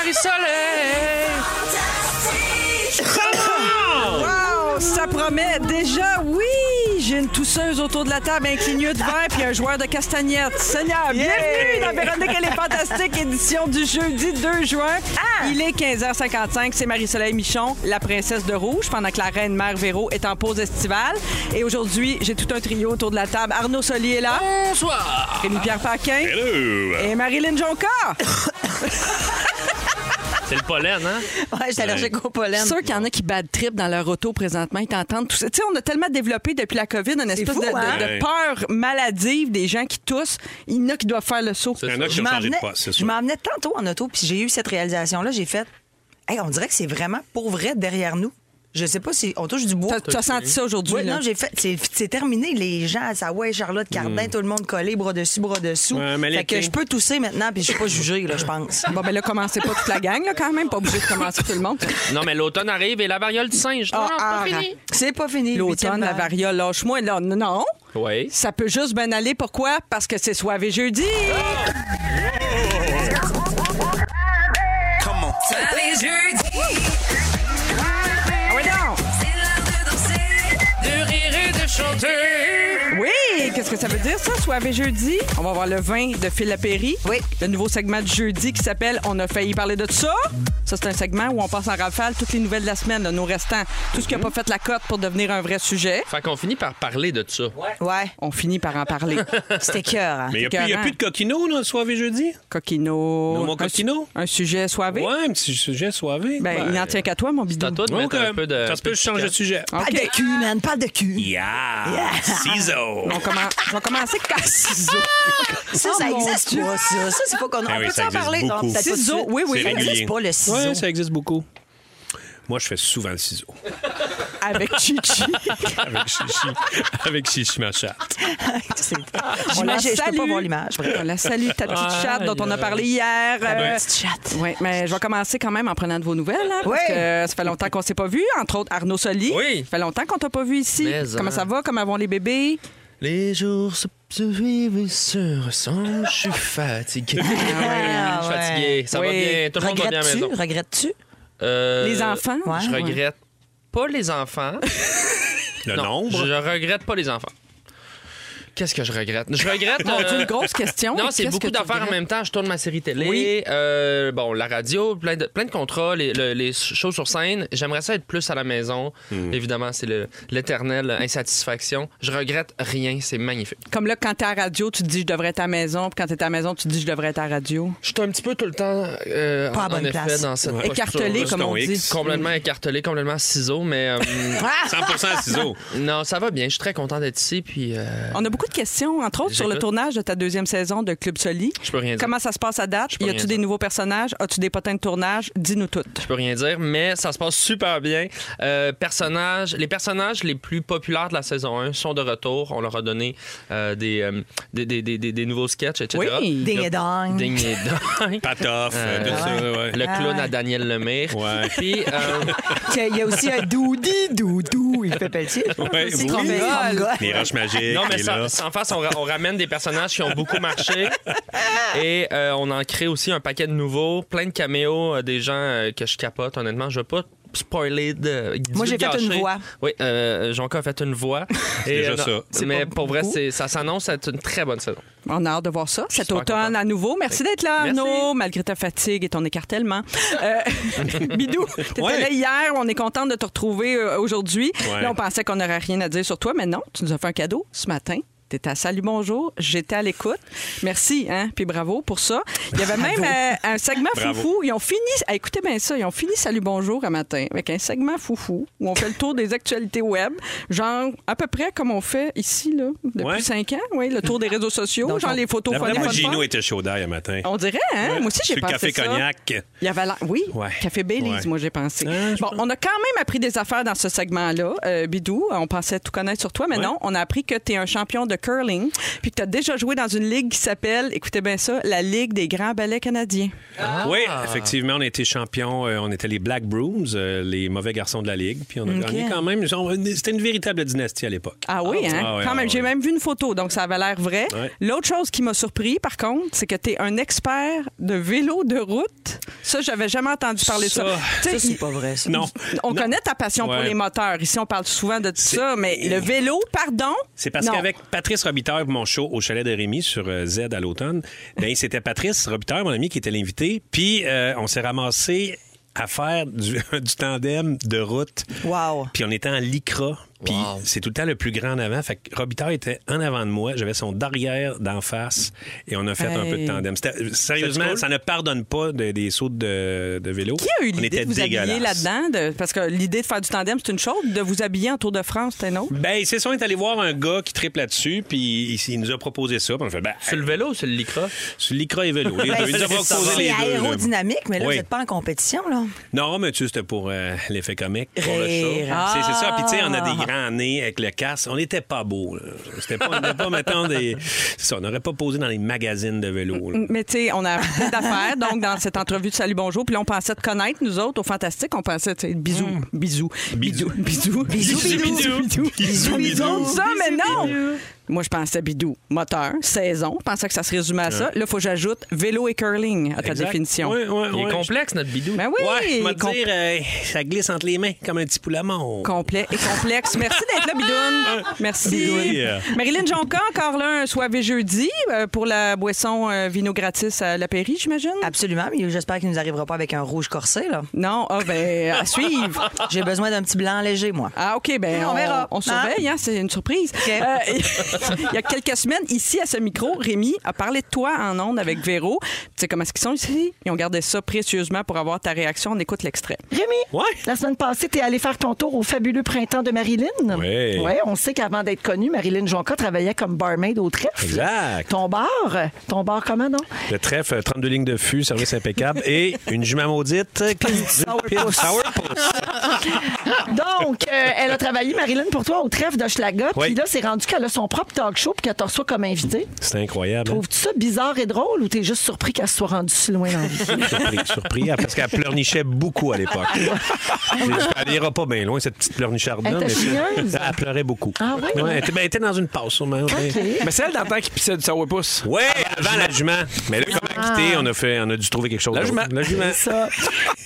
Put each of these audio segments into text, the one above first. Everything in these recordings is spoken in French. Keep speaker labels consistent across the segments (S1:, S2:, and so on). S1: Marie-Soleil!
S2: Wow, ça promet déjà, oui! J'ai une tousseuse autour de la table, un clignotant de verre puis un joueur de castagnette. Seigneur, bienvenue dans Véronique et les Fantastiques, édition du jeudi 2 juin. Il est 15h55, c'est Marie-Soleil Michon, la princesse de rouge, pendant que la reine mère Véro est en pause estivale. Et aujourd'hui, j'ai tout un trio autour de la table. Arnaud Soli est là,
S1: Bonsoir!
S2: Rémi-Pierre Paquin et Marilyn Jonca.
S1: C'est le pollen, hein?
S3: Ouais, j'étais allergique au pollen.
S2: sûr qu'il y en a qui bad trip dans leur auto présentement. Ils t'entendent tout ça. Tu sais, on a tellement développé depuis la COVID une espèce
S3: fou,
S2: de, de-
S3: hein?
S2: de
S4: Ouais.
S2: peur maladive des gens qui toussent. Il y en a qui doivent faire le saut.
S4: Il y en a qui
S3: Je
S4: ont
S3: m'en
S4: changé de
S3: venais-
S4: poste, c'est
S3: je
S4: sûr.
S3: m'emmenais tantôt en auto, puis j'ai eu cette réalisation-là. J'ai fait, hey, on dirait que c'est vraiment pour vrai derrière nous. Je sais pas si on touche du bois.
S2: T'as- T'as senti ça aujourd'hui,
S3: Oui,
S2: là?
S3: non, j'ai fait. C'est c'est terminé, les gens. Ça, ouais, Charlotte Cardin, tout le monde collé, bras dessus, bras dessous.
S4: Hmm. Ouais, mais
S3: fait
S4: l'été.
S3: que je peux tousser maintenant, puis je suis pas jugée, là, je pense.
S2: Bon, ben là, commencez pas toute la gang, là, quand même. Pas obligé de commencer tout le monde.
S1: Non, mais l'automne arrive et la variole du singe. Non,
S2: Ah,
S1: pas
S2: ah,
S1: fini.
S3: C'est pas fini. le huitième
S2: L'automne, la
S3: bal.
S2: variole, lâche-moi. Là, non.
S1: Oui.
S2: Ça peut juste bien aller. Pourquoi? Parce que c'est soir et jeudi. Ah oui, non!
S1: De rire et de chanter.
S2: Oui! Qu'est-ce que ça veut dire, ça, soir et jeudi? On va voir le vin de Phil Lapéry.
S3: Oui.
S2: Le nouveau segment du jeudi qui s'appelle On a failli parler de ça. Ça, c'est un segment où on passe en rafale toutes les nouvelles de la semaine, de nos restants. Tout ce qui n'a pas fait la cote pour devenir un vrai sujet.
S1: Fait qu'on finit par parler de ça.
S3: Ouais,
S2: On finit par en parler.
S3: c'était cœur. hein.
S4: Mais il n'y a
S2: écœurant.
S4: plus de coquino, là, le soir et jeudi?
S2: Coquino.
S4: Non, mon
S2: Un
S4: coquino.
S2: su- Un, sujet soivé.
S4: Ouais, un petit sujet soivé.
S2: Ben, il n'en tient qu'à toi, mon bidou.
S1: T'as tout de
S4: Ouais,
S1: mettre
S4: quand
S1: un
S4: même.
S1: peu de.
S4: Ça se peut, je change de sujet.
S2: OK.
S3: Parle de cul, man, parle de cul.
S4: Yeah! Ciseaux!
S2: On, commence- on va commencer par ciseaux.
S3: Ça,
S2: Oh,
S3: ça
S2: mon
S3: existe
S2: Dieu.
S3: pas, ça. Ça, c'est pas
S1: Ben
S3: qu'on.
S4: Ah
S3: on
S4: oui,
S3: peut
S4: ça
S3: s'en
S4: existe
S3: parler.
S4: beaucoup.
S3: Non, peut-être pas tout de
S2: Ciseaux,
S3: suite.
S2: oui, oui.
S4: C'est
S3: Ça
S4: régulier.
S3: n'existe pas, le ciseau.
S4: Ouais, ça existe beaucoup. Moi, je fais souvent le ciseau.
S2: Avec Chichi.
S4: Avec Chichi. Avec Chichi, ma chatte.
S3: C'est-
S2: On la
S3: J'imagine- Je peux
S2: salue.
S3: pas voir l'image. bref.
S2: On la salue, ta petite chatte dont on a parlé hier. Euh,
S3: Chat.
S2: Oui, mais je vais commencer quand même en prenant de vos nouvelles. hein, Parce
S3: Oui.
S2: que euh, ça fait longtemps qu'on ne s'est pas vu, entre autres Arnaud Soli.
S1: Oui.
S2: Ça fait longtemps qu'on t'a pas vu ici.
S1: Mais,
S2: Comment
S1: hein.
S2: ça va? Comment vont les bébés?
S1: Les jours se suivent et se ressemblent. Je suis fatigué.
S3: Ah
S1: Je suis
S3: ouais.
S1: fatigué. Ça va
S2: Oui.
S1: bien. Tout le monde va bien à la
S3: Regrettes-tu?
S1: maison.
S3: Regrettes-tu?
S1: Euh,
S2: Les enfants?
S3: ouais.
S1: Je regrette pas les enfants.
S4: Le
S1: Non,
S4: nombre?
S1: Je regrette pas les enfants. Qu'est-ce que je regrette? Je regrette.
S2: Mon Dieu,
S1: euh,
S2: une grosse question.
S1: Non, c'est
S2: Ah Qu'est-ce que
S1: beaucoup
S2: tu
S1: d'affaires en
S2: regrettes?
S1: même temps. Je tourne ma série télé,
S2: Oui.
S1: euh, bon, la radio, plein de, plein de contrats, les, le- les shows sur scène. J'aimerais ça être plus à la maison. Évidemment, c'est le- l'éternelle insatisfaction. Je regrette rien, c'est magnifique.
S2: Comme là, quand t'es à la radio, tu te dis je devrais être à la maison. Puis quand t'es à la maison, tu te dis je devrais être à la radio.
S1: Je suis un petit peu tout le temps, euh,
S3: Pas à
S1: en
S3: bonne
S1: effet,
S3: place.
S1: dans cette
S4: Ouais.
S1: posture-là.
S2: Écartelé, comme
S4: ton
S2: on
S4: X.
S2: dit.
S1: Complètement écartelé, complètement ciseau, mais euh,
S4: 100 ciseaux.
S1: non, ça va bien. Je suis très content d'être ici, puis euh,
S2: On a beaucoup de questions, entre autres, sur le
S1: J'écoute.
S2: tournage de ta deuxième saison de Club Soli.
S1: je peux rien dire.
S2: Comment ça se passe à date?
S1: peux
S2: Y
S1: rien
S2: a-tu
S1: dire.
S2: des nouveaux personnages? As-tu des potins de tournage? Dis-nous toutes.
S1: je peux rien dire, mais ça se passe super bien. Euh, personnages, les personnages les plus populaires de la saison 1 sont de retour. On leur a donné euh, des, euh, des, des- des- des- des nouveaux sketchs, etc.
S2: Oui.
S3: Ding
S1: Le-
S3: et dong.
S1: Ding et dong.
S4: Patoff,
S1: Euh,
S4: tout ça, ouais.
S1: Le clown à Daniel Lemire.
S4: Ouais.
S1: Puis, euh,
S3: Il y a aussi un doudi doudou. Il fait pelletier.
S4: Ouais, oui. Les roches magiques,
S1: non, mais
S4: il est
S1: sans,
S4: là.
S1: sans face, on, ra- on ramène des personnages qui ont beaucoup marché. Et euh, on en crée aussi un paquet de nouveaux, plein de caméos, euh, des gens euh, que je capote, honnêtement. Je veux pas spoiler de.
S3: Moi, j'ai fait une
S1: gâcher.
S3: voix.
S1: Oui, euh, Jonca a fait une voix. Et,
S4: déjà
S1: euh, non,
S4: ça.
S2: C'est
S1: Mais
S2: pas
S1: pour vrai,
S2: beaucoup.
S1: c'est- ça s'annonce être une très bonne saison.
S2: On a hâte de voir ça cet
S1: super
S2: automne
S1: content.
S2: à nouveau. Merci d'être là,
S1: Merci.
S2: Arnaud, malgré ta fatigue et ton écartèlement. Euh, Bidou, t'étais
S4: Ouais.
S2: là hier, on est content de te retrouver euh, aujourd'hui.
S4: Ouais.
S2: Là, on pensait qu'on n'aurait rien à dire sur toi, mais non, tu nous as fait un cadeau ce matin. T'étais à Salut Bonjour, j'étais à l'écoute. Merci, hein, puis bravo pour ça. Il y avait même euh, un segment
S4: Bravo.
S2: foufou. Ils ont fini, ah, écoutez bien ça, ils ont fini Salut Bonjour un matin. matin avec un segment foufou où on fait le tour des actualités web, genre à peu près comme on fait ici là, depuis
S4: Ouais.
S2: cinq ans, oui, le tour des réseaux sociaux, genre les photos
S4: D'après
S2: folles,
S4: moi,
S2: folles,
S4: Gino
S2: folles.
S4: était chaud d'air le matin.
S2: On dirait, hein? Moi aussi, j'ai
S4: Sur le
S2: pensé
S4: café
S2: ça.
S4: cognac.
S2: Il y avait l'air- Oui,
S4: Ouais.
S2: Café Baileys,
S4: Ouais. Ah,
S2: moi, j'ai pensé. bon, on a quand même appris des affaires dans ce segment-là. Euh, Bidou, on pensait tout connaître sur toi, mais
S4: Ouais.
S2: non, on a appris que tu es un champion de curling, puis que tu as déjà joué dans une ligue qui s'appelle, écoutez bien ça, la Ligue des grands ballets canadiens.
S4: Oui, effectivement, on était champions. euh, on était les Black Brooms, euh, les mauvais garçons de la Ligue. Puis on a gagné quand même. On- C'était une véritable dynastie à l'époque.
S2: Ah oui, hein?
S4: Ah ouais,
S2: Quand
S4: ah
S2: même, j'ai
S4: ouais.
S2: même vu une photo, donc ça avait l'air vrai.
S4: Ouais.
S2: L'autre chose qui m'a surpris, par contre, c'est que tu es un expert de vélo de route. Ça, j'avais jamais entendu parler de ça.
S4: Ça,
S2: Tu sais,
S3: Ça,
S2: il-
S3: c'est pas vrai, ça.
S4: Non.
S2: On
S4: Non.
S2: connaît ta passion pour
S4: Ouais.
S2: les moteurs. Ici, on parle souvent de tout ça, mais le vélo, pardon.
S4: C'est parce
S2: non.
S4: qu'avec Patrice Robitaille, pour mon show au chalet de Rémy sur euh, Z à l'automne, ben, c'était Patrice Robitaille, mon ami, qui était l'invité. Puis euh, on s'est ramassé à faire du, du tandem de route.
S2: Ah
S3: Wow.
S4: Puis on était en lycra. Puis c'est tout le temps le plus grand en avant. Fait que Robitaille était en avant de moi. J'avais son derrière d'en face. Et on a fait un
S2: Hey.
S4: peu de tandem. C'était- euh, Sérieusement,
S1: cool?
S4: ça ne pardonne pas de- des sauts de, de vélo.
S2: Qui a eu
S4: On
S2: l'idée
S4: était
S2: de vous habiller
S4: dégueulasses.
S2: là-dedans? de- Parce que l'idée de faire du tandem, c'est une chose. De vous habiller en Tour de France, c'est une autre.
S4: Ben, c'est ça, on est allé voir un gars qui triple là-dessus, puis il, il nous a proposé ça. Puis on a fait, ben,
S1: Sur le vélo ou sur le lycra?
S4: Sur l'ICRA et vélo. Les
S3: Ben,
S4: deux. Ils nous ont
S3: c'est
S4: proposé les
S3: c'est
S4: deux, là.
S3: aérodynamique, mais là,
S4: Oui.
S3: vous n'êtes pas en compétition, là.
S4: Non, mais tu sais, c'était pour euh, l'effet comique.
S3: Pour le show. Rire.
S4: C'est c'est ça. Puis, tu sais, on a des grands nez avec le casque. On n'était pas beaux. là. C'était pas, on n'était pas, mettons, des. C'est ça, on n'aurait pas posé dans les magazines de vélo. là.
S2: Mais tu sais, on a appris plein d'affaires, donc dans cette entrevue de Salut Bonjour, puis là, on pensait te connaître, nous autres, au Fantastique, on pensait, tu sais, bisous, bisous, bisous, Mm. bisous, bisous, bisous, bisous,
S4: Bisous, bisous.
S2: ça, mais non! Moi, je pensais bidou, moteur, saison, je pensais que ça se résumait à ça. Là, il faut que j'ajoute vélo et curling à ta
S4: Exact.
S2: définition.
S4: Ouais, ouais,
S1: Il est
S4: ouais.
S1: complexe, notre bidou.
S2: Ben oui,
S4: Ouais, je vais te
S2: com-
S4: dire, euh, ça glisse entre les mains comme un petit poulet mort.
S2: complet et complexe. Merci d'être là, Bidoune. Merci.
S4: Bidoune. euh.
S2: Marilyn Jonca, encore là, un soirée jeudi euh, pour la boisson euh, vino gratis à la Pairie, j'imagine?
S3: Absolument, mais j'espère qu'il nous arrivera pas avec un rouge corsé, là.
S2: Non, ah ben, à suivre.
S3: J'ai besoin d'un petit blanc léger, moi.
S2: Ah, OK, ben
S3: On verra.
S2: On surveille, hein, c'est une surprise. Euh, il y a quelques semaines, ici, à ce micro, Rémi a parlé de toi en ondes avec Véro. Tu sais comment est-ce qu'ils sont ici? Ils ont gardé ça précieusement pour avoir ta réaction. On écoute l'extrait.
S5: Rémi,
S4: Ouais.
S5: la semaine passée, t'es allé faire ton tour au fabuleux printemps de Marilyn.
S4: Ouais.
S5: on sait qu'avant d'être connue, Marilyn Jonca travaillait comme barmaid au trèfle.
S4: Exact.
S5: Ton bar, euh, ton bar comment, non?
S4: Le trèfle, 32 lignes de fût, service impeccable et une jument maudite qui
S5: Sourpuss.
S4: Sourpuss.
S5: Donc, euh, elle a travaillé, Marilyn, pour toi au trèfle de Schlaga.
S4: Oui.
S5: Puis là, c'est rendu qu'elle a son propre talk show puis qu'elle te reçoit comme invitée.
S4: C'est incroyable. hein?
S5: Trouves-tu ça bizarre et drôle ou t'es juste surpris qu'elle se soit rendue si loin dans la vie?
S4: surpris, surpris, parce qu'elle pleurnichait beaucoup à l'époque. J'ai dit, elle ira pas bien loin, cette petite pleurnicharde
S5: Elle était chieuse.
S4: elle pleurait beaucoup.
S5: Ah oui?
S4: Ouais, elle, était, ben, elle était dans une passe, sûrement.
S5: OK.
S6: Mais celle d'antan qui pissait du sourpuss.
S4: Oui, avant la jument. Mais là, comme a quitté, on a, fait, on a dû trouver quelque chose.
S6: La
S4: d'autre.
S6: jument.
S4: La jument.
S5: Ça.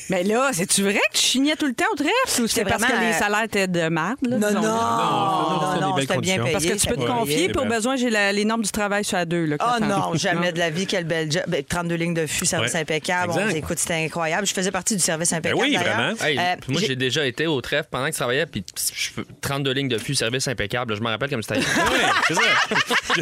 S2: Mais là, c'est-tu vrai que tu chignais tout le temps au trèfle ou c'est parce que
S3: vraiment,
S2: les
S3: euh,
S2: salaires étaient de merde?
S3: Ah
S2: là,
S3: Non, non,
S2: disons?
S3: non,
S4: non, non,
S3: non,
S4: des
S3: j'étais
S4: belles
S3: bien
S4: conditions.
S3: payée.
S2: Parce que tu peux te
S3: j'étais
S4: Ouais,
S2: confier,
S4: c'est
S2: puis au
S4: bien.
S2: besoin, j'ai la- les normes du travail sur la deux. Là,
S3: Oh
S2: que t'as.
S3: non, jamais de la vie, quel bel job. Ben, 32 lignes de fût, service
S4: Ouais.
S3: impeccable. On
S4: Exact. Ben
S3: dit, écoute, c'était incroyable. Je faisais partie du service impeccable.
S4: oui,
S3: d'ailleurs.
S4: vraiment.
S1: Hey,
S3: Euh,
S1: moi,
S3: j'ai-
S1: j'ai déjà été au trèfle pendant que je travaillais, puis je- 32 lignes de fût, service impeccable. Je me rappelle comme c'était.
S4: Oui, c'est ça.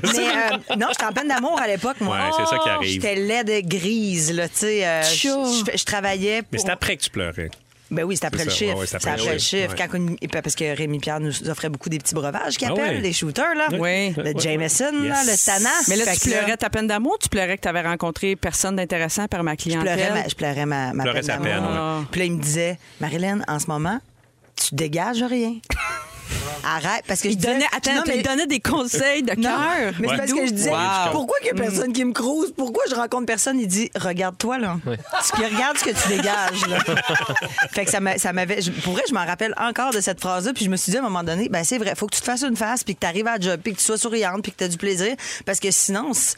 S3: Mais euh, non, j'étais en peine d'amour à l'époque, moi.
S4: Ouais, c'est ça qui arrive.
S3: J'étais laide grise, là, tu sais. euh, je- je fais- je travaillais.
S4: Mais
S3: pour-
S4: c'est après que tu pleurais.
S3: Ben oui, c'est après
S4: C'est
S3: le
S4: ça,
S3: chiffre.
S4: ouais, ouais,
S3: c'est après le chiffre.
S4: ouais.
S3: Quand on- et Parce que Rémi Pierre nous offrait beaucoup des petits breuvages qu'il
S4: Ah
S3: appelle,
S4: ouais.
S3: des shooters, là.
S2: Oui.
S3: Le Jameson, là,
S4: Yes.
S3: le Sanas.
S2: Mais là,
S3: Fait
S2: tu
S3: que
S2: pleurais ta peine d'amour, tu pleurais que tu avais rencontré personne d'intéressant par ma
S3: Je
S2: clientèle.
S3: pleurais ma, je pleurais ma, ma
S4: Pleurait
S3: peine
S4: sa peine,
S3: d'amour.
S2: ouais.
S3: Puis là, il me disait, Marilyn, en ce moment, tu dégages rien. Arrête, parce que je
S2: Il
S3: disais-
S2: donnait, attends,
S3: Non, mais-
S2: il donnait des conseils de
S3: Non,
S2: cœur.
S3: Mais c'est parce que je disais,
S4: Wow.
S3: pourquoi qu'il y a personne qui me crouse? Pourquoi je rencontre personne? Il dit, regarde-toi, là. Ce qui regarde ce que tu dégages, là. fait que ça m'a- ça m'avait. je- Pour vrai, je m'en rappelle encore de cette phrase-là. Puis je me suis dit, à un moment donné, ben c'est vrai, faut que tu te fasses une face, puis que tu arrives à la job, puis que tu sois souriante, puis que tu as du plaisir. Parce que sinon, c'est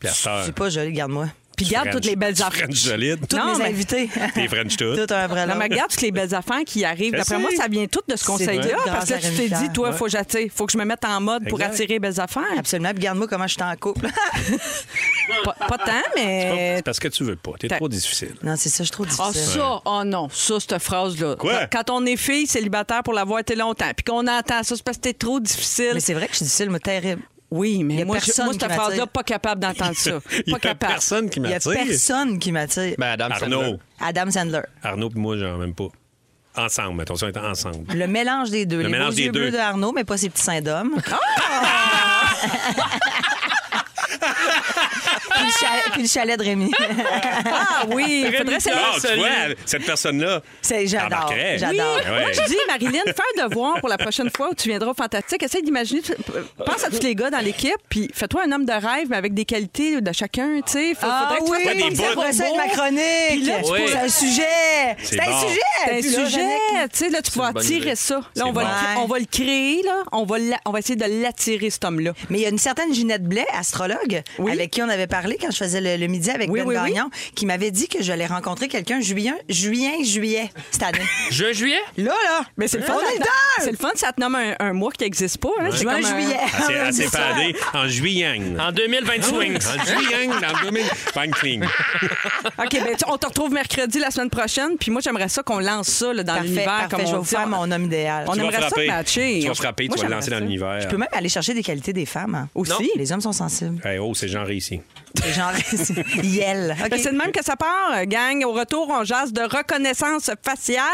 S4: Puis à cette heure,
S3: c'est pas joli, regarde-moi.
S2: Puis garde toutes les belles affaires.
S4: French solide.
S3: Toutes
S2: Non,
S3: mes
S2: mais-
S3: invités.
S4: T'es French tout.
S3: Tout un vrai
S2: Non,
S3: long.
S2: mais regarde toutes les belles affaires qui arrivent.
S4: Je
S2: D'après
S4: sais.
S2: moi, ça vient tout de ce
S3: vrai,
S2: conseil-là.
S3: grâce
S2: Parce que là,
S3: à
S2: tu
S3: Rémi
S2: t'es dit,
S3: Pierre.
S2: toi, faut que j'attire, faut que je me mette en mode pour
S4: Exact.
S2: attirer les belles affaires.
S3: Absolument. Puis Regarde-moi comment je suis en couple.
S2: Pas, pas tant, mais.
S4: C'est parce que tu veux pas. T'es
S2: T'as-
S4: trop difficile.
S3: non, c'est ça, je trouve
S2: Ah,
S3: difficile.
S2: ça, oh non, ça, cette phrase-là.
S4: Quoi?
S2: Quand on est fille célibataire pour l'avoir été longtemps, puis qu'on entend ça, c'est parce que t'es trop difficile.
S3: mais c'est vrai que je suis difficile, mais terrible.
S2: Oui,
S3: Y
S2: mais
S3: a
S2: moi, je-
S3: personne
S2: moi,
S3: qui
S2: cette
S3: m'attire.
S2: phrase-là, pas capable d'entendre ça.
S4: Il y
S2: Pas
S4: a
S2: capable.
S4: personne qui
S3: Il y a
S4: m'attire.
S3: personne qui m'attire.
S1: Ben, Adam Sandler.
S4: Arnaud.
S3: Adam Sandler.
S4: Arnaud puis moi, genre, même pas. ensemble, mettons, si on était ensemble.
S3: Le mélange des deux.
S4: Le
S3: les
S4: mélange
S3: beaux
S4: des
S3: yeux
S4: deux.
S3: bleus de Arnaud, mais pas ses petits seins d'homme. puis, le chalet, puis le chalet de Rémi.
S2: Ah oui, il faudrait essayer.
S4: Ah, tu vois, cette personne-là.
S3: C'est- J'adore.
S4: T'embarquerais.
S3: J'adore.
S4: Oui.
S2: Moi, je dis, Marilyn, fais un devoir pour la prochaine fois où tu viendras au Fantastique. Essaye d'imaginer, tu- pense à tous les gars dans l'équipe, puis fais-toi un homme de rêve, mais avec des qualités de chacun, tu sais. Faut-
S3: Ah
S2: faudrait que tu
S3: oui,
S2: fasses
S4: des
S2: comme
S3: ça
S4: bouts.
S3: pourrait ça être ma
S2: Puis
S3: chronique.
S2: là,
S1: tu Oui. poses-
S3: C'est un sujet. C'est un
S4: bon.
S3: sujet.
S2: C'est un
S3: Puis là,
S2: sujet, tu sais, là, tu vas
S1: une bonne
S2: tirer
S1: idée.
S2: ça.
S1: C'est
S2: Là, on va, le,
S3: bon.
S2: cré-
S3: Ouais.
S2: on va le créer, là. On va, l'a- on va essayer de l'attirer, cet homme-là.
S3: Mais il y a une certaine Ginette Blais, astrologue,
S2: Oui.
S3: avec qui on avait parlé quand je faisais le, le midi avec
S2: Oui,
S3: Ben
S2: oui, oui.
S3: Gagnon, qui m'avait dit que j'allais rencontrer quelqu'un juillet, juillet, juillet cette année.
S1: Juin, juillet?
S3: là, là,
S2: Mais c'est le fun.
S3: on
S2: ça
S3: est
S2: te- C'est
S3: dedans!
S2: le fun, ça te nomme un, un mois qui n'existe pas. hein. C'est
S3: Juin,
S2: comme un-
S3: juillet.
S4: Elle s'est-
S3: On
S4: Elle
S3: dit
S4: s'est
S3: ça.
S4: fadée en Hein? juillet.
S1: En 2020
S3: Ah
S1: swings.
S4: En juillet, dans le 2000. Bang, cling.
S2: OK, ben, tu- on te retrouve mercredi la semaine prochaine. Puis moi, j'aimerais ça qu'on lance ça là, dans
S3: Parfait,
S2: l'univers.
S3: parfait.
S2: Comme
S3: Je vais
S2: on
S3: vous
S2: dit.
S3: faire mon homme idéal.
S2: On
S4: Tu vas
S2: aimerait ça
S4: frapper.
S2: matcher.
S4: Tu vas frapper,
S2: Moi,
S4: tu vas le lancer dans
S2: j'aimerais
S4: l'univers.
S3: Je peux même aller chercher des qualités des femmes. hein.
S2: Aussi.
S3: Les hommes sont sensibles.
S4: Hey, oh, c'est genré ici.
S3: Les gens Yel. OK.
S2: Ben, c'est de même que ça part, euh, gang. Au retour, on jase de reconnaissance faciale.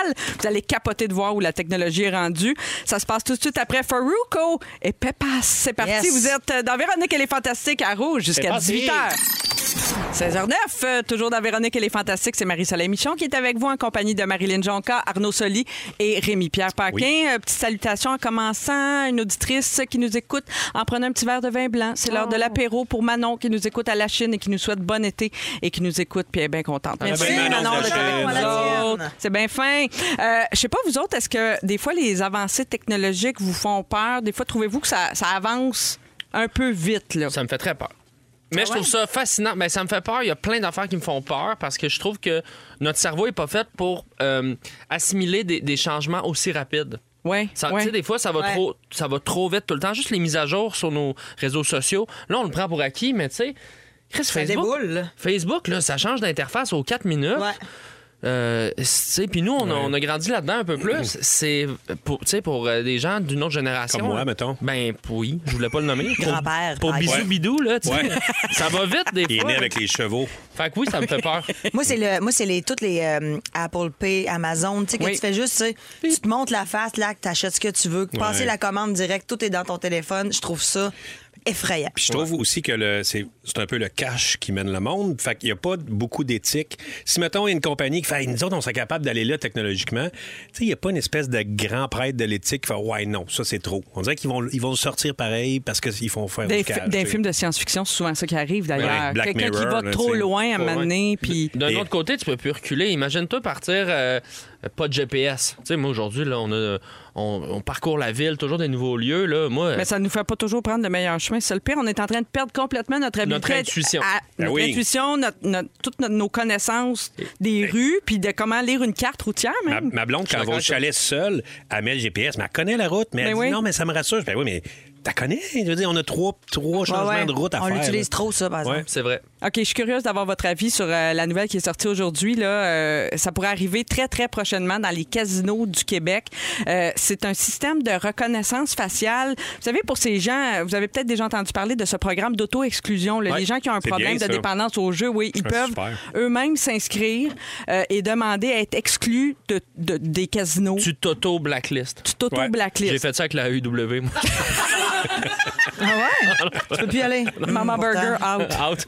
S2: Vous allez capoter de voir où la technologie est rendue. Ça se passe tout de suite après Faruko et Pepas. C'est parti,
S3: Yes.
S2: vous êtes euh, dans Véronique et les Fantastiques à Rouge jusqu'à
S4: parti.
S2: 18h. 16h09, euh, toujours dans Véronique et les Fantastiques, c'est Marie-Soleil Michon qui est avec vous en compagnie de Marilyn Jonca, Arnaud Soli et Rémi-Pierre Paquin. Euh, petite salutation en commençant, une auditrice qui nous écoute en prenant un petit verre de vin blanc. C'est l'heure de l'apéro pour Manon qui nous écoute à la Chine et qui nous souhaite bon été et qui nous écoute puis elle est bien contente. Merci
S4: ben, Manon,
S2: Manon
S4: c'est
S2: d'être
S4: la
S2: avec
S4: Chine.
S2: nous
S3: Voilà,
S2: autres.
S3: Diane.
S2: C'est bien fin. Euh, Je sais pas, vous autres, est-ce que des fois les avancées technologiques vous font peur? Des fois, trouvez-vous que ça, ça avance un peu vite? Là?
S1: Ça me fait très peur.
S3: Ah
S1: Mais je trouve ça fascinant. Mais ça me fait peur. Il y a plein d'affaires qui me font peur parce que je trouve que notre cerveau n'est pas fait pour euh, assimiler des, des changements aussi rapides.
S2: Ouais,
S1: Ça-
S2: ouais.
S1: Tu sais, des fois, ça va,
S3: Ouais.
S1: trop, ça va trop vite tout le temps. Juste les mises à jour sur nos réseaux sociaux. Là, on le prend pour acquis, mais tu sais, Chris, Facebook,
S3: déboule.
S1: Facebook là, ça change d'interface aux 4
S2: Hein?
S1: minutes.
S3: Ouais.
S1: Euh, tu sais, Puis nous, on, a- on a grandi là-dedans un peu plus. C'est pour, tu sais, pour euh, des gens d'une autre génération.
S4: Mm. Comme moi,
S1: là.
S4: mettons.
S1: Ben oui, je voulais pas le nommer. Pour-
S3: Grand-père,
S1: Pour
S3: par
S1: bisou
S3: exemple.
S1: bidou, là. tu sais.
S4: Ouais.
S1: ça va vite des
S4: Il est
S1: fois.
S4: né avec les chevaux.
S1: Fait que oui, ça me fait peur.
S3: Moi, c'est le, moi, c'est les, toutes les euh, Apple Pay, Amazon, tu sais, que
S2: Oui.
S3: tu fais juste, tu sais, tu te montes la face, là, que t'achètes ce que tu veux, que passer
S4: Ouais.
S3: la commande direct, tout est dans ton téléphone. Je trouve ça effrayant.
S4: Puis je trouve aussi que le- c'est c'est un peu le cash qui mène le monde. Fait qu'il n'y a pas beaucoup d'éthique. Si, mettons, il y a une compagnie qui fait, Hey, nous autres, on serait capable d'aller là technologiquement, tu sais, il n'y a pas une espèce de grand prêtre de l'éthique qui fait, ouais, non, ça, c'est trop. On dirait qu'ils vont, ils vont sortir pareil parce qu'ils font faire
S2: Des,
S4: du cash.
S2: fi- des
S4: tu sais.
S2: films de science-fiction, c'est souvent ça qui arrive
S4: Ouais,
S2: d'ailleurs.
S4: Black
S2: Quelqu'un qui
S4: Mirror,
S2: va
S4: là,
S2: trop
S4: tu sais.
S2: loin à un moment donné, puis.
S1: D'un
S4: Et-
S1: autre côté, tu peux plus reculer. Imagine-toi partir euh, pas de GPS. Tu sais, moi aujourd'hui, là, on, a- on, on parcourt la ville, toujours des nouveaux lieux. Là. Moi,
S2: Mais ça ne nous fait pas toujours prendre le meilleur chemin. C'est le pire. On est en train de perdre complètement notre habileté.
S1: Notre intuition.
S2: à-
S4: Ben
S2: notre
S4: oui.
S2: intuition, notre- notre- toutes notre- nos connaissances des rues, puis de comment lire une carte routière
S4: Ma,
S2: même.
S4: ma blonde, quand elle va au
S1: d'accord
S4: chalet seule, elle met le GPS, mais elle connaît la route, mais elle
S2: Ben
S4: dit
S2: oui.
S4: non, mais ça me rassure. Je dis, Ben oui, mais t'as connais? Je veux dire, on a trois, trois changements
S3: Ouais, ouais.
S4: de route à
S3: On
S4: faire.
S3: l'utilise
S4: là.
S3: trop, ça, par exemple.
S4: Ouais.
S1: c'est vrai.
S2: OK, je suis curieuse d'avoir votre avis sur euh, la nouvelle qui est sortie aujourd'hui. Là, Euh, ça pourrait arriver très, très prochainement dans les casinos du Québec. Euh, c'est un système de reconnaissance faciale. Vous savez, pour ces gens, euh, vous avez peut-être déjà entendu parler de ce programme d'auto-exclusion. là.
S4: Ouais,
S2: les gens qui ont un
S4: c'est
S2: problème
S4: bien,
S2: de
S4: ça.
S2: dépendance au jeu, oui, ils
S4: Ah,
S2: peuvent
S4: super.
S2: eux-mêmes s'inscrire euh, et demander à être exclus de, de- des casinos.
S1: Tu t'auto-blacklist.
S2: Tu t'auto-blacklist.
S1: J'ai fait ça avec la EW. moi.
S3: Tu peux plus y aller.
S2: Mama
S3: Hum,
S2: Burger
S3: pourtant.
S2: out.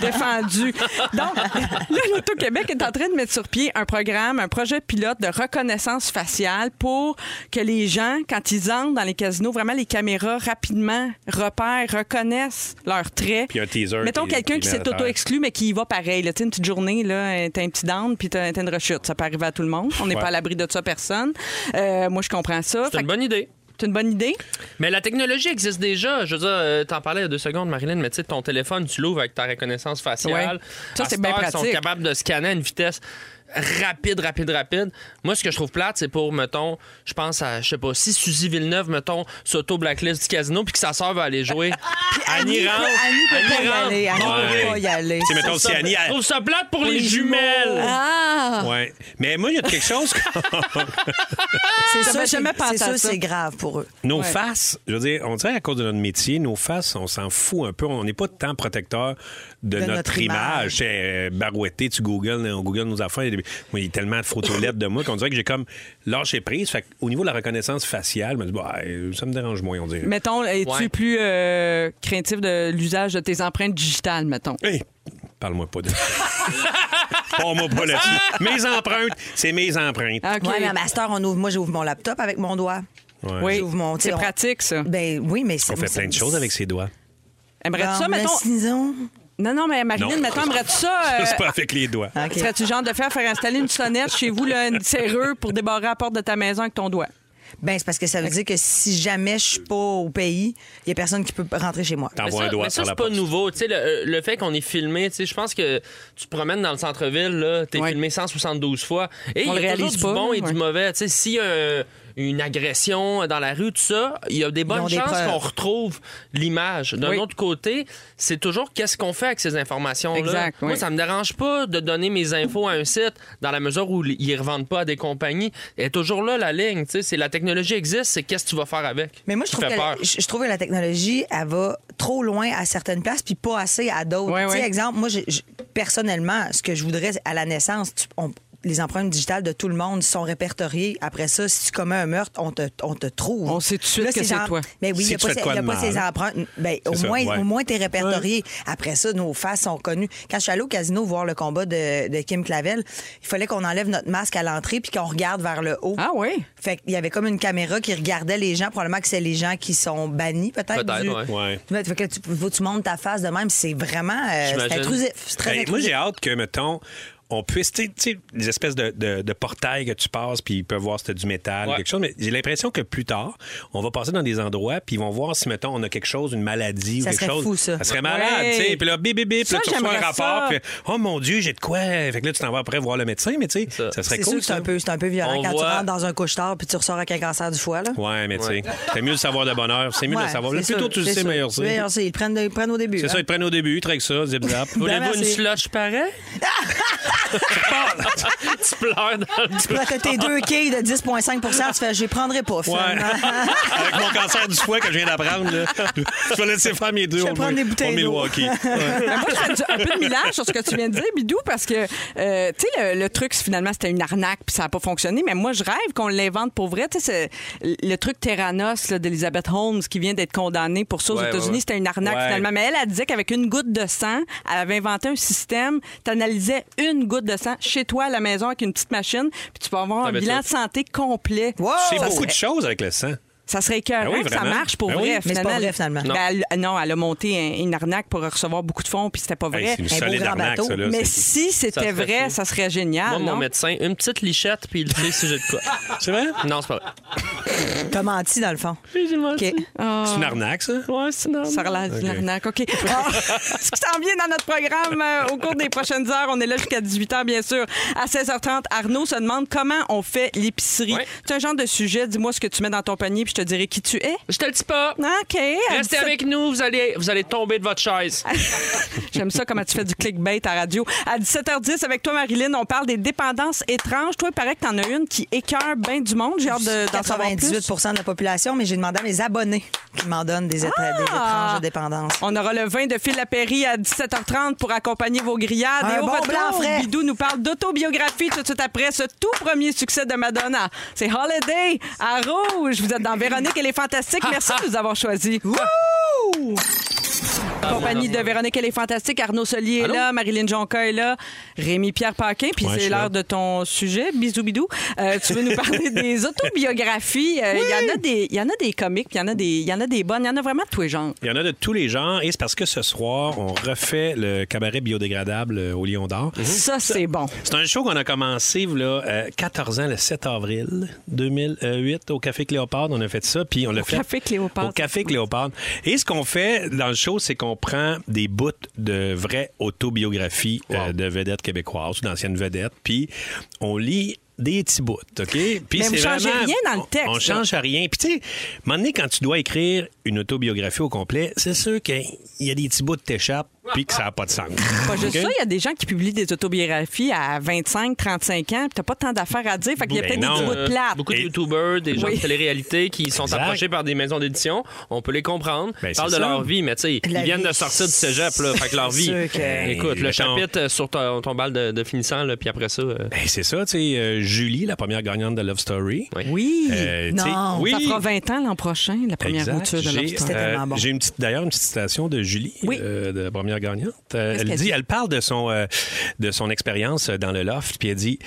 S2: défendu. Donc, là, l'Auto-Québec est en train de mettre sur pied un programme, un projet pilote de reconnaissance faciale pour que les gens, quand ils entrent dans les casinos, vraiment les caméras rapidement repèrent, reconnaissent leurs traits.
S4: Puis un teaser
S2: Mettons
S4: qui-
S2: quelqu'un
S4: qui
S2: qui
S4: met à
S2: s'est
S4: terre.
S2: auto-exclu, mais qui y va pareil. là. Tu sais, une petite journée, là, t'as un petit down, puis t'as t'as une rechute. Ça peut arriver à tout le monde. On n'est
S4: Ouais.
S2: pas à l'abri de ça, personne. Euh, moi, je comprends ça.
S1: C'est
S2: Fait
S1: une
S2: que
S1: bonne idée.
S2: C'est une bonne idée.
S1: Mais la technologie existe déjà. Je veux dire, euh, t'en parlais il y a deux secondes, Marilyn, mais tu sais, ton téléphone, tu l'ouvres avec ta reconnaissance faciale.
S2: Ouais. Ça,
S1: À
S2: c'est
S1: cette
S2: bien
S1: heure, Ils
S2: pratique.
S1: sont capables de scanner à une vitesse rapide, rapide, rapide. Moi, ce que je trouve plate, c'est pour, mettons, je pense à, je sais pas, si Suzy Villeneuve, mettons, s'auto-blacklist du casino puis que sa sœur va aller jouer. Annie rentre.
S3: Annie peut pas y
S1: rentre.
S3: aller. Annie
S4: Ouais.
S3: peut pas y aller.
S4: Tu sais, mettons,
S1: Je trouve
S4: si
S1: ça-
S4: Annie.
S1: Je
S4: elle-
S1: trouve ça plate pour les jumelles.
S2: Ah!
S4: Ouais. Mais moi, il y a quelque chose.
S3: C'est
S2: J'avais
S3: sûr,
S2: jamais pensé
S3: c'est-
S2: à
S3: c'est sûr,
S2: ça.
S3: c'est grave pour eux.
S4: Nos
S2: Ouais.
S4: faces, je veux dire, on dirait à cause de notre métier, nos faces, on s'en fout un peu. On n'est pas tant protecteur de,
S3: De
S4: notre,
S3: notre
S4: image.
S3: image.
S4: Tu sais, euh, barouetté, tu googles, on google nos affaires. Il y a- il y a tellement de photos lettres de moi qu'on dirait que j'ai comme lâché prise. Fait que, au niveau de la reconnaissance faciale, je me dis, bah, euh, ça me dérange moins, on dirait.
S2: Mettons, es-tu
S1: Ouais.
S2: plus euh, craintif de l'usage de tes empreintes digitales, mettons?
S4: Hey, parle-moi pas de Parle-moi pas là-dessus. Mes empreintes, c'est mes empreintes.
S2: Ah, OK.
S3: Ouais, mais à Master, on ouvre, moi, j'ouvre mon laptop avec mon doigt.
S4: Ouais.
S2: Oui,
S3: J'ouvre mon-
S2: c'est
S3: on-
S2: pratique, ça.
S3: Ben oui, mais c'est. ben,
S4: On fait
S3: c'est-
S4: plein de choses avec ses doigts.
S2: Aimerais-tu
S3: Dans
S2: ça,
S3: le
S2: mettons?
S3: ciseau.
S2: Non, non, mais Marilyn,
S4: Non.
S2: mettons, aimerais-tu ça? euh,
S4: C'est pas avec les doigts.
S3: OK.
S2: Serais-tu genre de faire, faire installer une sonnette chez vous, là, une serrure pour débarrer la porte de ta maison avec ton doigt?
S3: Ben, c'est parce que ça veut dire que si jamais je suis pas au pays, il y a personne qui peut rentrer chez moi.
S1: Mais
S4: T'envoies
S1: ça,
S4: un doigt
S1: mais ça,
S4: par la
S1: c'est pas
S4: poste.
S1: nouveau. Tu sais, le, euh, le fait qu'on est filmé, tu sais, je pense que tu te promènes dans le centre-ville, là, t'es
S2: Ouais.
S1: filmé 172 fois. Et
S2: On
S1: il
S2: le
S1: y a toujours
S2: réalise
S1: du
S2: pas,
S1: bon et
S2: ouais.
S1: du mauvais. Tu sais, s'il y a un- une agression dans la rue, tout ça, il y a des
S3: ont
S1: bonnes
S3: des
S1: chances
S3: preuves.
S1: qu'on retrouve l'image. D'un
S2: Oui.
S1: autre côté, c'est toujours qu'est-ce qu'on fait avec ces informations-là.
S2: Exact,
S1: Moi,
S2: oui.
S1: ça me dérange pas de donner mes infos à un site dans la mesure où ils revendent pas à des compagnies. Elle est toujours là, la ligne. Tu sais, c'est la technologie existe, c'est qu'est-ce que tu vas faire avec.
S3: Mais moi, je
S1: Qui
S3: trouve,
S1: fait
S3: que la,
S1: peur.
S3: je, je trouve que la technologie, elle va trop loin à certaines places, puis pas assez à d'autres.
S2: Ouais,
S3: tu sais,
S2: ouais.
S3: exemple, moi, j'ai- j'ai- personnellement, ce que je voudrais, c'est à la naissance, tu- on- les empreintes digitales de tout le monde sont répertoriées. Après ça, si tu commets un meurtre, on te, on te trouve.
S2: On sait tout de suite
S3: Là,
S2: que c'est
S3: genre-
S2: toi.
S3: Mais oui, il
S4: Si
S3: n'y a
S4: tu
S3: pas,
S4: fais de
S3: ces-
S4: quoi
S3: y a
S4: de
S3: pas ces
S4: mal.
S3: empreintes. Ben, au,
S4: C'est ça,
S3: moins,
S4: ouais.
S3: au moins, tu es répertorié. Après ça, nos faces sont connues. Quand je suis allée au casino voir le combat de, de Kim Clavel, il fallait qu'on enlève notre masque à l'entrée puis qu'on regarde vers le haut.
S2: Ah oui?
S3: Fait qu'il y avait comme une caméra qui regardait les gens. Probablement que c'est les gens qui sont bannis, peut-être.
S1: Peut-être,
S3: du-
S1: ouais.
S4: Ouais.
S3: Ouais, Fait que tu, faut que tu montes ta face de même. C'est vraiment. euh, c'est
S1: J'imagine.
S3: intrusif. C'est très
S4: Ben, moi,
S3: intrusif.
S4: j'ai hâte que, mettons, on puisse, tu sais- tu sais, les espèces de, de- de portails que tu passes, puis ils peuvent voir si t'as du métal,
S1: Ouais.
S4: quelque chose. Mais j'ai l'impression que plus tard, on va passer dans des endroits, puis ils vont voir si, mettons, on a quelque chose, une maladie
S3: Ça
S4: ou quelque
S3: serait
S4: chose.
S3: fou, ça.
S4: serait malade,
S2: Ouais.
S4: tu sais. Puis là, bip, bip, bip, puis
S2: Ça,
S4: là, tu reçois un
S2: j'aimerais
S4: rapport,
S2: ça.
S4: puis oh mon Dieu, j'ai de quoi. Fait que là, tu t'en vas après voir le médecin, mais tu sais, ça.
S1: ça.
S4: serait
S3: C'est
S4: cool.
S3: sûr que c'est
S4: ça.
S3: un, peu- c'est un peu violent
S1: On
S3: quand
S1: voit-
S3: tu rentres dans un couche-tard puis tu ressors avec un cancer du foie. Là.
S4: Ouais, mais tu sais, c'est mieux de savoir de bonheur. C'est mieux de
S3: Ouais,
S4: le savoir. Le
S3: c'est
S4: plus tôt
S3: sûr,
S4: tu le
S3: c'est
S4: sais,
S3: sûr.
S4: meilleur c'est.
S3: Meilleur c'est. Ils prennent, ils prennent au début.
S4: C'est ça,
S3: hein.
S4: ils te prennent au début, ils traquent ça, zip-zap.
S1: Voulez-vous une
S3: merci.
S1: slush pareil? tu pleures dans le
S3: Là, t'as tes deux quilles de 10,5 tu fais, je les prendrai pas,
S4: Ouais.
S3: finalement.
S4: Avec mon cancer du foie que je viens d'apprendre, là, je vais laisser faire mes deux.
S3: Je vais
S4: au
S3: prendre des bouteilles
S4: au
S3: d'eau.
S4: Milwaukee.
S2: Mais Ben, moi, je fais du- un peu de millage sur ce que tu viens de dire, Bidou, parce que, euh, tu sais, le, le truc, c'est finalement, c'était une arnaque, puis ça n'a pas fonctionné. Mais moi, je rêve qu'on l'invente pour vrai. Tu sais, c'est le truc Terranos là, d'Elizabeth Holmes qui vient d'être condamnée pour ça aux
S1: Ouais, ouais,
S2: États-Unis,
S1: ouais.
S2: c'était une arnaque
S4: Ouais.
S2: finalement. Mais elle, elle disait qu'avec une goutte de sang, elle avait inventé un système. Tu analysais une goutte de sang chez toi à la maison avec une petite machine, puis tu peux avoir un
S1: T'avais
S2: bilan
S1: tout.
S2: de santé complet.
S3: Wow!
S4: Tu sais
S3: Ça
S4: beaucoup de
S3: serait-
S4: choses avec le sang.
S2: Ça serait écœurant
S4: Ben oui,
S2: que ça
S4: vraiment.
S2: marche pour
S4: Ben oui.
S2: vrai,
S4: Mais
S3: c'est pas
S2: finalement.
S3: vrai, finalement.
S2: Ben, elle, non, elle a monté un- une arnaque pour recevoir beaucoup de fonds, puis c'était pas vrai.
S4: Hey, c'est une
S3: Un beau
S4: solide
S3: grand
S4: arnaque,
S3: bateau.
S4: ça. Là.
S2: Mais
S4: C'est-
S2: si
S1: Ça
S2: c'était
S1: serait
S2: vrai,
S1: fou.
S2: ça serait génial.
S1: Moi, mon
S2: Ah, non?
S1: médecin, une petite lichette, puis il sait si j'ai de quoi.
S4: C'est vrai?
S1: Non, c'est pas vrai.
S3: T'as menti, dans le fond.
S1: OK.
S3: Ah.
S4: C'est une arnaque, ça?
S1: Ouais, c'est normal.
S2: Ça relâche l'arnaque, OK. Ah, ce qui s'en vient dans notre programme euh, au cours des prochaines heures, on est là jusqu'à 18h, bien sûr. À 16h30, Arnaud se demande comment on fait l'épicerie.
S1: Ouais.
S2: C'est un genre de sujet, dis-moi ce que tu mets dans ton panier, puis je te dirai qui tu es.
S1: Je te le dis pas.
S2: OK. à
S1: Restez
S2: 17
S1: avec nous, vous allez, vous allez tomber de votre chaise.
S2: J'aime ça comment tu fais du clickbait à radio. À 17h10 avec toi Marilyn, on parle des dépendances étranges. Toi, il paraît que t'en as une qui écœure bien du monde. J'ai hâte de- d'en savoir plus.
S3: 98 de la population, mais j'ai demandé à mes abonnés qui m'en donnent des, étra- des étranges de dépendance.
S2: On aura le vin de Phil Lapéry à 17h30 pour accompagner vos grillades.
S3: Un
S2: Et au
S3: bon
S2: retour,
S3: blanc frais.
S2: Bidou nous parle d'autobiographie tout de suite après ce tout premier succès de Madonna. C'est Holiday à Rouge. Vous êtes dans Véronique, elle est fantastique. Merci de nous avoir choisis. Wouh! En Compagnie de Véronique, elle est fantastique. Arnaud Solier est là, Marilyn Jonca est là, Rémi-Pierre Paquin. Puis
S4: Ouais, je
S2: c'est
S4: suis là.
S2: l'heure de ton sujet. Bisous, bidou. Euh, tu veux nous parler des autobiographies. Euh, Il y en a des- il y en a des comiques, puis il y, en a des- il y en a des bonnes. Il y en a vraiment de tous les genres.
S4: Il y en a de tous les genres et c'est parce que ce soir, on refait le cabaret biodégradable euh, au Lion d'Or.
S2: Ça, c'est bon.
S4: C'est un show qu'on a commencé voilà, euh, 14 ans, le 7 avril 2008, au Café Cléopâtre. On a fait ça, puis on l'a fait...
S2: Café Cléopâtre.
S4: Au Café Cléopâtre. Et ce qu'on fait dans le show, c'est qu'on prend des bouts de vraies autobiographies euh, de vedettes québécoises ou d'anciennes vedettes, puis on lit des petits bouts, OK? Puis
S2: Mais vous
S4: c'est
S2: changez
S4: vraiment-
S2: rien dans le
S4: on-
S2: texte,
S4: On
S2: là.
S4: change à rien. Puis tu sais, à un moment donné, quand tu dois écrire une autobiographie au complet, c'est sûr qu'il y a des petits bouts de t'échappent puis que ça n'a pas de sens.
S2: Pas juste
S4: OK?
S2: ça, il y a des gens qui publient des autobiographies à 25, 35 ans, puis t'as pas tant d'affaires à dire, fait qu'il y a
S4: Ben
S2: peut-être des
S4: non.
S2: petits bouts de Ah, plate.
S1: Beaucoup de
S4: Et-
S1: YouTubers, des gens
S2: Oui.
S1: de télé-réalité qui sont
S4: Exact.
S1: approchés par des maisons d'édition. On peut les comprendre.
S4: Ben,
S1: Ils parlent de
S4: c'est ça.
S1: leur vie, mais tu sais,
S3: La
S1: ils viennent
S3: vie,
S1: de sortir du cégep, là. Fait que leur vie.
S3: sûr que-
S1: Écoute, le
S4: Ben, Mettons-
S1: chapitre euh, sur ton, ton bal de, de finissant, là, puis après ça. euh,
S4: Ben, c'est ça, tu sais, euh, Julie, la première gagnante de Love Story.
S1: Oui.
S2: Oui.
S4: Euh, tu sais,
S3: Non,
S4: oui.
S2: Ça fera 20 ans l'an prochain, la première
S4: Exact.
S2: mouture de
S4: J'ai, euh,
S2: Love Story.
S3: C'était tellement bon.
S4: J'ai une petite, d'ailleurs une petite citation de Julie,
S2: Oui.
S4: euh, de la première gagnante. Euh,
S2: Qu'est-ce
S4: elle
S2: qu'elle
S4: dit,
S2: dit?
S4: elle parle de son, euh, de son expérience dans le loft, puis elle dit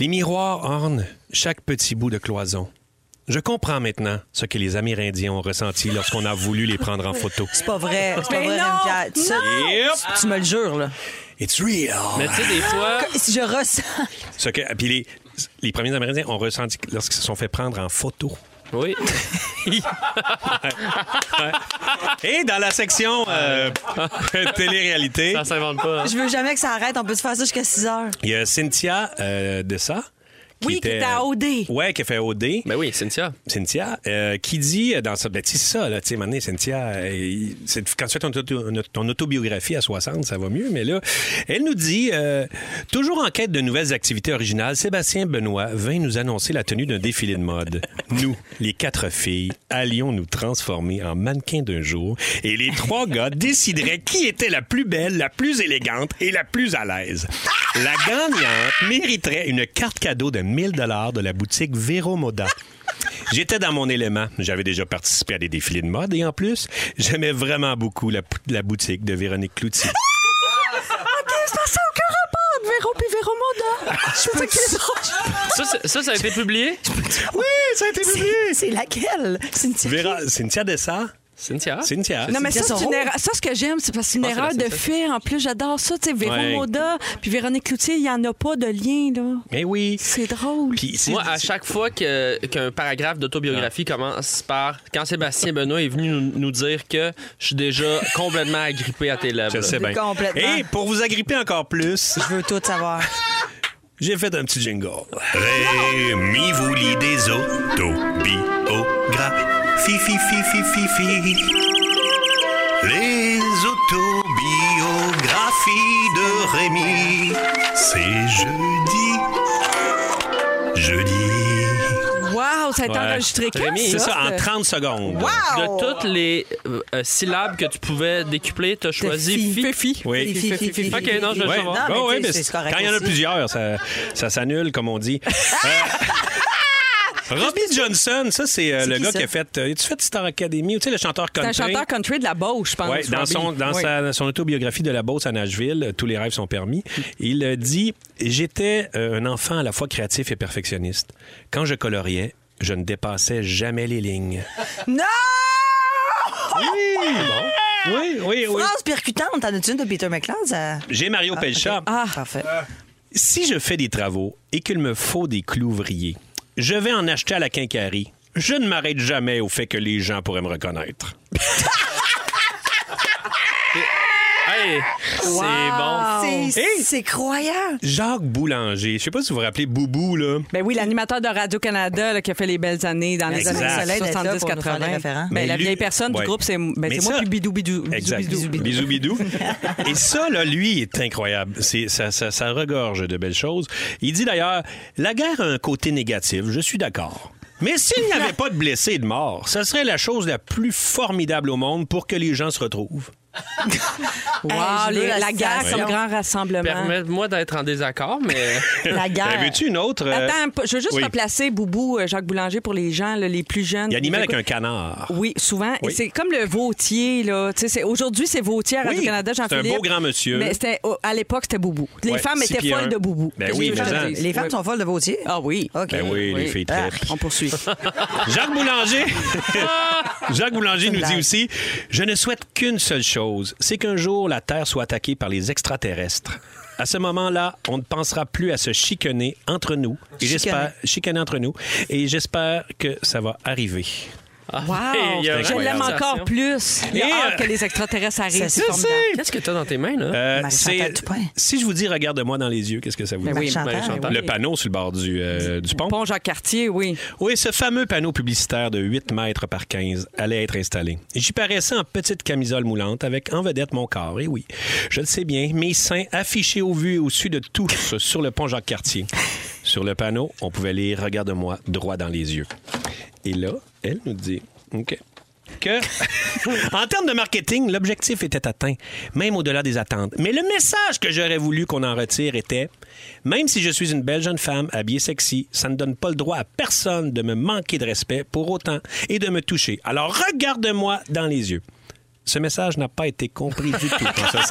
S4: Les miroirs ornent chaque petit bout de cloison. Je comprends maintenant ce que les Amérindiens ont ressenti lorsqu'on a voulu les prendre en photo.
S3: C'est pas vrai. C'est pas
S2: Mais
S3: vrai,
S2: non!
S3: Rémi-Pierre. Tu-
S4: Yep.
S3: Tu me le jures, là.
S4: It's real.
S1: Mais tu sais, des fois.
S3: Si je ressens.
S4: Ce que, puis les, les premiers Amérindiens ont ressenti lorsqu'ils se sont fait prendre en photo.
S1: Oui.
S4: Et dans la section euh, télé-réalité,
S1: Ah, Ça s'invente pas. hein.
S3: Je veux jamais que ça arrête. On peut se faire ça jusqu'à 6 heures.
S4: il y a Cynthia euh, de ça.
S2: Oui, qui était à OD.
S4: Ouais, qui a fait OD.
S1: Ben oui, Cynthia.
S4: Cynthia, euh, qui dit euh, dans sa. Ben, tu sais, c'est ça, là, tu sais, à un moment donné, Cynthia, euh, il- c'est- quand tu fais ton, auto- ton autobiographie à 60, ça va mieux, mais là, elle nous dit euh, Toujours en quête de nouvelles activités originales, Sébastien Benoît vint nous annoncer la tenue d'un défilé de mode. Nous, les quatre filles, allions nous transformer en mannequins d'un jour et les trois gars décideraient qui était la plus belle, la plus élégante et la plus à l'aise. La gagnante mériterait une carte cadeau de 1000 de la boutique Vero Moda. J'étais dans mon élément. J'avais déjà participé à des défilés de mode et en plus, j'aimais vraiment beaucoup la, la boutique de Véronique Cloutier.
S2: Ça n'a aucun rapport de Véro puis Véro
S4: Ah,
S2: Moda. Je sais que
S1: Ça, c'est- ça, ça a été publié.
S4: Oui, ça a été publié!
S3: C'est laquelle? C'est une petite-
S4: Véra, Cynthia Dessart?
S1: Cynthia.
S4: Cynthia.
S2: Non, mais ça,
S3: Cynthia
S2: c'est
S3: Soro.
S2: une erreur. Ça, ce que j'aime, c'est parce que c'est une
S1: Je pense
S2: erreur
S1: que c'est
S2: de
S1: la
S2: fait. En plus, j'adore ça. Tu sais, Véro
S4: Ouais.
S2: Moda, puis Véronique Cloutier, il n'y en a pas de lien, là.
S4: Mais Eh oui.
S2: C'est drôle.
S4: Puis c'est-
S1: Moi, à chaque fois que- qu'un paragraphe d'autobiographie commence par quand Sébastien Benoît est venu nous, nous dire que je suis déjà complètement agrippé à tes lèvres.
S4: Je sais bien.
S3: Complètement.
S4: Et pour vous agripper encore plus,
S3: Je veux tout savoir.
S4: j'ai fait un petit jingle. Rémi vous lit des autobiographies. Fi, fi, fi, fi, fi. Les autobiographies de Rémi, c'est jeudi. Jeudi.
S2: Wow, ça a été enregistré quand,
S1: Rémi,
S4: C'est
S1: Ça,
S4: ça, en 30 secondes.
S1: De toutes les euh, euh, syllabes que tu pouvais décupler, t'as choisi fi.
S2: Fifi.
S4: Oui.
S3: Fi, fi, fi,
S1: Ok,
S3: fi,
S1: non,
S3: fi,
S1: je
S3: fi.
S1: veux
S4: Ouais.
S1: savoir.
S3: Non, mais
S4: Ouais, ouais,
S3: tu sais,
S4: mais
S3: c'est
S4: c'est-
S3: correct
S4: quand il y en a
S3: aussi.
S4: plusieurs, ça, ça s'annule, comme on dit. Euh, Robbie Johnson, ça, c'est euh,
S3: C'est
S4: le
S3: qui,
S4: gars
S3: ça?
S4: qui a fait. euh, tu fais Star Academy, tu sais, le chanteur
S2: C'est
S4: country.
S2: un chanteur country de la Beauce, je pense.
S4: Ouais, dans son,
S2: Robbie.
S4: dans
S2: Oui.
S4: sa- son autobiographie de la Beauce à Nashville, euh, Tous les rêves sont permis, il euh, dit J'étais euh, un enfant à la fois créatif et perfectionniste. Quand je coloriais, je ne dépassais jamais les lignes.
S3: Non!
S4: Oui, oui, oui, oui.
S3: Phrase percutante, t'en as-tu une de Peter McLeod? ça?
S4: J'ai Mario Pelchat.
S3: Ah, parfait.
S4: Euh, Si je fais des travaux et qu'il me faut des clouvriers, je vais en acheter à la quincaillerie. Je ne m'arrête jamais au fait que les gens pourraient me reconnaître.
S1: Hey, c'est bon.
S3: C'est c'est croyable.
S4: Jacques Boulanger, je sais pas si vous vous rappelez Boubou, là.
S2: Ben oui, l'animateur de Radio-Canada là, qui a fait les belles années dans les
S4: Exact.
S2: années
S3: Soleil d'être là pour nous faire des
S2: 70-80.
S3: référents.
S2: Ben,
S4: Mais
S2: la
S4: lui-
S2: vieille personne
S4: ouais.
S2: du groupe, c'est ben,
S4: Mais
S2: c'est moi
S4: ça-
S2: puis Bidou Bidou. Bidou,
S4: Exact.
S2: Bidou, Bidou.
S4: Bisous, bidou. Et ça, là, lui, il est incroyable. C'est, ça, ça- ça regorge de belles choses. Il dit d'ailleurs La guerre a un côté négatif, je suis d'accord. Mais s'il n'y avait pas de blessés et de morts, ça serait la chose la plus formidable au monde pour que les gens se retrouvent.
S2: Wow,
S3: Hey, Ah, je veux
S2: les-
S3: la
S2: la guerre
S3: citation.
S2: comme grand rassemblement.
S1: Permets-moi d'être en désaccord, mais
S3: La
S4: Ben,
S3: guerre.
S4: veux-tu une autre? euh,
S2: Attends, p- je veux juste
S4: oui.
S2: replacer Boubou, euh, Jacques Boulanger pour les gens, là, les plus jeunes.
S4: Il
S2: Ils
S4: animait avec un
S2: écoutent-
S4: canard.
S2: Oui, souvent. Et
S4: Oui.
S2: C'est comme le vautier, là. Tu sais, c'est- Aujourd'hui, c'est vautier à
S4: Oui,
S2: Radio-Canada,
S4: c'est un
S2: Jean-Philippe.
S4: beau grand monsieur.
S2: Mais c'était- oh, à l'époque, c'était Boubou. Les
S4: Ouais,
S2: femmes
S4: six
S2: étaient
S4: pieds
S2: folles
S4: un.
S2: de Boubou.
S4: Ben
S2: Je
S4: oui,
S2: veux
S4: mais
S2: juste le
S4: en-
S2: dire.
S3: Les femmes sont folles de Vautier?
S2: Ah oui.
S3: OK. Ah,
S4: Ben oui, les
S2: Oui.
S4: filles très.
S2: On poursuit.
S4: Jacques Boulanger. Jacques Boulanger nous dit
S3: blague.
S4: aussi Je ne souhaite qu'une seule chose, c'est qu'un jour la Terre soit attaquée par les extraterrestres. À ce moment-là, on ne pensera plus à se chicaner entre nous. Et
S3: Chicaner.
S4: j'espère chicaner entre nous. Et j'espère que ça va arriver.
S1: Ah,
S2: Wow!
S1: mais il y a
S2: Je l'aime
S1: incroyable.
S2: encore plus. Il a
S4: Et,
S2: hâte que les extraterrestres arrivent.
S3: c'est
S2: C'est
S3: formidable.
S2: formidable.
S1: Qu'est-ce que t'as dans tes mains, là?
S4: Euh,
S3: Marie-Chantal
S4: c'est-
S3: Toupin.
S4: si je vous dis regarde-moi dans les yeux, qu'est-ce que ça vous dit?
S3: oui, Chantal.
S1: Marie-Chantal.
S4: Le panneau sur le bord du, euh, du pont.
S2: Pont Jacques-Cartier, oui.
S4: Oui, ce fameux panneau publicitaire de 8 mètres par 15 allait être installé. J'y paraissais en petite camisole moulante avec en vedette mon corps. Et oui, je le sais bien, mes seins affichés au vu et au su de tous sur le pont Jacques-Cartier. Sur le panneau, on pouvait lire Regarde-moi droit dans les yeux. Et là, elle nous dit OK. Que, en termes de marketing, l'objectif était atteint, même au-delà des attentes. Mais le message que j'aurais voulu qu'on en retire était même si je suis une belle jeune femme habillée sexy, ça ne donne pas le droit à personne de me manquer de respect pour autant et de me toucher. Alors regarde-moi dans les yeux. Ce message n'a pas été compris du tout. en ce sens.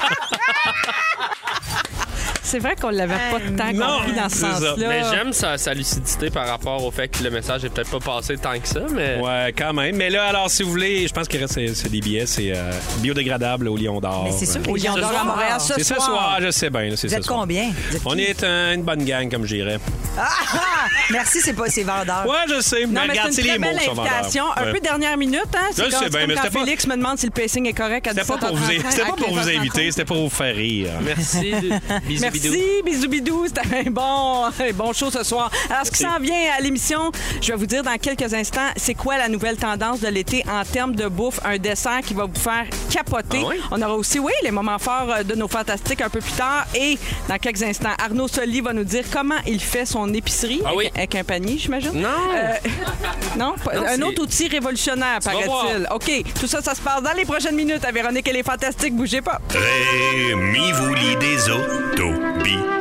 S2: C'est vrai qu'on l'avait pas tant
S4: Euh, non,
S2: compris dans ce
S4: c'est ça.
S1: Mais
S2: sens-là.
S1: j'aime sa, sa lucidité par rapport au fait que le message est peut-être pas passé tant que ça, mais.
S4: ouais, quand même. Mais là, alors, si vous voulez, je pense qu'il reste c'est- c'est des billets, c'est euh, biodégradable au Lion d'Or.
S3: Mais Eh, c'est sûr que les gens
S1: ce
S3: d'or à
S1: soir.
S3: Montréal
S4: ben. C'est ce soir, je sais bien. là, c'est
S3: Vous
S4: ce
S3: êtes
S4: soir.
S3: combien? Vous êtes
S4: On
S3: qui?
S4: est un- une bonne gang, comme je dirais.
S3: Ah, ah! Merci, c'est pas c'est vendeur.
S4: Ouais, je sais, mais,
S2: Non, mais
S4: regarde,
S2: c'est
S4: c'est
S2: une très
S4: les mots
S2: belle
S4: qui sont
S2: invitation.
S4: vendeurs.
S2: Un
S4: Ouais.
S2: peu dernière minute, hein?
S4: Je
S2: comme-
S4: sais bien,
S2: comme
S4: mais
S2: quand
S4: c'était pas-
S2: Félix me demande si le pacing est correct à
S4: C'était pas
S2: 17h35.
S4: pour vous, c'était pas pour vous inviter, c'était pour vous faire rire.
S1: Merci. Bisous, bidous.
S2: Merci, bisous bidou, c'était un bon, un bon show ce soir. Alors, ce qui s'en vient à l'émission, je vais vous dire dans quelques instants, c'est quoi la nouvelle tendance de l'été en termes de bouffe, un dessert qui va vous faire capoter.
S1: Ah oui?
S2: On aura aussi, oui, les moments forts euh, de nos fantastiques un peu plus tard et dans quelques instants, Arnaud Soli va nous dire comment il fait son épicerie
S1: Ah oui.
S2: avec, avec un panier, j'imagine.
S1: Non!
S2: Euh, Non, pas-
S1: Non,
S2: un
S1: c'est-
S2: autre outil révolutionnaire,
S1: vas
S2: paraît-il. OK, tout ça, ça se passe dans les prochaines minutes à Véronique et les fantastiques, bougez pas.
S7: Rémi vous lit des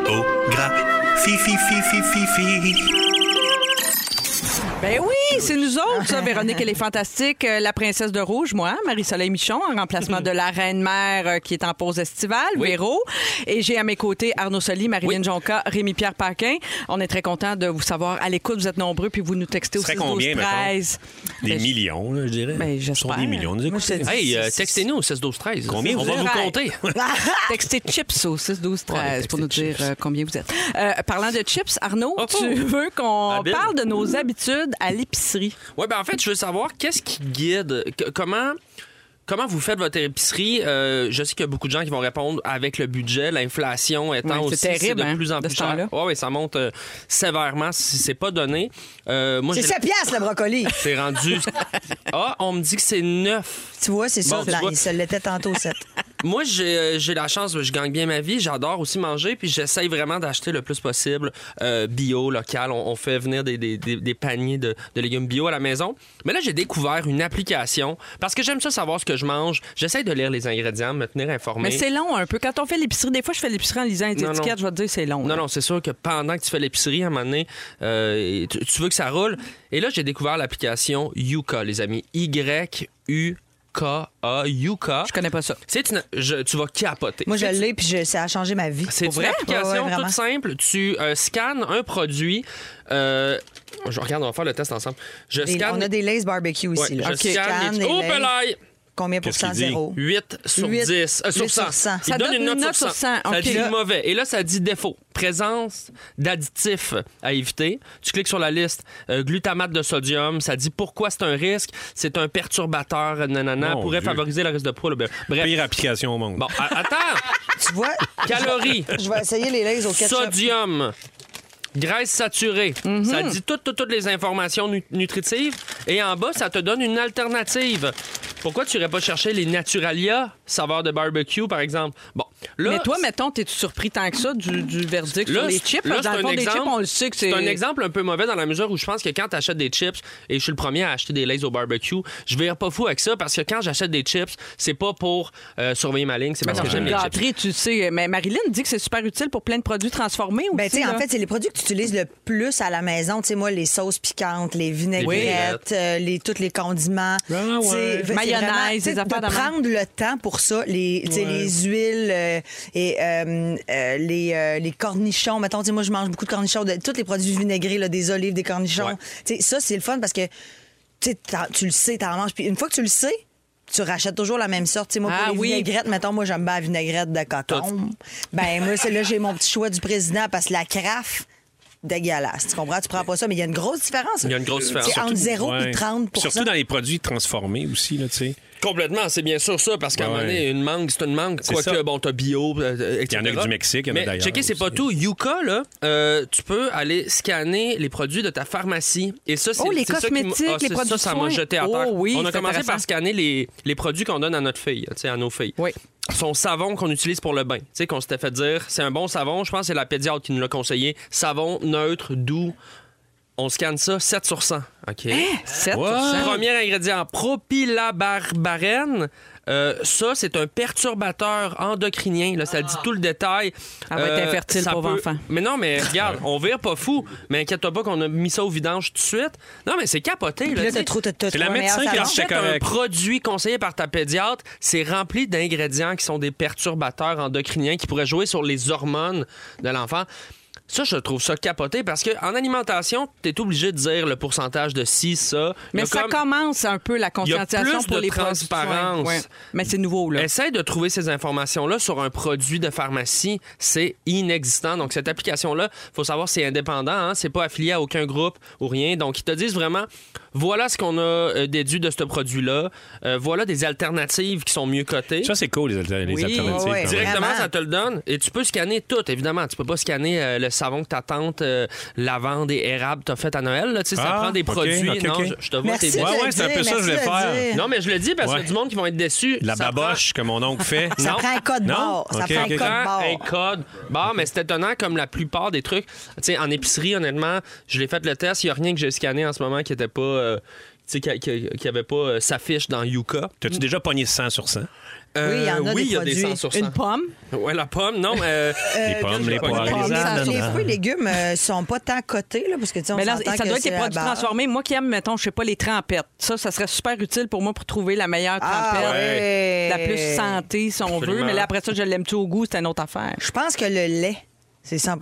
S7: autobiographies. Fi, fi, fi, fi, fi.
S2: Ben oui, c'est nous autres, ça, Véronique, elle est fantastique. Euh, la princesse de rouge, moi, Marie-Soleil Michon, en remplacement de la reine-mère euh, qui est en pause estivale, Véro. Et j'ai à mes côtés Arnaud Soli, Marilyn Jonca, Rémi-Pierre Paquin. On est très contents de vous savoir à l'écoute. Vous êtes nombreux, puis vous nous textez Ben,
S4: Ce
S2: aussi
S4: serait combien, mettons?
S2: 13.
S4: Des millions, là, je dirais.
S2: Ben,
S4: Ce sont
S2: j'espère.
S4: des millions. Nous écoutez.
S3: je te dis-
S1: Hey, euh, textez-nous au 16 12 13
S4: Combien
S1: On
S4: vous
S1: va
S4: êtes?
S1: vous compter.
S2: Textez chips au 6, 12, 13
S1: Ouais,
S2: pour nous
S1: textez
S2: dire euh, combien vous êtes. Euh, parlant de chips, Arnaud,
S1: Oh,
S2: tu
S1: oh.
S2: veux qu'on
S1: Habile.
S2: parle de nos habitudes à l'épicerie?
S1: Ouais, ben en fait, je veux savoir qu'est-ce qui guide, que- comment. Comment vous faites votre épicerie? Euh, je sais qu'il y a beaucoup de gens qui vont répondre avec le budget, l'inflation étant
S2: Ouais,
S1: aussi
S2: c'est terrible,
S1: de
S2: hein,
S1: plus en
S2: de
S1: plus
S2: ce temps-là.
S1: cher. Ouais, ouais, ça monte euh, sévèrement si c'est pas donné. Euh, moi,
S3: C'est
S1: j'ai-
S3: 7 piastres, le brocoli.
S1: c'est rendu. Ah, on me dit que c'est neuf.
S3: Tu vois, c'est ça.
S1: Bon, tu
S3: Là,
S1: vois.
S3: Il se l'était tantôt, 7.
S1: Moi, j'ai euh, j'ai la chance, je gagne bien ma vie, j'adore aussi manger, puis j'essaye vraiment d'acheter le plus possible euh, bio, local. On, on fait venir des, des- des- des paniers de, de légumes bio à la maison. Mais là, j'ai découvert une application parce que j'aime ça savoir ce que je mange. J'essaye de lire les ingrédients, me tenir informé.
S2: Mais c'est long un peu. Quand on fait l'épicerie, des fois, je fais l'épicerie en lisant les
S1: Non, non.
S2: étiquettes, je vais te dire, c'est long.
S1: Non,
S2: là.
S1: non, c'est sûr que pendant que tu fais l'épicerie, à un moment donné, euh, et tu, tu veux que ça roule. Et là, j'ai découvert l'application Yuka, les amis. Y-U-K-A, Yuka.
S2: Je connais pas ça.
S1: C'est une- je- tu vas capoter.
S3: Moi, je
S1: C'est
S3: l'ai, puis je- ça a changé ma vie.
S1: C'est
S3: Pour
S1: une application
S3: Ouais, ouais, vraiment.
S1: toute simple. Tu euh, scannes un produit. euh, je regarde, on va faire le test ensemble. Je
S3: Des-
S1: scanne.
S3: on a des Lays barbecue
S1: ouais,
S3: ici. là.
S1: je scanne. les-
S3: des
S1: Oh,
S3: Lay's.
S1: pelaille!
S3: Combien pour
S4: Qu'est-ce qu'il
S3: cent?
S4: dit?
S3: Zéro.
S1: 8 sur
S3: Huit.
S1: 10. euh, sur
S3: Huit
S1: 100.
S3: sur cent.
S1: Il
S2: Ça
S1: donne une note, sur 100.
S2: OK.
S1: Ça dit
S2: Là-
S1: mauvais. Et là, ça dit défaut. Présence d'additifs à éviter. Tu cliques sur la liste. Euh, glutamate de sodium. Ça dit pourquoi c'est un risque. C'est un perturbateur. euh, Nanana.
S4: Mon
S1: pourrait
S4: Dieu.
S1: favoriser le risque de poids. là. Ben, Bref.
S4: Pire application au monde.
S1: Bon, a- attends.
S3: Tu vois,
S1: Calories.
S3: je vais essayer les Lays au ketchup.
S1: Sodium. Graisse saturée.
S2: Mhm.
S1: Ça dit tout- tout- toutes, les informations nu- nutritives. Et en bas, ça te donne une alternative. Pourquoi tu n'irais pas chercher les Naturalia, saveur de barbecue, par exemple? Bon, là,
S2: mais toi, mettons, t'es-tu surpris tant que ça du, du verdict
S1: Là,
S2: sur les
S1: c'est-
S2: chips?
S1: là,
S2: Parce que dans
S1: c'est
S2: le
S1: un
S2: fond, des
S1: exemple.
S2: chips, on le sait que c'est...
S1: c'est un exemple un peu mauvais dans la mesure où je pense que quand tu achètes des chips, et je suis le premier à acheter des lays au barbecue, je vais pas fou avec ça parce que quand j'achète des chips, c'est pas pour euh, surveiller ma ligne, c'est parce
S2: Non,
S1: que j'aime
S2: une
S1: les chips.
S2: gâterie, tu sais. Euh, Mais Marilyn dit que c'est super utile pour plein de produits transformés aussi.
S3: Ben, tu sais, en
S2: là.
S3: fait, c'est les produits que tu utilises le plus à la maison. Tu sais, moi, les sauces piquantes, les vinaigrettes, euh, les, tous les condiments.
S4: Ah ouais.
S3: Tu sais, c'est
S2: Mayonnaise,
S3: vraiment, tu sais,
S2: des affaires
S3: de
S2: de même.
S3: prendre le temps pour ça, les, tu sais, les huiles euh, et euh, euh, les, euh, les cornichons. Mettons, tu sais, moi, je mange beaucoup de cornichons, de, tous les produits vinaigrés, là, des olives, des cornichons.
S1: Ouais.
S3: Tu sais, ça, c'est le fun parce que tu sais, t'en- tu le sais, t'en manges. Puis une fois que tu le sais, tu rachètes toujours la même sorte. Tu sais, moi,
S2: Ah
S3: pour les
S2: oui.
S3: vinaigrettes, mettons, moi, j'aime bien la vinaigrette de coton. Ben, moi, c'est là, j'ai mon petit choix du président parce que la crafe. dégueulasse. Tu comprends? Tu prends pas ça, mais il y a une grosse différence.
S1: Il y a une grosse différence.
S3: C'est entre 0
S4: Ouais.
S3: et 30
S4: Puis Surtout dans les produits transformés aussi, là, tu sais.
S1: Complètement, c'est bien sûr ça, parce qu'à un
S4: Ouais.
S1: moment donné, une mangue, c'est une mangue.
S4: C'est
S1: Quoique,
S4: ça.
S1: bon, t'as bio, euh, euh, etc.
S4: Il y en a du Mexique, il y en a
S1: Mais
S4: d'ailleurs
S1: Checker, c'est pas
S4: aussi.
S1: tout. Yuka, là, euh, tu peux aller scanner les produits de ta pharmacie. Et ça, c'est
S2: Oh, les
S1: c'est ça qui m'a-
S2: cosmétiques,
S1: ah,
S2: les
S1: ça,
S2: produits
S1: Ça, ça m'a
S2: soins.
S1: jeté à
S2: Oh
S1: terre.
S2: oui,
S1: On a
S2: c'est
S1: commencé
S2: intéressant.
S1: par scanner les, les produits qu'on donne à notre fille, tu sais, à nos filles.
S2: Oui.
S1: Son savon qu'on utilise pour le bain, tu sais, qu'on s'était fait dire, c'est un bon savon. Je pense que c'est la pédiatre qui nous l'a conseillé. Savon neutre, doux. On scanne ça 7 sur 100. OK.
S2: 7
S1: Premier ingrédient, propilabarbarène. Euh, ça, c'est un perturbateur endocrinien. Là, ça dit tout le détail.
S2: Ah.
S1: Euh,
S2: Elle va être infertile,
S1: ça
S2: pauvre enfant.
S1: Mais non, mais regarde, on vire pas fou. Mais inquiète-toi pas qu'on a mis ça au vidange tout de suite. Non, mais c'est capoté. Là,
S3: Là,
S1: tu sais.
S3: t'as trop, t'as- t'as
S4: C'est la
S3: trop un
S4: médecin
S3: meilleur
S4: qui
S3: salon.
S4: a
S1: Achète
S4: C'était
S1: un
S4: correct.
S1: produit conseillé par ta pédiatre, c'est rempli d'ingrédients qui sont des perturbateurs endocriniens qui pourraient jouer sur les hormones de l'enfant. Ça, je trouve ça capoté parce qu'en alimentation, tu es obligé de dire le pourcentage de ci, ça.
S2: Mais
S1: Il y a
S2: ça
S1: comme-
S2: commence un peu la
S1: Il y a
S2: conscientisation
S1: plus
S2: pour
S1: de
S2: les produits
S1: transparence.
S2: soins. Mais c'est nouveau, là.
S1: Essaye de trouver ces informations-là sur un produit de pharmacie. C'est inexistant. Donc, cette application-là, faut savoir, c'est indépendant. Hein? C'est pas affilié à aucun groupe ou rien. Donc, ils te disent vraiment, voilà ce qu'on a euh, déduit de ce produit-là. Euh, voilà des alternatives qui sont mieux cotées.
S4: Ça, c'est cool, les, alter- les
S3: Oui,
S4: alternatives.
S3: ouais,
S4: quand même.
S1: Directement,
S3: Vraiment.
S1: ça te le donne. Et tu peux scanner tout, évidemment. Tu peux pas scanner euh, le savon que ta tante euh, lavande et érable t'a fait à Noël. Là. Tu sais, ça
S4: Ah,
S1: prend des
S4: ok,
S1: produits.
S4: ok,
S1: non,
S4: ok.
S1: je, je te vois,
S3: Merci
S1: t'es-
S3: de
S4: Ouais,
S3: le
S4: ouais, c'est un
S3: dire,
S4: peu ça que je voulais
S3: merci de le
S4: faire.
S3: dire.
S1: Non, mais je le dis parce qu'il y a
S4: Ouais.
S1: du monde qui vont être déçus.
S4: La
S1: Ça prend-
S4: baboche, comme mon oncle fait.
S3: Ça
S1: Non.
S3: prend un code
S4: Non?
S3: barre. Ça
S4: Ok,
S3: prend
S4: ok.
S3: un code barre.
S1: un code barre, mais c'est étonnant comme la plupart des trucs. Tu sais, en épicerie, honnêtement, je l'ai fait le test. Il n'y a rien que j'ai scanné en ce moment qui était pas. euh, tu sais, qui- qui qui avait pas euh, s'affiche dans Yuka.
S4: T'as-tu déjà pogné 100 sur 100?
S3: Oui, il y en a des
S1: oui, il y a des
S3: produits.
S1: 100 sur 100.
S2: Une pomme.
S1: Ouais, la pomme, non. euh,
S4: les pommes, les
S1: pas
S4: poires,
S1: compris.
S4: les
S1: Les
S4: ananas.
S3: les fruits et légumes ne sont pas tant cotés, là, parce que tu sais, on
S2: Mais là,
S3: s'entend
S2: ça
S3: que
S2: doit être
S3: c'est
S2: des
S3: à
S2: produits
S3: barre.
S2: transformés. Moi qui aime, mettons, je sais pas, les trempettes. Ça, ça serait super utile pour moi pour trouver la meilleure
S3: Ah,
S2: trempette.
S3: ouais.
S2: La
S1: Euh,
S2: plus santé, si on veut.
S1: Absolument.
S2: Mais là, après ça, je l'aime-tu au goût, c'est une autre affaire.
S3: Je pense que le lait, c'est 100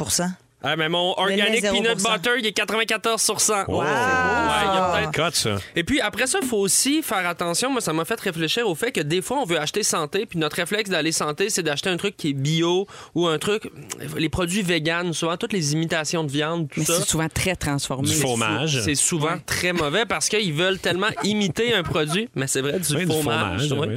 S1: ah, mais mon organic
S3: lait, 0%.
S1: peanut butter, il est 94 sur 100.
S4: Wow.
S1: Ouais, il y a peut-être
S4: Cote, ça.
S1: Et puis après ça, il faut aussi faire attention. Moi, ça m'a fait réfléchir au fait que des fois, on veut acheter santé, puis notre réflexe d'aller santé, c'est d'acheter un truc qui est bio ou un truc. Les produits véganes, souvent, toutes les imitations de viande, tout
S2: Mais
S1: ça.
S2: c'est souvent très transformé.
S4: Du
S2: faux
S4: fromage.
S1: C'est souvent très mauvais parce qu'ils veulent tellement imiter un produit. Mais c'est vrai, du
S4: Oui, du
S1: fromage.
S4: fromage,
S1: ouais.
S4: oui.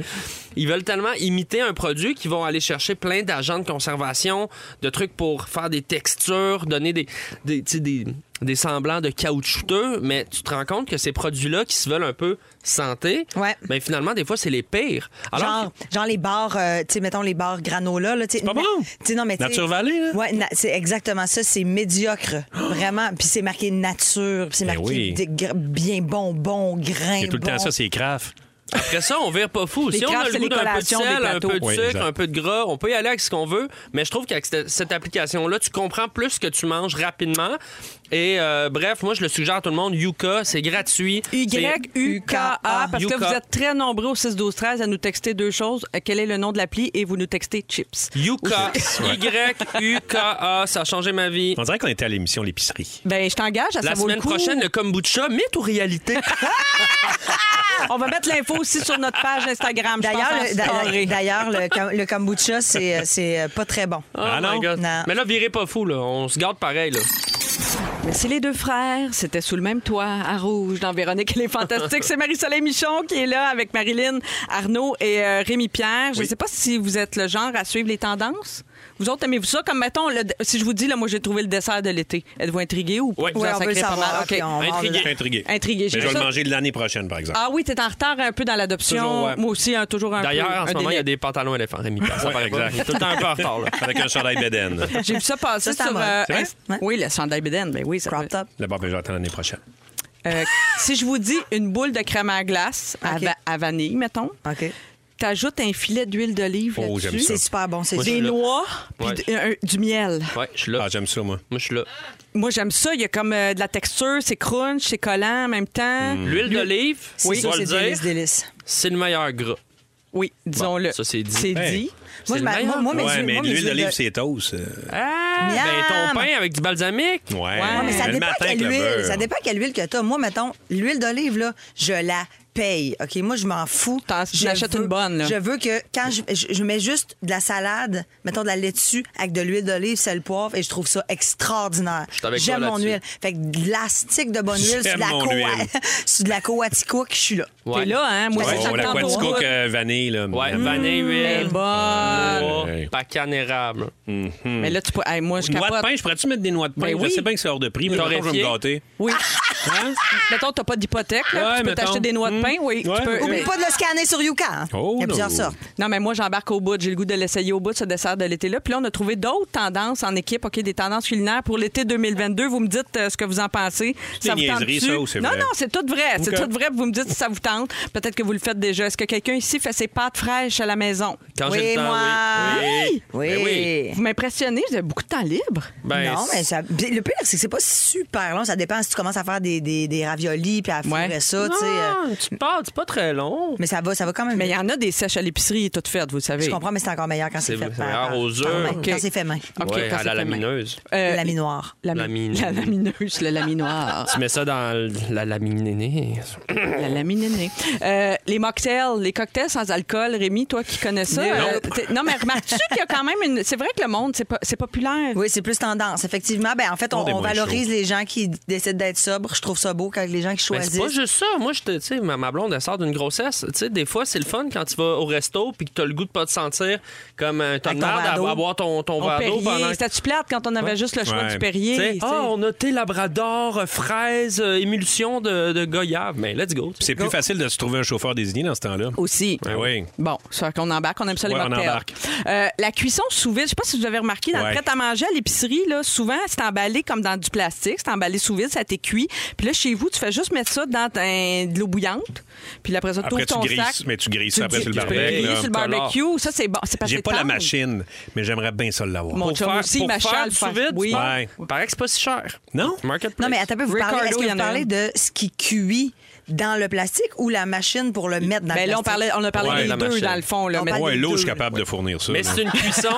S1: Ils veulent tellement imiter un produit qu'ils vont aller chercher plein d'agents de conservation, de trucs pour faire des textures, donner des, des, tu sais, des, des semblants de caoutchouteux. Mais tu te rends compte que ces produits-là qui se veulent un peu santé,
S3: Ouais.
S1: ben finalement, des fois, c'est les pires. Alors,
S3: Genre, genre les bars, euh, tu sais, mettons les bars granola. là, tu sais.
S4: pas bon.
S3: Tu sais, non, mais tu sais-
S4: Nature Valley, là?
S3: Ouais, na- c'est exactement ça. C'est médiocre, vraiment. Puis c'est marqué nature, puis c'est
S4: Ben
S3: marqué
S4: oui.
S3: des gr- bien bon, bon, grain.
S4: Il y a tout le temps
S3: bon.
S4: ça, c'est craft.
S1: Après ça, on vire pas fou.
S2: Les
S1: si on
S2: crabes,
S1: a le
S2: c'est
S1: goût
S2: les
S1: d'un peu de
S2: collations
S1: sel,
S2: des
S1: un peu de
S4: plateaux. Oui,
S1: sucre,
S4: exact.
S1: un peu de gras, on peut y aller avec ce qu'on veut. Mais je trouve qu'avec cette- cette application-là, tu comprends plus ce que tu manges rapidement. Et euh, bref, moi, je le suggère à tout le monde. Yuka, c'est gratuit.
S2: Y-U-K-A, parce que
S1: Yuka.
S2: vous êtes très nombreux au 6-12-13 à nous texter deux choses. Euh, Quel est le nom de l'appli? Et vous nous textez chips.
S1: C'est Yuka. Y-U-K-A. Ça a changé ma vie.
S4: On dirait qu'on était à l'émission L'épicerie.
S2: Ben, je t'engage à ça
S1: La
S2: vaut le
S1: semaine
S2: coup.
S1: prochaine, le kombucha, mythe ou réalité?
S2: On va mettre l'info aussi sur notre page Instagram. Je
S3: D'ailleurs,
S2: pense hein. en
S3: le, d'a-
S2: story.
S3: d'ailleurs, le, cam- le kombucha, c'est, euh, c'est euh, pas très bon.
S1: Oh
S4: Ah
S1: my
S4: non?
S1: God.
S3: Non.
S1: Mais là, virez pas fou, là. On se garde pareil, là.
S2: Mais C'est les deux frères, c'était sous le même toit, à Rouge, dans Véronique Elle est fantastique. C'est Marie-Soleil Michon qui est là avec Marilyn, Arnaud et euh, Rémi-Pierre. Je ne sais pas si vous êtes le genre à suivre les tendances. Vous autres, aimez-vous ça? Comme, mettons, le- si je vous dis, là, moi, j'ai trouvé le dessert de l'été. Êtes-vous intrigué ou
S1: Ouais.
S2: vous
S1: Ouais,
S2: en
S3: on veut
S2: sacrez pas
S3: savoir,
S2: mal?
S3: puis on-
S1: Intrigué.
S3: on veut-
S4: Je suis intrigué.
S2: Intrigué,
S4: Mais je
S2: j'aime
S4: vais
S2: ça.
S4: le manger de l'année prochaine, par exemple.
S2: Ah oui, t'es en retard un peu dans l'adoption.
S1: Toujours, ouais.
S2: Moi aussi, hein, toujours un
S1: D'ailleurs,
S2: peu.
S1: en ce
S2: un
S1: moment, il y
S2: délai.
S1: a des pantalons éléphants, Rémi. Ça
S4: Ouais,
S1: paraît pas.
S4: exact.
S1: Tout le temps un peu en retard, là.
S4: Avec un chandail Beden.
S2: J'ai vu ça passer
S3: Ça, c'est en
S2: sur...
S3: mode.
S2: euh,
S4: C'est vrai?
S2: Inst- Oui, le chandail Beden. Ben oui, ça
S3: Crop top.
S4: D'abord, ben, je vais attendre l'année prochaine.
S2: Euh, si je vous dis une boule de crème à glace à,
S3: OK.
S2: va- à vanille, mettons,
S3: OK.
S2: t'ajoutes un filet d'huile d'olive
S4: Oh, j'aime
S2: là-dessus,
S3: C'est super bon, c'est
S1: Moi,
S3: du-
S2: des
S1: je suis là.
S2: noix, puis
S1: Ouais.
S2: d- un- du miel.
S1: Ouais, je suis là.
S4: Ah, j'aime ça, moi.
S1: Moi, je suis là.
S2: Moi, j'aime ça. Il y a comme euh, de la texture, c'est crunch, c'est collant en même temps.
S1: L'huile d'olive,
S3: c'est
S1: oui,
S3: ça,
S1: faut le
S3: c'est délice,
S1: dire,
S3: délice.
S1: c'est le meilleur gras.
S2: Oui, disons-le.
S1: Bon, ça, c'est dit.
S4: Hey.
S2: dit.
S3: Moi,
S1: C'est
S3: je
S1: le
S3: m'a- moi,
S1: meilleur.
S3: moi, mes
S4: ouais,
S3: huiles-
S4: mais
S3: moi, mes
S4: l'huile
S3: huiles
S4: d'olive,
S3: de-
S4: c'est toast. euh,
S1: Ah,
S3: Miam!
S1: ben ton pain avec du balsamique.
S4: Ouais.
S2: mais
S3: Mais ça
S4: le
S3: dépend
S4: matin
S3: quelle
S4: avec le
S3: huile.
S4: beurre.
S3: Ça dépend quelle huile que t'as. Moi, mettons, l'huile d'olive, là, je la paye. OK, moi, je m'en fous.
S2: T'en-
S3: Je
S2: n'achètes
S3: veux-
S2: une bonne, là.
S3: Je veux que quand je, je- je mets juste de la salade, mettons de la laitue avec de l'huile d'olive, sel, poivre, et je trouve ça extraordinaire.
S1: suis avec toi
S3: J'aime mon
S1: là-dessus.
S3: huile. Fait que de l'astique de bonne huile, c'est de
S4: J'aime
S3: la
S4: mon
S3: coa-
S4: huile.
S3: c'est de la coaticook, je suis là. Mmh,
S1: Ouais.
S2: T'es là, hein? Moi,
S4: Ouais,
S2: c'est
S4: oh,
S2: ça
S4: la
S2: que tantôt.
S4: Quaticook euh, vanille, là.
S1: Ouais,
S4: Mm.
S1: vanille,
S2: Elle est
S1: huile,
S2: bonne.
S1: pas
S4: Ouais.
S1: bacane érable. Mm.
S2: Mais là, tu peux. Hey, moi, je
S4: Noix de
S2: capote.
S4: pain, je pourrais-tu mettre des noix de pain?
S2: Ben
S4: je
S2: oui.
S4: sais bien que c'est hors de prix, mais mettons, je vais me gâter.
S2: Oui.
S4: Hein?
S2: Mettons, t'as pas d'hypothèque, là.
S4: Ouais,
S2: tu peux
S4: mettons. Mm.
S2: t'acheter des noix de pain, oui.
S4: Ouais,
S2: tu peux,
S4: ouais.
S2: mais-
S3: Oublie pas de le scanner sur Yuka. hein.
S4: Oh,
S3: Il y a
S4: no.
S3: plusieurs sortes.
S2: Non, mais moi, j'embarque au bout. J'ai le goût de l'essayer au bout, ce dessert de l'été-là. Puis là, on a trouvé d'autres tendances en équipe, OK, des tendances culinaires pour l'été 2022. Vous me dites euh, ce que vous en pensez.
S4: C'est des niaiseries,
S2: tente-tu?
S4: ça, ou c'est
S2: Non,
S4: vrai?
S2: non, c'est tout vrai. C'est
S4: OK.
S2: tout vrai. Vous me dites si ça vous tente. Peut-être que vous le faites déjà. Est-ce que quelqu'un ici fait ses pâtes fraîches à la maison?
S1: Quand j'ai
S3: Oui,
S1: le temps,
S3: moi.
S1: oui.
S3: Oui.
S1: Ben
S2: Vous m'impressionnez. Vous avez beaucoup de temps libre.
S1: Ben,
S3: non, mais ça- puis le pire, c'est que c'est pas super long. Ça dépend si tu commences à faire des, des, des raviolis puis à fourrer
S2: Ouais.
S3: ça. tu sais, euh,
S1: Non, tu parles, c'est pas très long.
S3: mais ça va, ça va quand même.
S2: Mais il y en a des sèches à l'épicerie, toutes faites, vous savez.
S3: Je comprends, mais c'est encore meilleur quand c'est
S1: C'est
S3: fait
S1: c'est
S3: par-
S1: meilleur
S3: par-
S1: aux
S3: par main.
S1: yeux.
S2: OK.
S3: Quand c'est fait main.
S2: OK,
S1: Ouais,
S2: quand
S1: à
S2: c'est
S1: la
S2: fait main.
S1: lamineuse.
S2: Euh,
S3: La minoire.
S2: la,
S1: Lamine.
S2: la lamineuse, le laminoir.
S1: Tu mets ça dans la laminée.
S2: La laminée. Euh, les mocktails, les cocktails sans alcool, Rémi, toi qui connais ça. euh, t'es- non, mais remarques-tu qu'il y a quand même une. C'est vrai que le monde, c'est pas- c'est populaire.
S3: Oui, c'est plus tendance. Effectivement, ben, en fait, on,
S4: On est
S3: on
S4: moins
S3: valorise les gens qui décident d'être sobres. Je trouve ça beau quand les gens qui
S1: Ben, c'est
S3: choisissent.
S1: pas juste ça. Moi, je te, tu sais, ma, ma blonde, elle sort d'une grossesse. Tu sais, des fois, c'est le fun quand tu vas au resto puis que t'as le goût de pas te sentir comme euh, un ton de
S3: Avec ton
S1: merde
S3: verre d'eau.
S1: à, à boire ton, ton
S2: On
S1: verre d'eau pendant
S2: Perrier,
S1: que
S2: c'était-tu plate quand on avait juste le choix
S4: Ouais.
S2: du Perrier?
S1: T'sais,
S2: tu sais?
S1: ah, on a thé labrador, euh, fraise, euh, émulsion de, de goyave. Mais let's go.
S4: C'est plus facile de se trouver un chauffeur désigné dans ce temps-là.
S2: Aussi.
S4: Ben oui.
S2: Bon, c'est qu'on embarque, on aime ça les
S4: Ouais, on
S2: mocktails.
S4: embarque.
S2: Euh, la cuisson sous vide, je sais pas si vous avez remarqué, dans le
S4: Ouais.
S2: prêt-à-manger à l'épicerie, là, souvent, c'est emballé comme dans du plastique, c'est emballé sous vide, ça t'est cuit. Puis là, chez vous, tu fais juste mettre ça dans un- de l'eau bouillante. Puis là, après ça, t'ouvres
S4: Après, tu
S2: ton
S4: grises,
S2: sac.
S4: mais tu grises
S2: Tu
S4: ça après
S2: dis-
S4: sur le
S2: tu peux
S4: barbecue.
S2: griller
S4: là.
S2: sur le barbecue. Ça, c'est bon. C'est parce que
S4: J'ai
S2: c'est
S4: pas la
S2: tendre.
S4: machine, mais j'aimerais bien ça l'avoir.
S2: Mon
S1: Pour
S2: chum
S1: faire,
S2: aussi,
S1: pour
S2: ma
S1: faire
S2: chale
S1: du
S2: faire-
S1: sous-vide,
S2: oui.
S4: Ouais.
S1: Il paraît que c'est pas si cher.
S4: Non?
S1: Marketplace.
S3: Non, mais attends, un peu, vous
S2: Ricardo,
S3: parlez, est-ce que
S2: il y en
S3: vous
S2: a
S3: parlez
S2: une.
S3: de ce qui cuit dans le plastique ou la machine pour le mettre dans
S2: Ben
S3: le
S2: là, on
S3: plastique?
S2: parlait, on a parlé
S1: Ouais,
S2: des
S1: la
S2: deux,
S1: machine.
S2: dans le fond. Là,
S3: On
S2: mais-
S3: parlait-
S4: Ouais,
S3: les
S4: l'eau, je
S3: deux.
S4: suis capable de fournir ça.
S1: Mais
S4: là.
S1: c'est une cuisson.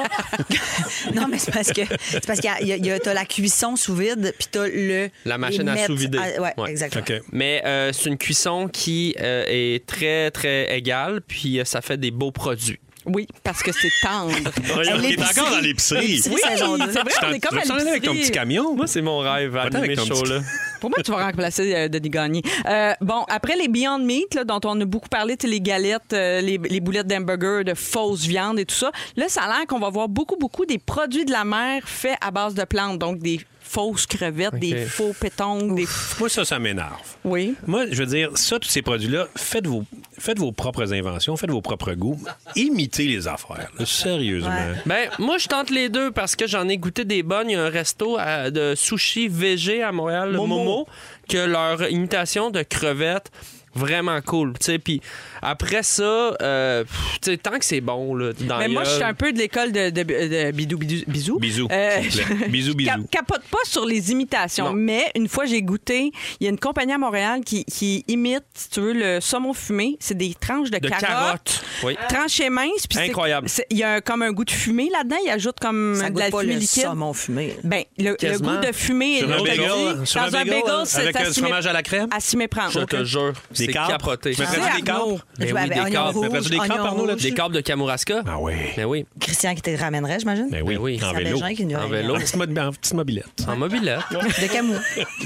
S3: Non, mais c'est parce que c'est parce qu'il y a- il y a, il y a- t'as la cuisson sous vide, puis t'as le
S1: La machine
S3: les
S1: à
S3: mettre
S1: sous-vider.
S3: à- Ouais,
S1: Ouais.
S3: exactement.
S4: OK.
S1: mais euh, c'est une cuisson qui euh, est très, très égale. Puis euh, ça fait des beaux produits.
S2: Oui, parce que c'est tendre.
S4: On est encore dans l'épicerie.
S2: Oui, c'est
S3: saison deux.
S2: vrai,
S4: Tu t'en-
S2: on est
S4: tu
S2: comme
S4: veux
S2: à
S4: t'en aller avec ton petit
S2: l'épicerie.
S4: camion?
S1: Moi, c'est mon rêve, à
S4: Va-t'en
S1: animer
S4: avec ton
S1: show,
S4: petit-
S1: là.
S2: Pour moi, tu vas remplacer euh, Denis Gagné. Euh, bon, après les Beyond Meat, là, dont on a beaucoup parlé, tu sais, les galettes, euh, les, les boulettes d'hamburger, de fausses viandes et tout ça, là, ça a l'air qu'on va voir beaucoup, beaucoup des produits de la mer faits à base de plantes. Donc, des fausses crevettes, des faux pétons, des...
S4: Moi, ça, ça m'énerve.
S2: Oui.
S4: Moi, je veux dire, ça, tous ces produits-là, faites vos, faites vos propres inventions, faites vos propres goûts. Imitez les affaires, là, sérieusement.
S1: Ben, moi, je tente les deux parce que j'en ai goûté des bonnes. Il y a un resto à- de sushi végé à Montréal, le Momo, que leur imitation de crevettes, vraiment cool. Tu sais, puis après ça, euh, pff, tu sais, tant que c'est bon, là, dans
S2: Mais
S1: la
S2: moi, je suis
S1: gueule.
S2: un peu de l'école de, de- de Bidou Bidou. Bisou.
S4: Bisous.
S2: Euh,
S4: s'il vous plaît. Bisous,
S2: Cap-
S4: bisous.
S2: capote pas sur les imitations,
S1: Non.
S2: mais une fois j'ai goûté, il y a une compagnie à Montréal qui, qui imite, si tu veux, le saumon fumé. C'est des tranches de,
S1: De carottes. Oui.
S2: Tranchées minces. puis c'est-
S1: Incroyable.
S2: c'est- Il y a un- comme un goût de fumée là-dedans. Il ajoute comme
S3: Ça
S2: de
S3: goûte
S2: la
S3: pas
S2: fumée
S3: le
S2: liquide.
S3: saumon fumé.
S2: Ben, le, le
S1: Quasiment.
S2: goût de fumée.
S4: Sur un
S1: L'autre
S4: bagel,
S1: dit,
S4: sur un
S2: dans un
S4: bagel,
S2: bagel, c'est
S4: avec
S2: à
S4: euh, du
S2: s'y met-
S4: fromage à la crème.
S2: à s'y méprendre.
S1: Je te
S2: Ok.
S1: jure,
S4: Des
S1: c'est
S4: câbles.
S1: capoté.
S4: Je me
S1: Ah,
S4: ferais
S2: Arnaud.
S4: des câbles.
S1: Ben oui,
S3: avec
S1: des
S3: oignon
S1: câbles.
S3: rouge,
S4: Ferais-tu des
S3: oignon
S4: câbles, Arnaud,
S3: rouge.
S4: là-dessus?
S1: Des câbles de Kamouraska.
S4: Ah oui.
S1: Ben oui,
S3: Christian qui te ramènerait, j'imagine?
S4: Ben oui,
S1: Ben oui.
S4: en
S3: Christian
S4: vélo.
S3: Bégin qui nous
S1: En vélo.
S4: En petite mo- en petite mobilette.
S1: en hein. mobilette.
S3: De Camus.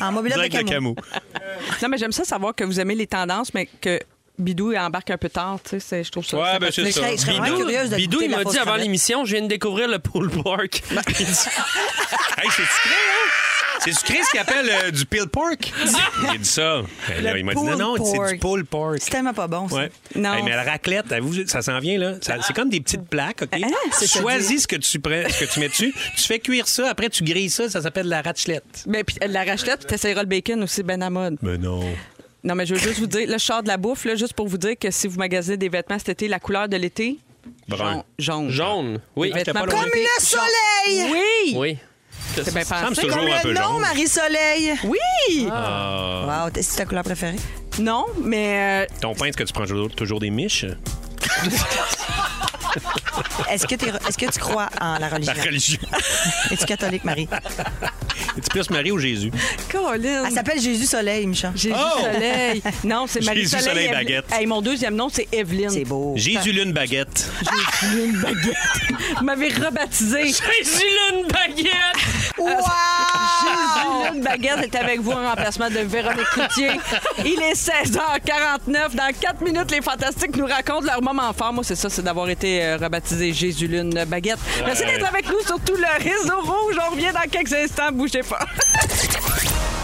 S3: En mobilette
S4: Direct
S3: de
S4: de
S3: Camus.
S4: Camus.
S2: Non, mais j'aime ça savoir que vous aimez les tendances, mais que Bidou embarque un peu tard. Tu sais, c'est- je trouve ça.
S4: Ouais,
S2: ça
S4: ben
S2: fait-
S4: c'est
S3: Mais je
S4: ça.
S3: serais- je serais vraiment
S4: Bidou.
S3: curieuse de
S1: Bidou,
S3: goûter
S1: il
S3: la
S1: m'a
S3: fausse
S1: dit avant
S3: crevette.
S1: l'émission, je viens de découvrir le pool park.
S4: Hey, c'est sucré, hein? C'est sucré ce qu'il appelle euh, du peel pork. Il dit ça. Ben là, il m'a dit non,
S3: pulled
S4: non, c'est
S3: pork.
S4: du pull pork.
S3: C'est tellement pas bon, ça.
S4: Ouais.
S2: Non.
S4: Hey, mais la raclette, vous, ça s'en vient, là. Ça- c'est comme des petites plaques, OK?
S3: Ah, c'est ça
S4: Choisis ce que, tu prends, ce que tu mets dessus. Tu fais cuire ça, après tu grilles ça, ça s'appelle la raclette.
S2: Ben, puis la rachelette, puis t'essayeras le bacon aussi, ben à mode.
S4: Mais non.
S2: Non, mais je veux juste vous dire, là, je sors de la bouffe, là, juste pour vous dire que si vous magasinez des vêtements cet été, la couleur de l'été,
S4: Brun.
S2: jaune.
S1: Jaune, oui.
S2: Les vêtements
S4: pas
S2: pour
S4: loin. Oh,
S3: Comme
S2: l'été,
S3: le
S2: jaune.
S3: soleil!
S2: Oui!
S1: Oui.
S2: C'est bien
S4: Ça me
S2: pensé.
S4: semble
S3: Comme
S4: toujours un peu
S3: le nom,
S4: jaune.
S3: Marie-Soleil!
S2: Oui!
S4: Ah.
S3: Wow, t- c'est ta couleur préférée?
S2: Non, mais euh,
S4: Ton pain, est-ce que tu prends toujours, toujours des miches?
S3: Est-ce que, t'es- est-ce que tu crois en la religion?
S4: La religion.
S3: Es-tu catholique, Marie?
S4: Es-tu plus Marie ou Jésus?
S2: Colin.
S3: Elle s'appelle Jésus Soleil, Michel.
S2: Jésus
S4: Oh!
S2: Soleil. Non, c'est Marie
S4: Jésus
S2: Soleil.
S4: Soleil
S2: Evelyne.
S4: Baguette.
S2: Hey, mon deuxième nom, c'est Evelyne.
S3: C'est beau.
S4: Jésus lune baguette.
S2: Vous m'avez rebaptisé.
S1: Jésus lune baguette!
S2: Jésus Lune Baguette est avec vous en remplacement de Véronique Coutier. Il est 16h49. Dans 4 minutes, les Fantastiques nous racontent leur moment fort. Moi, c'est ça, c'est d'avoir été euh, rebaptisé Jésus Lune Baguette. Merci d'être avec nous, surtout le réseau rouge. On revient dans quelques instants. Bougez pas.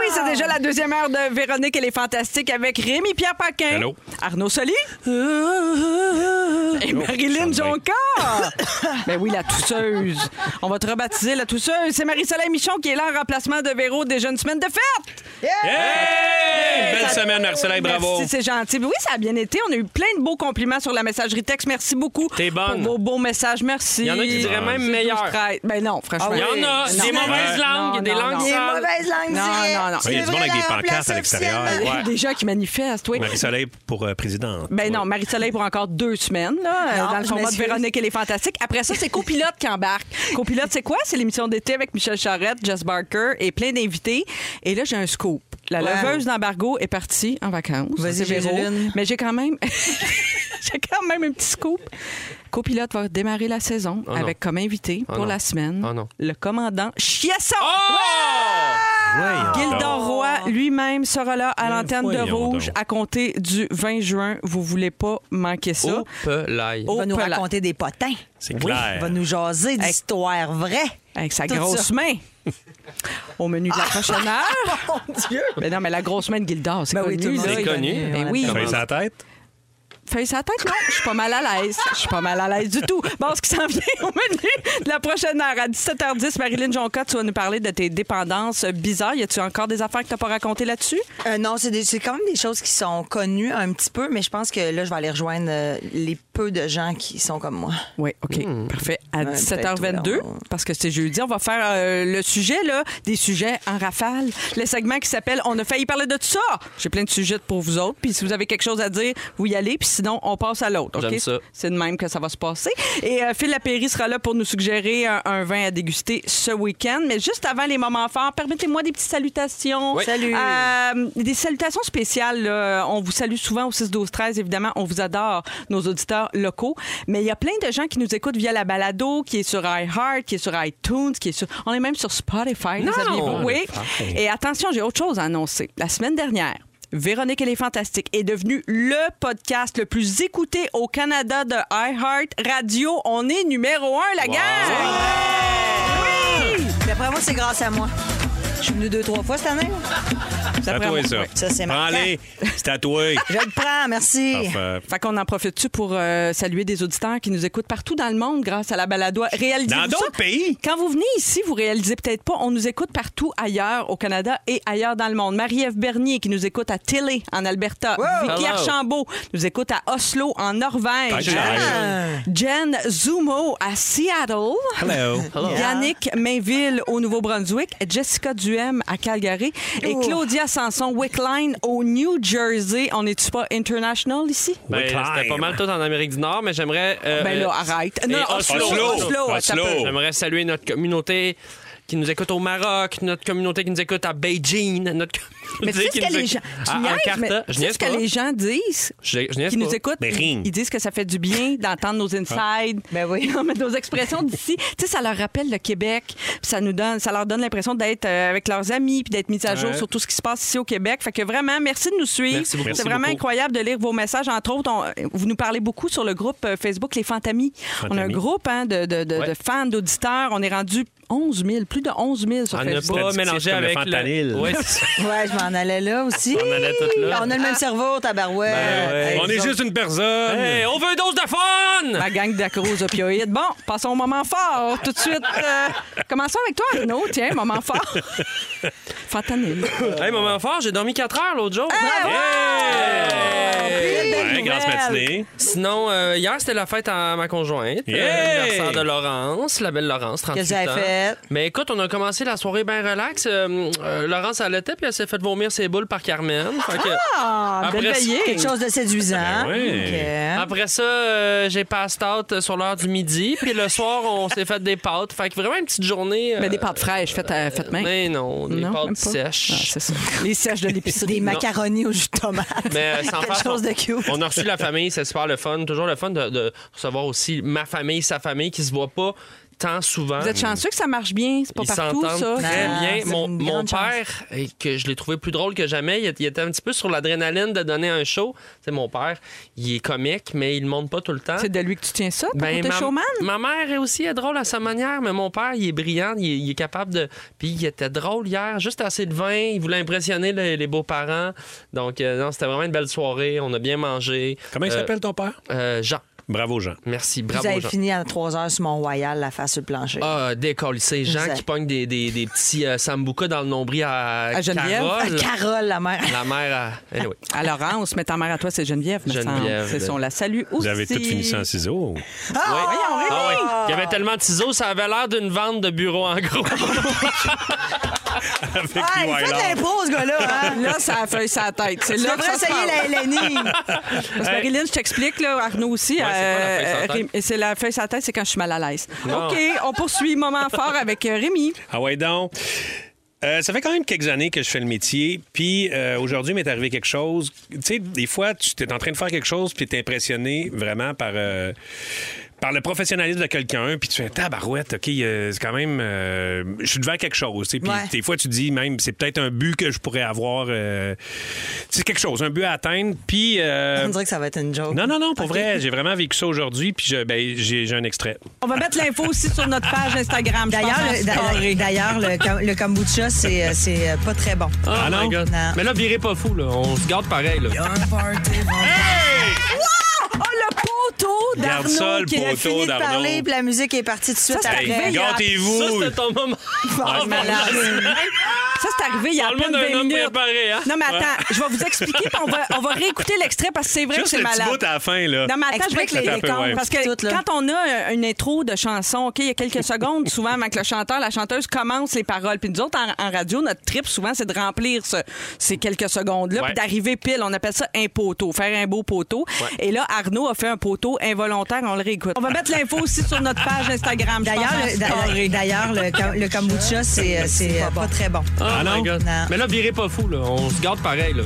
S2: oui, c'est déjà la deuxième heure de Véronique et les Fantastiques avec Rémi Pierre Paquin.
S4: Allô.
S2: Arnaud Soli.
S1: Oh,
S2: Et Marilyn Jonca. ben oui, la tousseuse. On va te rebaptiser la tousseuse. C'est Marie-Soleil Michon qui est là en remplacement de Véro déjà une semaine de fête.
S4: Hey! Belle semaine,
S1: Eh,
S4: Marcella, et bravo.
S2: Merci, c'est gentil. Mais oui, ça a bien été. On a eu plein de beaux compliments sur la messagerie texte. Merci beaucoup
S1: T'es bonne.
S2: pour vos beaux messages. Merci.
S1: Il y en a qui diraient même
S2: C'est
S1: meilleur.
S2: 12-13. Ben non, franchement.
S1: Il y en a,
S2: Non,
S1: des
S2: non,
S1: mauvaises
S2: non,
S1: langues, des
S2: non,
S1: langues
S2: non.
S3: Des
S1: sales.
S3: mauvaises langues
S2: Non,
S3: directes.
S2: non, non.
S3: Tu
S4: Il y a du monde
S3: devrais
S4: avec des
S3: la remplacer
S4: pancartes à l'extérieur.
S3: officiellement.
S4: Ouais.
S2: Des gens qui manifestent, oui.
S4: Marie-Soleil pour euh, présidente.
S2: Ben non, Marie-Soleil pour encore deux semaines, là,
S3: Non,
S2: euh, dans le
S3: je
S2: format de
S3: m'excuse.
S2: Véronique et les Fantastiques. Après ça, c'est Copilote qui embarque. Copilote, c'est quoi? C'est l'émission d'été avec Michel Charette, Jess Barker et plein d'invités. Et là, j'ai un scoop. La
S3: Ouais.
S2: leveuse d'embargo est partie en vacances.
S3: Vas-y,
S2: C'est Véro.
S3: Jésuline.
S2: Mais j'ai quand même... j'ai quand même un petit scoop. Copilote va démarrer la saison
S1: Oh non.
S2: avec comme invité
S1: Oh
S2: pour
S1: non.
S2: la semaine
S1: Oh non. Oh!
S2: le commandant Chiasson.
S3: Bah,
S4: Voyons donc.
S2: Gildor Roy lui-même sera là à l'antenne de
S4: Ah. voyons
S2: Rouge
S4: donc.
S2: à compter du 20 juin. Vous voulez pas manquer
S4: Oh.
S2: ça.
S1: Opelaï.
S3: Il va nous
S2: Opala.
S3: raconter des potins.
S4: C'est
S3: Oui,
S4: clair.
S3: Il va nous jaser d'histoires vraies.
S2: Avec sa
S3: Tout
S2: grosse
S3: ça. Ah,
S2: main. Au menu de la prochaine heure. Mais non, mais la grosse main de Gildor, c'est
S3: Ben oui,
S2: connu.
S3: tout le monde
S2: là.
S1: C'est
S3: il
S1: connu.
S3: connaît,
S2: Ben
S3: on
S2: oui.
S4: Ça fait sa tête?
S2: Fais sa tête, non, je suis pas mal à l'aise. Je suis pas mal à l'aise du tout. Bon, ce qui s'en vient au menu de la prochaine heure, à 17h10, Marilyn Jonca, tu vas nous parler de tes dépendances bizarres. Y a-tu encore des affaires que t'as pas racontées là-dessus?
S3: Euh, non, c'est des- c'est quand même des choses qui sont connues un petit peu, mais je pense que là, je vais aller rejoindre euh, les peu de gens qui sont comme moi.
S2: Oui, OK. Parfait. À
S3: Hmm. Ouais,
S2: 17h22,
S3: peut-être, ouais, on-
S2: parce que c'est jeudi, on va faire euh, le sujet, là, des sujets en rafale. Le segment qui s'appelle On a failli parler de tout ça. J'ai plein de sujets pour vous autres. Puis si vous avez quelque chose à dire, vous y allez. Puis sinon, on passe à l'autre. OK?
S1: J'aime ça.
S2: C'est de même que ça va se passer. Et euh, Phil Lapéry sera là pour nous suggérer un, un vin à déguster ce week-end. Mais juste avant les moments forts, permettez-moi des petites salutations.
S1: Oui.
S3: Salut.
S2: Euh, des salutations spéciales. là. On vous salue souvent au 6-12-13, évidemment. On vous adore, nos auditeurs locaux. Mais il y a plein de gens qui nous écoutent via la balado, qui est sur iHeart, qui est sur iTunes, qui est sur. On est même sur Spotify.
S1: Non!
S2: Vous aviez- Oui. Et attention, j'ai autre chose à annoncer. La semaine dernière, Véronique et les Fantastiques est devenue le podcast le plus écouté au Canada de iHeart Radio. On est numéro un, la gang! Oui!
S3: D'après moi, c'est grâce à moi. Je suis venue deux, trois fois cette année. là.
S4: C'est à toi, ça.
S3: Ça, c'est marquant.
S4: Prends-les. C'est à toi.
S3: Je le prends, merci.
S4: Enfin,
S2: Fait qu'on en profite-tu pour euh, saluer des auditeurs qui nous écoutent partout dans le monde grâce à la balado? Réalisez
S4: Dans d'autres pays.
S2: Quand vous venez ici, vous réalisez peut-être pas, on nous écoute partout ailleurs au Canada et ailleurs dans le monde. Marie-Ève Bernier qui nous écoute à télé en Alberta. Vicky
S1: Hello.
S2: Archambault nous écoute à Oslo en
S4: Pas
S2: Norvège. Euh,
S4: cher.
S2: Jen Zumo à Seattle.
S4: Hello.
S2: Yannick Mainville au Nouveau-Brunswick, Jessica Duhem à Calgary et
S3: Ouh.
S2: Claudia Sanson Wickline au New Jersey. On n'est-tu pas international ici?
S1: Ben,
S4: Oui, clair.
S1: C'était pas mal tout en Amérique du Nord, mais j'aimerais. euh,
S2: Ben là,
S1: euh,
S2: arrête.
S1: et
S2: Non, Oslo, Oslo,
S4: Oslo.
S2: ça peut.
S1: J'aimerais saluer notre communauté qui nous écoute au Maroc, notre communauté qui nous écoute à Beijing, notre
S2: Mais tu sais
S1: communauté
S2: ce
S1: qui
S2: que
S1: nous
S2: les gens...
S1: écoute
S2: Tu
S1: à
S2: niaises, mais
S1: Encarta.
S2: tu sais
S1: Je
S2: ce
S1: niaise
S2: que
S1: pas.
S2: les gens disent
S1: Je- je niaise
S2: qui nous
S1: pas. Ben, Ah.
S2: écoutent,
S4: Mais rien.
S2: ils, ils disent que ça fait du bien d'entendre nos insides,
S3: Ben oui.
S2: Non, mais nos expressions d'ici. tu sais, ça leur rappelle le Québec, puis ça nous donne, ça leur donne l'impression d'être euh, avec leurs amis, puis d'être mis à jour
S4: Ouais.
S2: sur tout ce qui se passe ici au Québec. Fait que vraiment, merci de nous suivre.
S1: Merci beaucoup.
S2: C'est
S1: Merci
S2: vraiment
S1: beaucoup.
S2: incroyable de lire vos messages. Entre autres, on- vous nous parlez beaucoup sur le groupe euh, Facebook Les Fantamis. On a un
S4: Fantamis.
S2: groupe hein, de, de- de-
S1: Ouais.
S2: de fans, d'auditeurs. On est rendu 11 000, plus de 11 000 sur
S1: À ne
S2: Facebook.
S1: pas
S4: addictif
S1: mélanger
S4: comme le
S1: avec
S4: fentanyl.
S1: Ouais, c'est ça.
S3: Ouais, je m'en allais là aussi.
S1: On allait toutes là.
S3: On a le même cerveau, tabarouette.
S1: Ben ouais.
S3: Hey,
S4: On est
S3: nous
S4: juste une personne.
S1: Hey, on veut une dose de fun!
S2: Ma gang d'accros aux opioïdes. Bon, passons au moment fort tout de suite. Euh, commençons avec toi, Arnaud. Tiens, moment fort. Fentanyl.
S1: Hey, moment fort, j'ai dormi 4 heures l'autre jour.
S3: autres.
S1: Hey!
S3: Quelle belle
S4: Ouais, grâce
S3: nouvelle.
S4: matinée.
S1: Sinon, euh, hier, c'était la fête à ma conjointe. euh,
S4: Yeah!
S1: L'anniversaire de Laurence, la belle Laurence, 38
S3: Qu'est-ce qu'elle
S1: ans.
S3: a fait?
S1: Mais écoute, on a commencé la soirée bien relax. Euh, euh, Laurence allaitait, puis elle s'est fait vomir ses boules par Carmen. Fait que,
S2: Ah, belle
S1: Après, c'est
S2: veillée.
S3: Quelque chose de séduisant.
S4: Ben ouais.
S2: Ah!
S3: Ok.
S1: Après ça, euh, j'ai passé out sur l'heure du midi. Puis le soir, on s'est fait des pâtes. Fait que vraiment une petite journée. euh,
S2: Ben, des pâtes fraîches faites, à- faites main.
S1: Mais non, des
S2: Non, même
S1: pâtes
S2: pas. Ah,
S1: sèches.
S2: c'est ça. Les sèches de l'épicerie.
S3: Des macaronis au jus de tomate.
S1: Mais euh, sans
S3: Quelque
S1: faire
S3: chose
S1: son-
S3: de cute.
S1: On a reçu la famille, c'est super le fun. Toujours le fun de, de recevoir aussi ma famille, sa famille qui se voit pas tant souvent.
S2: Vous êtes chanceux que ça marche bien. C'est pas
S1: Ils
S2: partout, ça.
S1: s'entendent très
S3: Ah,
S1: bien.
S3: c'est
S1: Mon,
S3: une
S1: mon
S3: grande chance.
S1: père, et que je l'ai trouvé plus drôle que jamais, il, il était un petit peu sur l'adrénaline de donner un show. C'est mon père, il est comique, mais il ne monte pas tout le temps.
S2: C'est de lui que tu tiens ça, ton
S1: Ben,
S2: côté
S1: ma,
S2: showman?
S1: ma mère est aussi est drôle à sa manière, mais mon père, il est brillant, il est, il est capable de. Puis il était drôle hier, juste assez de vin, il voulait impressionner les, les beaux-parents. Donc, euh, non, c'était vraiment une belle soirée, on a bien mangé.
S4: Comment il
S1: Euh,
S4: s'appelle ton père?
S1: euh, Jean,
S4: Bravo, Jean.
S1: merci,
S3: Vous
S1: bravo
S3: avez
S1: Jean.
S3: fini à 3 heures sur Mont-Royal, la face sur le plancher.
S1: Ah, décollissé. Jean
S3: Exact.
S1: qui pogne des, des, des petits euh, sambuca dans le nombril à,
S2: À Geneviève?
S3: Ah,
S1: Carole.
S3: Carole, la mère.
S1: La mère à... Anyway.
S2: À Laurence, mais ta mère à toi, c'est Geneviève. me semble.
S1: Geneviève.
S2: C'est son la salue aussi.
S4: Vous avez tout fini ça en ciseaux.
S1: Ah ouais. Il y avait tellement de ciseaux, ça avait l'air d'une vente de bureau en gros.
S4: Avec
S3: Ah, il
S4: Lou
S3: fait de
S4: Island.
S3: l'impro, ce gars-là. Hein?
S2: Là, ça a feuille sa tête. C'est
S3: Tu
S2: là que
S3: devrais
S2: ça se
S3: essayer
S2: passe.
S3: la Lénie.
S2: Parce que Marilyn, je t'explique, là, Arnaud aussi.
S1: c'est quoi la feuille sur la
S2: euh,
S1: tête?
S2: Ré- C'est la feuille sur la tête, c'est quand je suis mal à l'aise.
S1: Non.
S2: OK, on poursuit Moment fort avec euh, Rémi.
S4: Ah ouais donc. Euh, ça fait quand même quelques années que je fais le métier, puis euh, aujourd'hui m'est arrivé quelque chose. Tu sais, des fois, tu es en train de faire quelque chose, puis t'es impressionné vraiment par euh, par le professionnalisme de quelqu'un, puis tu fais tabarouette, ok, euh, c'est quand même, euh, je suis devant quelque chose. tu sais. Puis
S3: Ouais.
S4: des fois, tu dis même, c'est peut-être un but que je pourrais avoir, euh, c'est quelque chose, un but à atteindre, puis. euh,
S3: On dirait que ça va être une joke.
S4: non, non, non, pour
S3: Ok.
S4: vrai, j'ai vraiment vécu ça aujourd'hui, puis je- ben, j'ai j'ai un extrait.
S2: On va mettre l'info aussi sur notre page Instagram. je
S3: D'ailleurs,
S2: pense, en
S3: le, d'a-
S2: story.
S3: d'ailleurs, le, cam- le kombucha, c'est euh, c'est euh, pas très bon.
S1: Ah
S4: non?
S3: Non.
S1: Mais là, virez pas fou, là. On se garde pareil, là.
S2: Oh, le poteau
S4: Garde ça,
S2: d'Arnaud
S4: le
S2: qui est
S3: On a
S4: poteau
S3: fini de
S4: d'Arnaud.
S3: parler, puis la musique est partie tout de suite
S2: Ça, c'est
S3: après.
S2: arrivé.
S4: Hey,
S1: Ça,
S4: gâtez-vous!
S1: c'était ton moment.
S3: Je me lance.
S2: Ça, c'est arrivé il y a à
S1: Parle-moi
S2: peine
S1: d'un
S2: 20
S1: homme
S2: minutes.
S1: préparé, hein?
S2: Non, mais attends, je vais vous expliquer, puis on va, on va réécouter l'extrait parce que c'est vrai
S4: Juste
S2: que c'est
S4: le petit
S2: malade.
S4: bout à la fin, là.
S2: Non, mais attends,
S3: Explique
S2: je vais
S3: les-
S2: avec
S4: les
S2: les
S4: ouais.
S2: Parce que
S3: Tout, là.
S2: quand on a euh, une intro de chanson, OK, il y a quelques secondes, souvent, avant que le chanteur, la chanteuse commence les paroles. Puis nous autres, en, en radio, notre trip, souvent, c'est de remplir ce- ces quelques secondes-là,
S1: Ouais.
S2: puis d'arriver pile. On appelle ça un poteau, faire un beau poteau. Et là, Arnaud a fait un poteau involontaire, on le réécoute. On va mettre l'info aussi sur notre page Instagram. je
S3: D'ailleurs,
S2: pense, en
S3: le, d'a-
S2: story.
S3: d'ailleurs, le, com- le kombucha, c'est euh, c'est, euh, pas très bon.
S1: Ah,
S4: non?
S1: my God.
S3: Non.
S1: Mais là, virez pas fou, là. On se garde pareil, là.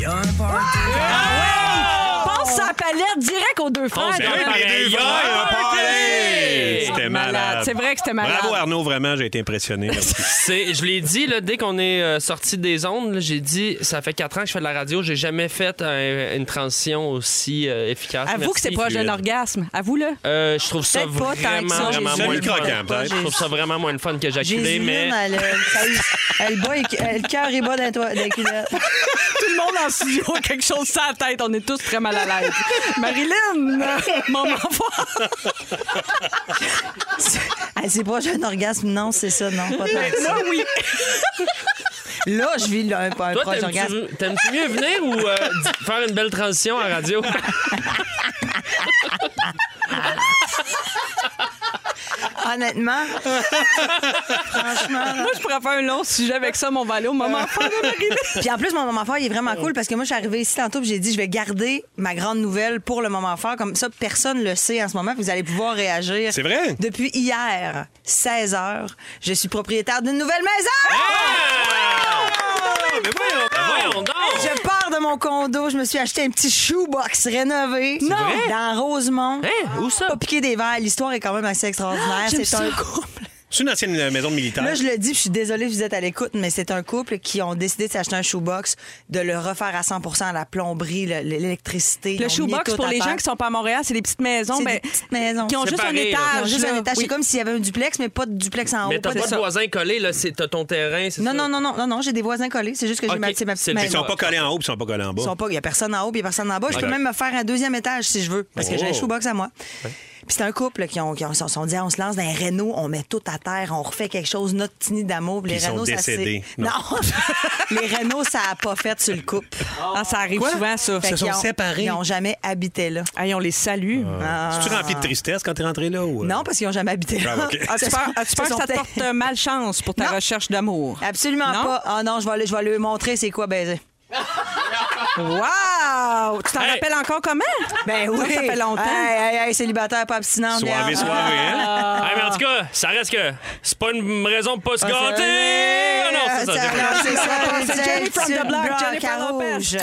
S2: Passe sa palette direct aux deux frères.
S1: se Ah,
S4: Ben
S2: quand
S4: oui,
S2: même.
S4: les deux frères, on a parlé! C'était malade.
S2: C'est vrai que c'était malade.
S4: Bravo Arnaud, vraiment, j'ai été impressionné.
S1: C'est, je l'ai dit, là, dès qu'on est euh, sorti des ondes, là, j'ai dit, ça fait quatre ans que je fais de la radio, j'ai jamais fait un- une transition aussi euh, efficace.
S2: Avoue que c'est proche
S1: Merci.
S2: d'un orgasme. Avoue-le.
S1: Euh, je trouve ça
S3: Peut-être pas tant que
S1: vraiment,
S3: ça.
S1: vraiment
S4: J'ai-
S1: moins
S4: j'ai
S1: le fun.
S4: croquant, peut-être.
S1: Je trouve ça vraiment moins le fun que
S3: Jésus,
S1: j'acculais, mais...
S3: Lynn, elle, euh, ça y est, elle bat, et- euh, le cœur est bas dans toi- dans les culottes.
S2: Tout le monde en studio a quelque chose sur la tête. On est tous très mal à l'aise. Marilyn, euh, maman fort.
S3: Elle s'est pas un orgasme, non, c'est ça, non, pas tant que ça.
S2: Là, oui.
S3: Là, je vis là, un, un
S1: Toi,
S3: proche orgasme.
S1: t'aimes-tu t'aimes-tu mieux venir ou euh, di- faire une belle transition en radio?
S3: Honnêtement, franchement. là.
S2: Moi, je pourrais faire un long sujet avec ça, mon valo. Maman fort de Marilyn.
S3: Puis en plus, mon moment fort, il est vraiment cool parce que moi, je suis arrivée ici tantôt puis j'ai dit, je vais garder ma grande nouvelle pour le moment fort. Comme ça, personne le sait en ce moment. puis Vous allez pouvoir réagir.
S4: C'est vrai?
S3: Depuis hier, 16 h je suis propriétaire d'une nouvelle maison!
S4: Ah!
S3: Ah!
S4: mais Ah, voyons donc!
S1: Voyons donc!
S3: Je pars de mon condo, je me suis acheté un petit shoebox rénové. Non! Dans Rosemont.
S1: Hein? Où ça?
S3: Pas piqué des verres. L'histoire est quand même assez extraordinaire.
S2: Ah, j'aime
S3: C'est
S2: ça.
S3: un couple.
S4: C'est une ancienne euh, maison militaire.
S3: Là, je le dis, puis je suis désolée si vous êtes à l'écoute, mais c'est un couple qui ont décidé de s'acheter un shoebox, de le refaire à 100 à la plomberie, le- l'électricité. Ils
S2: Le
S3: ont mis
S2: shoebox,
S3: tout
S2: pour
S3: à
S2: les
S3: terre.
S2: gens qui sont pas à Montréal, c'est des petites maisons,
S3: C'est
S2: ben,
S3: des petites maisons.
S2: qui ont juste un
S1: Séparées, là.
S2: étage.
S3: Ils ont juste un
S2: là.
S3: étage.
S2: Oui.
S3: C'est comme s'il y avait un duplex, mais pas de duplex en haut.
S1: Mais t'as
S3: pas de-
S1: pas de voisins collés, là, c'est- t'as ton terrain, c'est
S3: Non,
S1: ça?
S3: non, non, non, non, non, j'ai des voisins collés. C'est juste que j'ai
S1: Ok,
S3: ma, c'est ma
S1: c'est-
S3: petite
S4: Ils sont
S3: maison.
S4: pas collés en haut, puis ils sont pas collés en bas.
S3: Ils sont pas, il n'y a personne en haut, puis il n'y a personne en bas. Je peux
S4: Ouais.
S3: même me faire un deuxième étage si je veux, parce que j'ai un
S4: Oh.
S3: shoebox à moi. Puis c'est un couple qui ont, qui ont, sont, sont dit, on se lance dans un réno, on met tout à terre, on refait quelque chose, notre tini d'amour. puis Les
S4: Puis ils sont
S3: rénos, ça s'est-
S4: décédés.
S3: Non,
S4: Non.
S3: les rénos, ça n'a pas fait sur le couple.
S2: Ah, ça arrive souvent, ça. Ah,
S3: Fait
S4: sont
S3: qu'ils ont-
S4: séparés.
S3: Ils n'ont jamais habité là.
S2: Hey, on les salue. Ah,
S4: Es-tu rempli de tristesse quand t'es rentré là? Ou... euh?
S3: Ah. Non, parce qu'ils n'ont jamais habité là.
S4: Ah, ok.
S2: As-tu
S3: Se
S2: peur,
S3: sont-
S2: as-tu peur
S3: se
S2: que
S3: sont
S2: ça te
S3: fait-
S2: porte euh, malchance pour ta
S3: Non.
S2: recherche d'amour?
S3: Absolument
S2: Non?
S3: pas. Ah non, je vais, aller- je vais lui montrer c'est quoi baiser.
S2: Wow! Tu t'en
S4: Hey.
S2: rappelles encore comment?
S3: Ben
S2: Ça fait longtemps.
S3: Hey, hey, hey, célibataire, pas abstinent.
S4: Soirée,
S3: merde.
S4: soirée, hein?
S1: Ah, mais en tout cas, ça reste que c'est pas une raison de pas se
S3: Ah, ça-
S1: gâter! Ah non, c'est ça, c'est
S3: non, c'est ça.
S2: C'est Jenny from the block,
S3: Brock
S2: Jennifer
S3: à
S2: Lopez.
S3: rouge.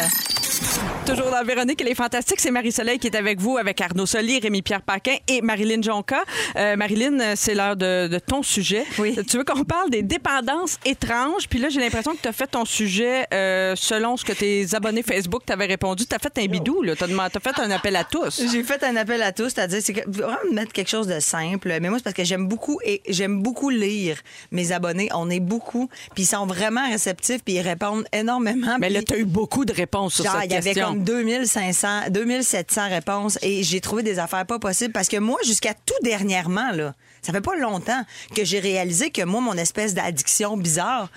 S2: Toujours dans Véronique, elle est fantastique. C'est Marie-Soleil qui est avec vous, avec Arnaud Soli, Rémi-Pierre Paquin et Marilyn Jonca. Euh, Marilyn, euh, c'est l'heure de, de ton sujet.
S3: Oui.
S2: Tu veux qu'on parle des dépendances étranges? Puis là, j'ai l'impression que tu as fait ton sujet euh, selon ce que tes abonnés Facebook t'avaient répondu. Tu as fait un bidou, là. Tu as, fait un appel à tous.
S3: J'ai fait un appel à tous, c'est-à-dire c'est que- vraiment de mettre quelque chose de simple. Mais moi, c'est parce que j'aime beaucoup et j'aime beaucoup lire mes abonnés. On est beaucoup, puis ils sont vraiment réceptifs, puis ils répondent énormément.
S2: Mais là,
S3: puis-
S2: tu as eu beaucoup de réponses sur
S3: Genre,
S2: cette
S3: il y avait
S2: question.
S3: comme 2500, 2700 réponses et j'ai trouvé des affaires pas possibles parce que moi, jusqu'à tout dernièrement, là, ça fait pas longtemps que j'ai réalisé que moi, mon espèce d'addiction bizarre,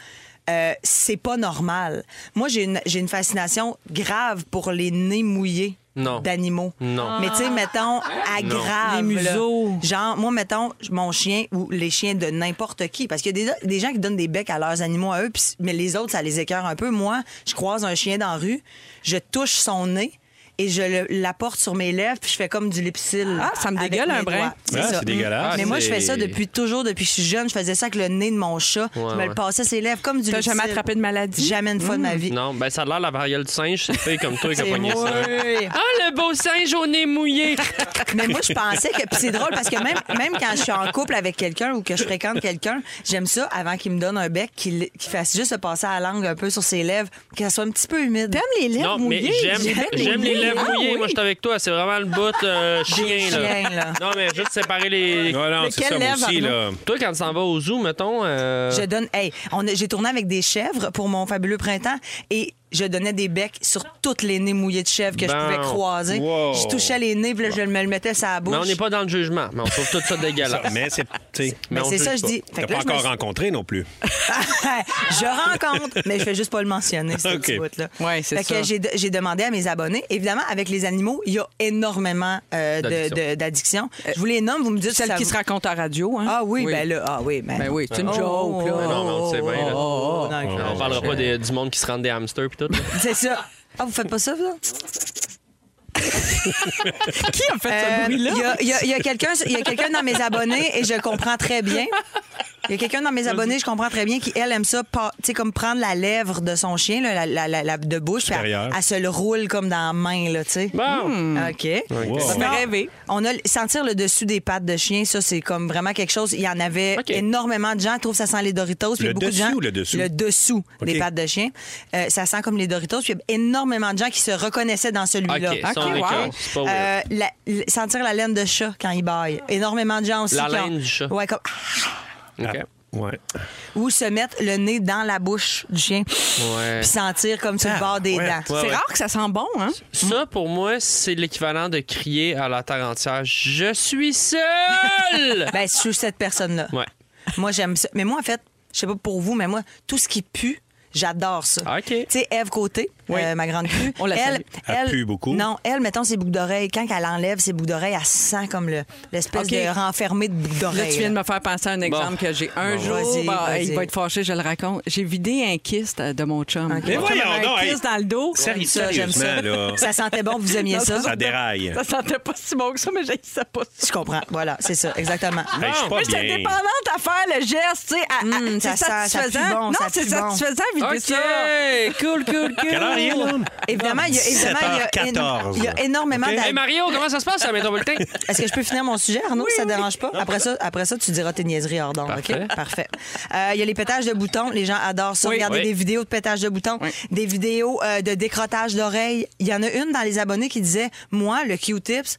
S3: euh, c'est pas normal. Moi, j'ai une, j'ai une fascination grave pour les nez mouillés.
S1: Non.
S3: d'animaux.
S1: Non.
S3: Mais tu sais, mettons, à grave.
S2: Les museaux.
S3: là. Genre, moi, mettons, mon chien ou les chiens de n'importe qui. Parce qu'il y a des, des gens qui donnent des becs à leurs animaux à eux, puis- mais les autres, ça les écœure un peu. Moi, je croise un chien dans la rue, je touche son nez et je le- la porte sur mes lèvres, puis je fais comme du lipsil.
S2: Ah, ça me
S3: avec
S2: dégueule
S3: mes
S2: un brin.
S3: doigts.
S4: Ah,
S3: ça.
S4: c'est dégueulasse.
S3: Mais moi, je
S1: C'est-
S3: fais ça depuis toujours, depuis que je suis jeune. Je faisais ça avec le nez de mon chat. je me
S1: ouais.
S3: le passais ses lèvres comme du
S2: T'as
S3: lipsil.
S2: jamais attrapé de maladie?
S3: Jamais une fois de ma vie.
S1: Non, ben ça a l'air la variole du singe, c'est fait comme toi qui a
S3: C'est
S1: pogné ça.
S3: mouillé.
S1: Ah, le beau singe au nez mouillé!
S3: Mais moi, je pensais que. Puis c'est drôle parce que même, même quand je suis en couple avec quelqu'un ou que je fréquente quelqu'un, j'aime ça avant qu'il me donne un bec, qu'il qu'il fasse juste se passer à la langue un peu sur ses lèvres, qu'elle soit un petit peu humide.
S2: T'aimes les lèvres
S1: Non, mais
S2: mouillées?
S1: j'aime j'aime les lèvres
S2: Ah,
S1: mouillées.
S2: oui.
S1: Moi, je suis avec toi. C'est vraiment le bout euh, chien, là.
S3: chiens, là.
S1: Non, mais juste séparer les.
S4: Non, non,
S3: Mais
S4: c'est
S3: quelle
S4: ça, moi
S3: lèvre,
S4: aussi, là.
S3: Arnaud?
S1: Toi, quand tu t'en vas au zoo, mettons. euh,
S3: Je donne. Hey, on a- j'ai tourné avec des chèvres pour mon fabuleux printemps et je donnais des becs sur toutes les nez mouillés de chèvres que
S1: Bon.
S3: je pouvais croiser.
S4: Wow.
S3: Je touchais les nez, puis là, je me le mettais sur la bouche.
S1: Mais on n'est pas dans le jugement. Mais on trouve tout ça
S4: Ça,
S1: dégueulasse.
S4: mais c'est. tu sais,
S3: Mais
S1: on
S3: Ben, c'est ça,
S1: juge
S3: je dis. Fait
S4: T'as
S3: que là,
S4: pas
S3: je me
S4: encore
S3: suis-
S4: rencontré non plus.
S3: je rencontre, mais je fais juste pas le mentionner, ce
S4: OK.
S3: petit bout-là.
S2: Ouais, c'est
S3: Fait que
S2: ça.
S3: j'ai, j'ai demandé à mes abonnés. Évidemment, avec les animaux, il y a énormément euh, de-
S1: D'addiction.
S3: de- d'addiction. Je vous les nomme, vous me dites si
S2: Celle
S3: ça
S2: qui
S3: vous-
S2: se raconte à radio, hein?
S3: Ah oui, ben là, ah oui, ben,
S2: Ben oui, c'est une
S3: Oh,
S2: joke, là.
S3: oh,
S1: non, mais on le sait bien, là.
S3: oh, oh, non,
S1: Non,
S3: non.
S1: on parlera pas des- du monde qui se rend des hamsters puis tout. là.
S3: C'est ça. Ah, vous faites pas ça, vous?
S2: Qui a fait
S3: Euh,
S2: ce
S3: Il
S2: bruit-là?
S3: y a, il y a- il y a quelqu'un il y a quelqu'un dans mes abonnés et je comprends très bien. Il y a quelqu'un dans mes abonnés, je comprends très bien, qui, elle, aime ça, pas- tu sais, comme prendre la lèvre de son chien, là, la, la- la- la- de bouche, puis elle,
S4: Supérieure.
S3: elle se le roule comme dans la main, là, tu sais. Hmm.
S1: Bon.
S3: OK.
S2: Ça fait rêver.
S3: On a sentir le dessus des pattes de chien, ça c'est comme vraiment quelque chose. Il y en avait
S1: OK.
S3: énormément de gens qui trouvent que ça sent les Doritos. Puis il y a
S4: Le
S3: beaucoup de
S4: dessus
S3: gens-
S4: ou le dessous?
S3: Le dessous des
S4: OK.
S3: pattes de chien. Euh, ça sent comme les Doritos. Puis il y a énormément de gens qui se reconnaissaient dans celui-là.
S1: OK, ça, on
S2: Ok,
S1: est
S2: wow.
S1: correct. C'est pas weird.
S3: Euh, la- l- sentir la laine de chat quand il baille. Énormément de gens aussi.
S1: La
S3: qui ont-
S1: laine du chat.
S3: Ouais, comme...
S1: OK.
S4: Ouais.
S3: Ou se mettre le nez dans la bouche du chien.
S1: Ouais. Ah,
S3: Puis sentir comme sur le bord des
S4: ouais.
S3: dents.
S1: Ouais,
S2: C'est
S1: ouais.
S2: rare que ça sent bon, hein?
S1: Ça, pour moi, c'est l'équivalent de crier à la terre entière Je suis seul!
S3: Ben, je suis cette personne-là.
S1: Ouais.
S3: Moi, j'aime ça. Mais moi, en fait, je sais pas pour vous, mais moi, tout ce qui pue, j'adore ça.
S1: Ah, OK.
S3: Tu sais, Eve Côté,
S2: Oui.
S3: euh, ma grande pue.
S2: On la salue.
S3: elle,
S4: Elle pue beaucoup.
S3: Non, elle, mettons ses boucles d'oreilles. Quand elle enlève ses boucles d'oreilles, elle sent comme le- l'espèce
S2: OK.
S3: de renfermé de boucles
S2: Là, tu
S3: d'oreilles.
S2: viens de me faire penser à un exemple que j'ai un
S3: Bon.
S2: jour.
S3: Vas-y,
S2: bah,
S3: vas-y.
S2: il va être fâché, je le raconte. J'ai vidé un kyste euh, de mon chum.
S3: OK.
S2: Mon
S3: Mais
S2: chum
S4: voyons
S2: avait un
S4: donc, hey.
S2: kyste dans le dos.
S4: Sérieux,
S3: ça, j'aime
S4: sérieusement,
S3: ça. Ça
S4: là.
S3: sentait bon, vous aimiez ça.
S4: Ça déraille.
S2: Ça sentait pas si bon que ça, mais j'ai ça pas.
S3: Je comprends. Voilà, c'est ça, exactement.
S4: Hey, je suis
S2: Mais
S4: pas
S2: j'étais
S4: bien.
S2: dépendante à faire le geste, tu sais. à- à-
S3: Mm, ça
S2: c'est
S3: sent- ça pue
S2: satisfaisant.
S3: bon,
S2: non,
S3: ça
S2: c'est
S3: pue bon.
S2: satisfaisant il
S1: OK,
S2: dit ça.
S1: cool, cool, cool.
S4: Quelle heure il est, là?
S3: Évidemment, il y a, évidemment, il y a éno-
S4: 7h14.
S3: il y a énormément
S4: OK.
S3: d'a-
S1: Hey Mario, comment ça se passe à la métropolitaine?
S3: Est-ce que je peux finir mon sujet, Arnaud, si ça ne dérange pas? Après ça, après ça, tu diras tes niaiseries hors d'onde,
S1: Parfait.
S3: OK? Parfait. Euh, Il y a les pétages de boutons. Les gens adorent ça. Regardez
S1: Oui.
S3: des vidéos de pétages de boutons, des vidéos euh, de décrottage d'oreilles. Il y en a une dans les abonnés qui disait Moi, le Q-tips,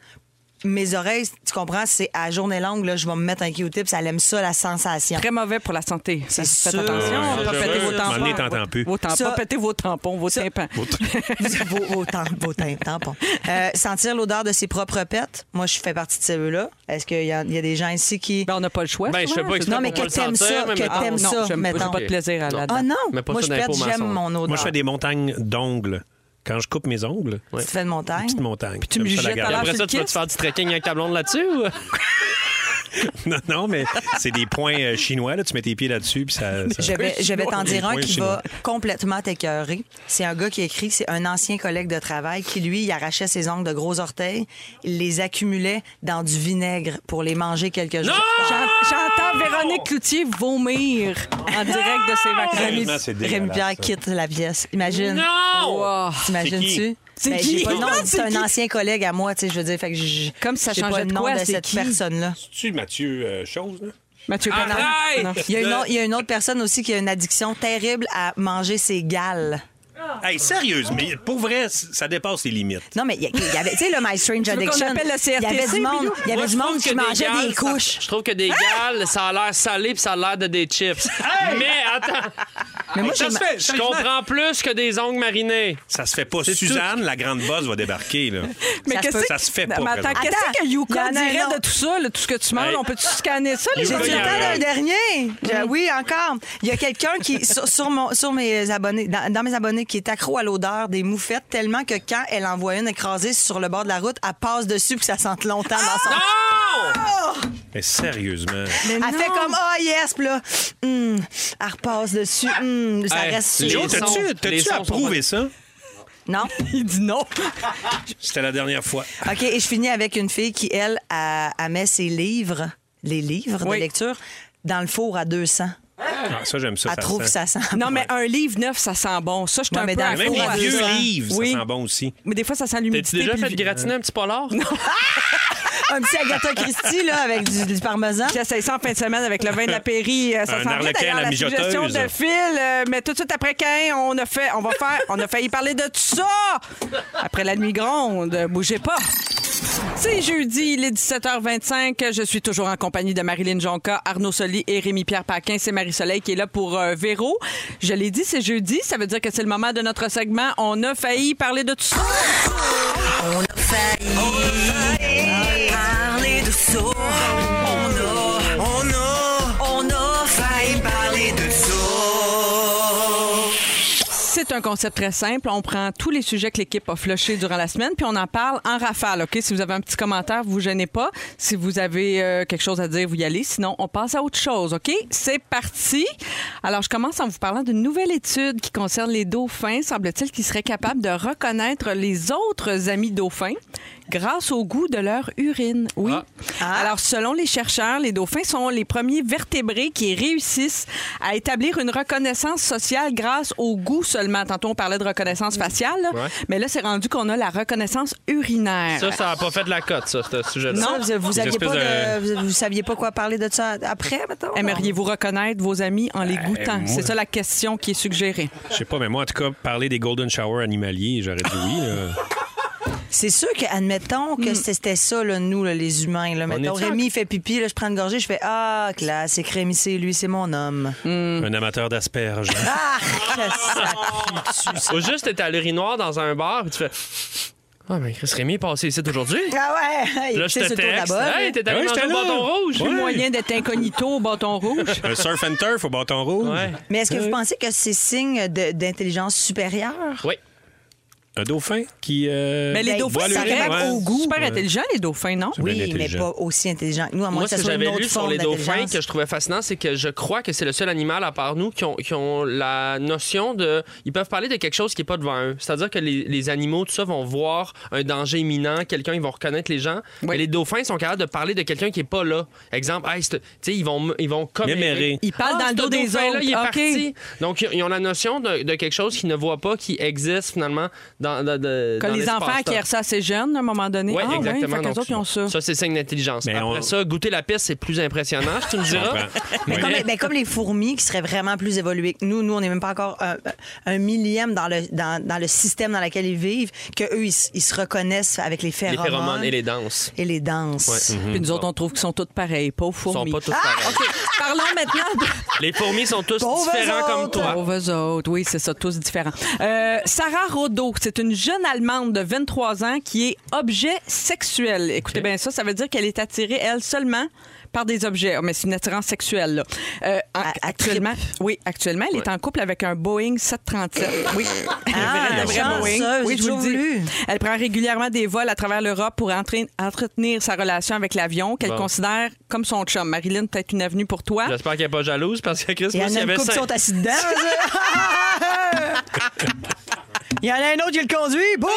S3: mes oreilles, tu comprends, c'est à journée longue, là, je vais me mettre un Q-tips. Elle aime ça, la sensation.
S2: Très mauvais pour la santé.
S3: C'est
S2: Faites
S3: sûr.
S2: attention,
S4: Ouais,
S2: pas
S4: c'est
S2: péter vos
S4: sûr. À un moment donné, t'entends
S2: tampons.
S4: plus.
S2: Vos tampons,
S3: Ça-
S2: pétez vos tampons, vos tympans.
S3: vos, vos, tam- vos tim- tampons. Euh, sentir l'odeur de ses propres pets. Moi, je fais partie de ceux-là. Est-ce qu'il y, a- il y a des gens ici qui.
S2: Ben, on n'a pas le choix.
S1: Ben, je
S2: souvent,
S1: fais pas
S2: c'est
S1: exprès
S2: ça.
S3: Non, mais
S1: pour
S3: que
S1: pas le
S3: t'aimes
S1: sentir,
S3: ça,
S1: mais
S3: que
S1: mettons-
S3: t'aimes
S2: non,
S3: ça,
S2: j'aime- j'ai
S3: mettons.
S2: pas de plaisir à
S1: Non.
S2: là-dedans.
S3: Ah non,
S1: Mais pas
S3: moi
S1: ça
S3: je
S1: dans les
S3: pète,
S1: pots
S3: j'aime
S1: maçons.
S3: mon odeur.
S4: Moi, je fais des montagnes d'ongles. Quand je coupe mes ongles,
S3: Tu te fais de montagne.
S4: petite montagne.
S2: tu me
S4: Comme ça, la
S2: jugeais
S4: garde.
S2: tout à l'heure.
S1: Après ça, tu vas te faire du trekking avec ta blonde là-dessus? ou?
S4: Non, non, mais c'est des points euh, chinois. Là. Tu mets tes pieds là-dessus, puis ça... ça-
S3: Je vais, je vais t'en dire un
S4: Oui,
S3: qui
S4: chinois.
S3: va complètement t'écœurer. C'est un gars qui écrit, c'est un ancien collègue de travail qui, lui, il arrachait ses ongles de gros orteils, il les accumulait dans du vinaigre pour les manger quelques jours.
S2: J'en- J'entends Véronique Cloutier vomir en direct de ses
S3: Rémi,
S2: vacances.
S4: Sérieusement, c'est dégueulasse,
S3: Rémi Pierre
S4: ça.
S3: quitte la pièce. Imagine.
S1: Non!
S2: Wow.
S3: T'imagines-tu?
S2: C'est
S3: Ben,
S2: qui?
S3: j'ai pas le nom,
S2: C'est
S3: C'est
S2: qui?
S3: un ancien collègue à moi, tu sais, je veux dire. Fait que je-
S2: Comme ça
S3: j'ai
S2: changeait
S3: pas le
S2: de
S3: nom
S2: quoi,
S3: de
S2: c'est
S3: cette
S2: qui?
S3: personne-là.
S4: Tu Mathieu euh, Chose, là?
S2: Mathieu Bernard.
S1: Arrête!
S2: Non.
S3: Il y, a une autre, il y a une autre personne aussi qui a une addiction terrible à manger ses galles.
S4: Hey, sérieuse, mais pour vrai, c- ça dépasse les limites.
S3: Non, mais il y, a- il y avait, tu sais, le My Strange
S2: veux qu'on
S3: Addiction.
S2: appelle le
S3: il y avait
S2: CRTC,
S3: du monde,
S2: Bilou?
S3: il y avait
S1: Moi,
S3: du
S1: je trouve
S3: monde
S1: que
S3: qui mangeait
S1: gales,
S3: des
S1: ça-
S3: couches.
S1: je trouve que des gales, ça a l'air salé puis ça a l'air de des chips. Mais attends,
S3: Mais moi,
S4: Ça
S3: j'ai-
S4: se fait,
S1: je
S4: sérieusement,
S1: comprends plus que des ongles marinés.
S4: Ça se fait pas.
S1: C'est
S4: Suzanne, la grande boss, va débarquer, là.
S2: Mais
S3: Ça se
S2: qu'est-ce
S3: peut.
S2: que
S4: Ça se fait pas,
S2: Mais attends,
S4: Véronique.
S2: qu'est-ce que
S3: Attends,
S2: Yuko
S3: il y en a un
S2: dirait
S3: autre.
S2: de tout ça, là, tout ce que tu manges?
S4: Hey.
S2: On peut-tu scanner ça, les
S3: J'ai
S4: Yuko,
S3: du
S4: il y
S2: gens?
S4: a-
S3: temps d'un dernier. Je- oui, encore. Il y a quelqu'un qui, sur, sur mon, sur mes abonnés, dans, dans mes abonnés, qui est accro à l'odeur des moufettes tellement que quand elle en voit une écrasée sur le bord de la route, elle passe dessus puis que ça sente longtemps dans son.
S1: Non!
S4: Mais sérieusement.
S3: Elle fait comme Ah yes, puis là, hum, elle repasse dessus, hum, ça
S1: Hey,
S3: reste.
S1: les
S3: sur-
S4: Joe,
S1: sons-
S4: t'as-tu-
S1: les
S4: t'as-tu
S1: sons sont
S4: approuvé ça?
S3: Non.
S2: Il dit non.
S4: C'était la dernière fois.
S3: OK, et je finis avec une fille qui, elle, a, a met ses livres, les livres
S2: Oui.
S3: de lecture, dans le four à 200.
S4: Ah, ça, j'aime ça.
S3: elle trouve ça
S4: sent.
S3: sent.
S2: Non, mais un livre neuf, ça sent bon. Ça, je suis
S3: Ouais,
S2: un
S3: mais
S2: peu
S3: dans
S2: accro
S4: Même
S3: four
S2: à
S4: les
S3: à
S4: vieux
S2: ça.
S3: 200.
S4: livres,
S2: Oui.
S4: ça sent bon aussi.
S2: Mais des fois, ça sent
S1: T'as-tu
S2: l'humidité.
S1: déjà
S2: puis
S1: fait
S2: le-
S1: gratiner un petit polar?
S3: Un petit Agatha Christie, là, avec du, du parmesan.
S2: J'essaie ça en fin de semaine avec le vin de la Pairie. Euh, Ça
S4: Un
S2: s'en vient
S4: arlequin
S2: d'ailleurs,
S4: à la
S2: la suggestion
S4: mijoteuse.
S2: de Phil. euh, mais tout de suite après qu'un, on a fait, on va faire, on a failli parler de tout ça. Après la nuit gronde, euh, bougez pas. C'est jeudi, il est 17h25. Je suis toujours en compagnie de Marilyn Jonca, Arnaud Soli et Rémi-Pierre Paquin. C'est Marie-Soleil qui est là pour euh, Véro. Je l'ai dit, c'est jeudi. Ça veut dire que c'est le moment de notre segment. On a failli parler de tout ça.
S8: parler de ça. On a, on a, on a failli parler de ça.
S2: C'est un concept très simple. On prend tous les sujets que l'équipe a flushés durant la semaine, puis on en parle en rafale. Ok, si vous avez un petit commentaire, vous gênez pas. Si vous avez euh, quelque chose à dire, vous y allez. Sinon, on passe à autre chose. Ok, c'est parti. Alors, je commence en vous parlant d'une nouvelle étude qui concerne les dauphins. Semble-t-il qu'ils seraient capables de reconnaître les autres amis dauphins grâce au goût de leur urine. Oui. Alors, selon les chercheurs, les dauphins sont les premiers vertébrés qui réussissent à établir une reconnaissance sociale grâce au goût seulement. Tantôt, on parlait de reconnaissance faciale, là. mais là, c'est rendu qu'on a la reconnaissance urinaire.
S1: Ça, ça a pas fait de la cote, ça, ce sujet-là.
S3: Ça, vous, vous
S1: Des
S3: aviez
S1: espèces
S3: pas de- vous- vous saviez pas quoi parler de ça après, mettons?
S2: Aimeriez-vous reconnaître vos amis en les goûtant?
S4: moi-
S2: C'est ça la question qui est suggérée.
S4: Je sais pas, mais moi, en tout cas, parler des Golden Shower animaliers, j'aurais dit oui. là.
S3: C'est sûr que, admettons que c'était ça, là, nous, là, les humains. Là, mettons,
S1: Hmm. est-tu
S3: Rémi, il fait pipi, là, je prends une gorgée, je fais Ah, classe, c'est Rémi, c'est lui, c'est mon homme.
S1: Hmm.
S4: Un amateur d'asperges.
S3: Ah, que ça pue,
S1: Faut juste être à l'urinoir dans un bar et tu fais Ah, mais Chris Rémy est passé ici aujourd'hui.
S3: Ah ouais!
S1: Là, je
S3: C'est
S1: te
S3: ce tour
S1: texte.
S3: là-bas, là.
S1: Hey, t'es allé
S4: Ouais,
S1: manger
S4: j'étais
S1: au
S4: là.
S1: bâton rouge.
S4: Ouais.
S2: Moyen d'être incognito au bâton rouge.
S4: un surf and turf au bâton rouge.
S1: Ouais.
S3: Mais est-ce que vous pensez que c'est signe de- d'intelligence supérieure?
S1: Oui.
S4: Un dauphin qui. euh,
S2: Mais les
S3: Ben,
S2: dauphins,
S4: voit le
S2: c'est
S4: lion,
S2: correct.
S4: ouais.
S3: au goût.
S2: Super intelligent, les dauphins, non?
S4: bien
S3: Oui, mais
S4: intelligent.
S3: pas aussi intelligent que nous, à moins
S1: Moi,
S3: que
S1: ce
S3: ça
S1: que
S3: soit une
S1: j'avais lu
S3: autre
S1: sur
S3: forme
S1: les dauphins
S3: d'intelligence.
S1: que je trouvais fascinant, c'est que je crois que c'est le seul animal à part nous qui ont, qui ont la notion de. Ils peuvent parler de quelque chose qui n'est pas devant eux. C'est-à-dire que les, les animaux, tout ça, vont voir un danger imminent, quelqu'un, ils vont reconnaître les gens. Mais les dauphins sont capables de parler de quelqu'un qui n'est pas là. Exemple, hey, c'est- tu sais, ils vont, ils vont commérer.
S4: Mémérer.
S2: Ils parlent
S1: Ah,
S2: dans le
S1: ce
S2: dos des
S1: dauphin-là,
S2: autres.
S1: il est
S2: OK.
S1: parti. Donc, ils ont la notion de, de quelque chose qu'ils ne voient pas, qui existe finalement dans, dans, dans-
S2: Comme
S1: dans
S2: les
S1: l'espace-temps.
S2: enfants acquièrent ça assez jeunes, à un moment donné.
S1: Oui,
S2: ah,
S1: exactement.
S2: Oui, fait que les
S1: Donc,
S2: autres, ils ont ça.
S1: c'est signe d'intelligence.
S4: Mais
S1: Après
S4: on-
S1: ça, goûter la piste, c'est plus impressionnant, tu me diras.
S3: Mais
S4: Oui.
S3: comme, mais comme les fourmis qui seraient vraiment plus évoluées que nous, nous, on n'est même pas encore un, un millième dans le, dans, dans le système dans lequel ils vivent, qu'eux, ils, s- ils se reconnaissent avec les
S1: Les
S3: phéromones,
S1: phéromones et les danses.
S3: et les danses.
S1: Ouais. mhm.
S2: Puis nous autres, on trouve qu'ils sont toutes pareilles, pauvres
S1: Hmm. Ils sont
S2: fourmis.
S1: pas tous pareils.
S2: Parlons maintenant de...
S1: Les fourmis sont tous
S3: Pauvres
S1: différents comme
S3: autres.
S1: toi.
S2: Pauvres autres, oui, c'est ça, tous différents. Euh, Sarah Rodeau, c'est une jeune Allemande de 23 ans qui est objet sexuel. Écoutez bien ça, ça veut dire qu'elle est attirée, elle, seulement par des objets. Oh, Mais c'est une attirance sexuelle, là. Euh, en-
S3: à
S2: actuellement, oui, actuellement, elle est en couple avec un Boeing 737. Oui.
S3: Ah,
S2: Un vrai, un vrai
S3: chanceuse, j'ai
S2: Boeing. Oui, je vous le
S3: toujours
S2: dis.
S3: voulu.
S2: Elle prend régulièrement des vols à travers l'Europe pour entraîner- entretenir sa relation avec l'avion qu'elle
S1: Bon.
S2: considère comme son chum. Marilyn, peut-être une avenue pour toi.
S1: J'espère qu'elle n'est pas jalouse parce que Chris,
S3: Il y
S1: moi,
S3: en
S1: s'il
S3: a
S1: y
S3: une
S1: avait
S3: couple qui
S1: cinq-
S3: sont assis dedans. Il y en a un autre qui le conduit. Bouf!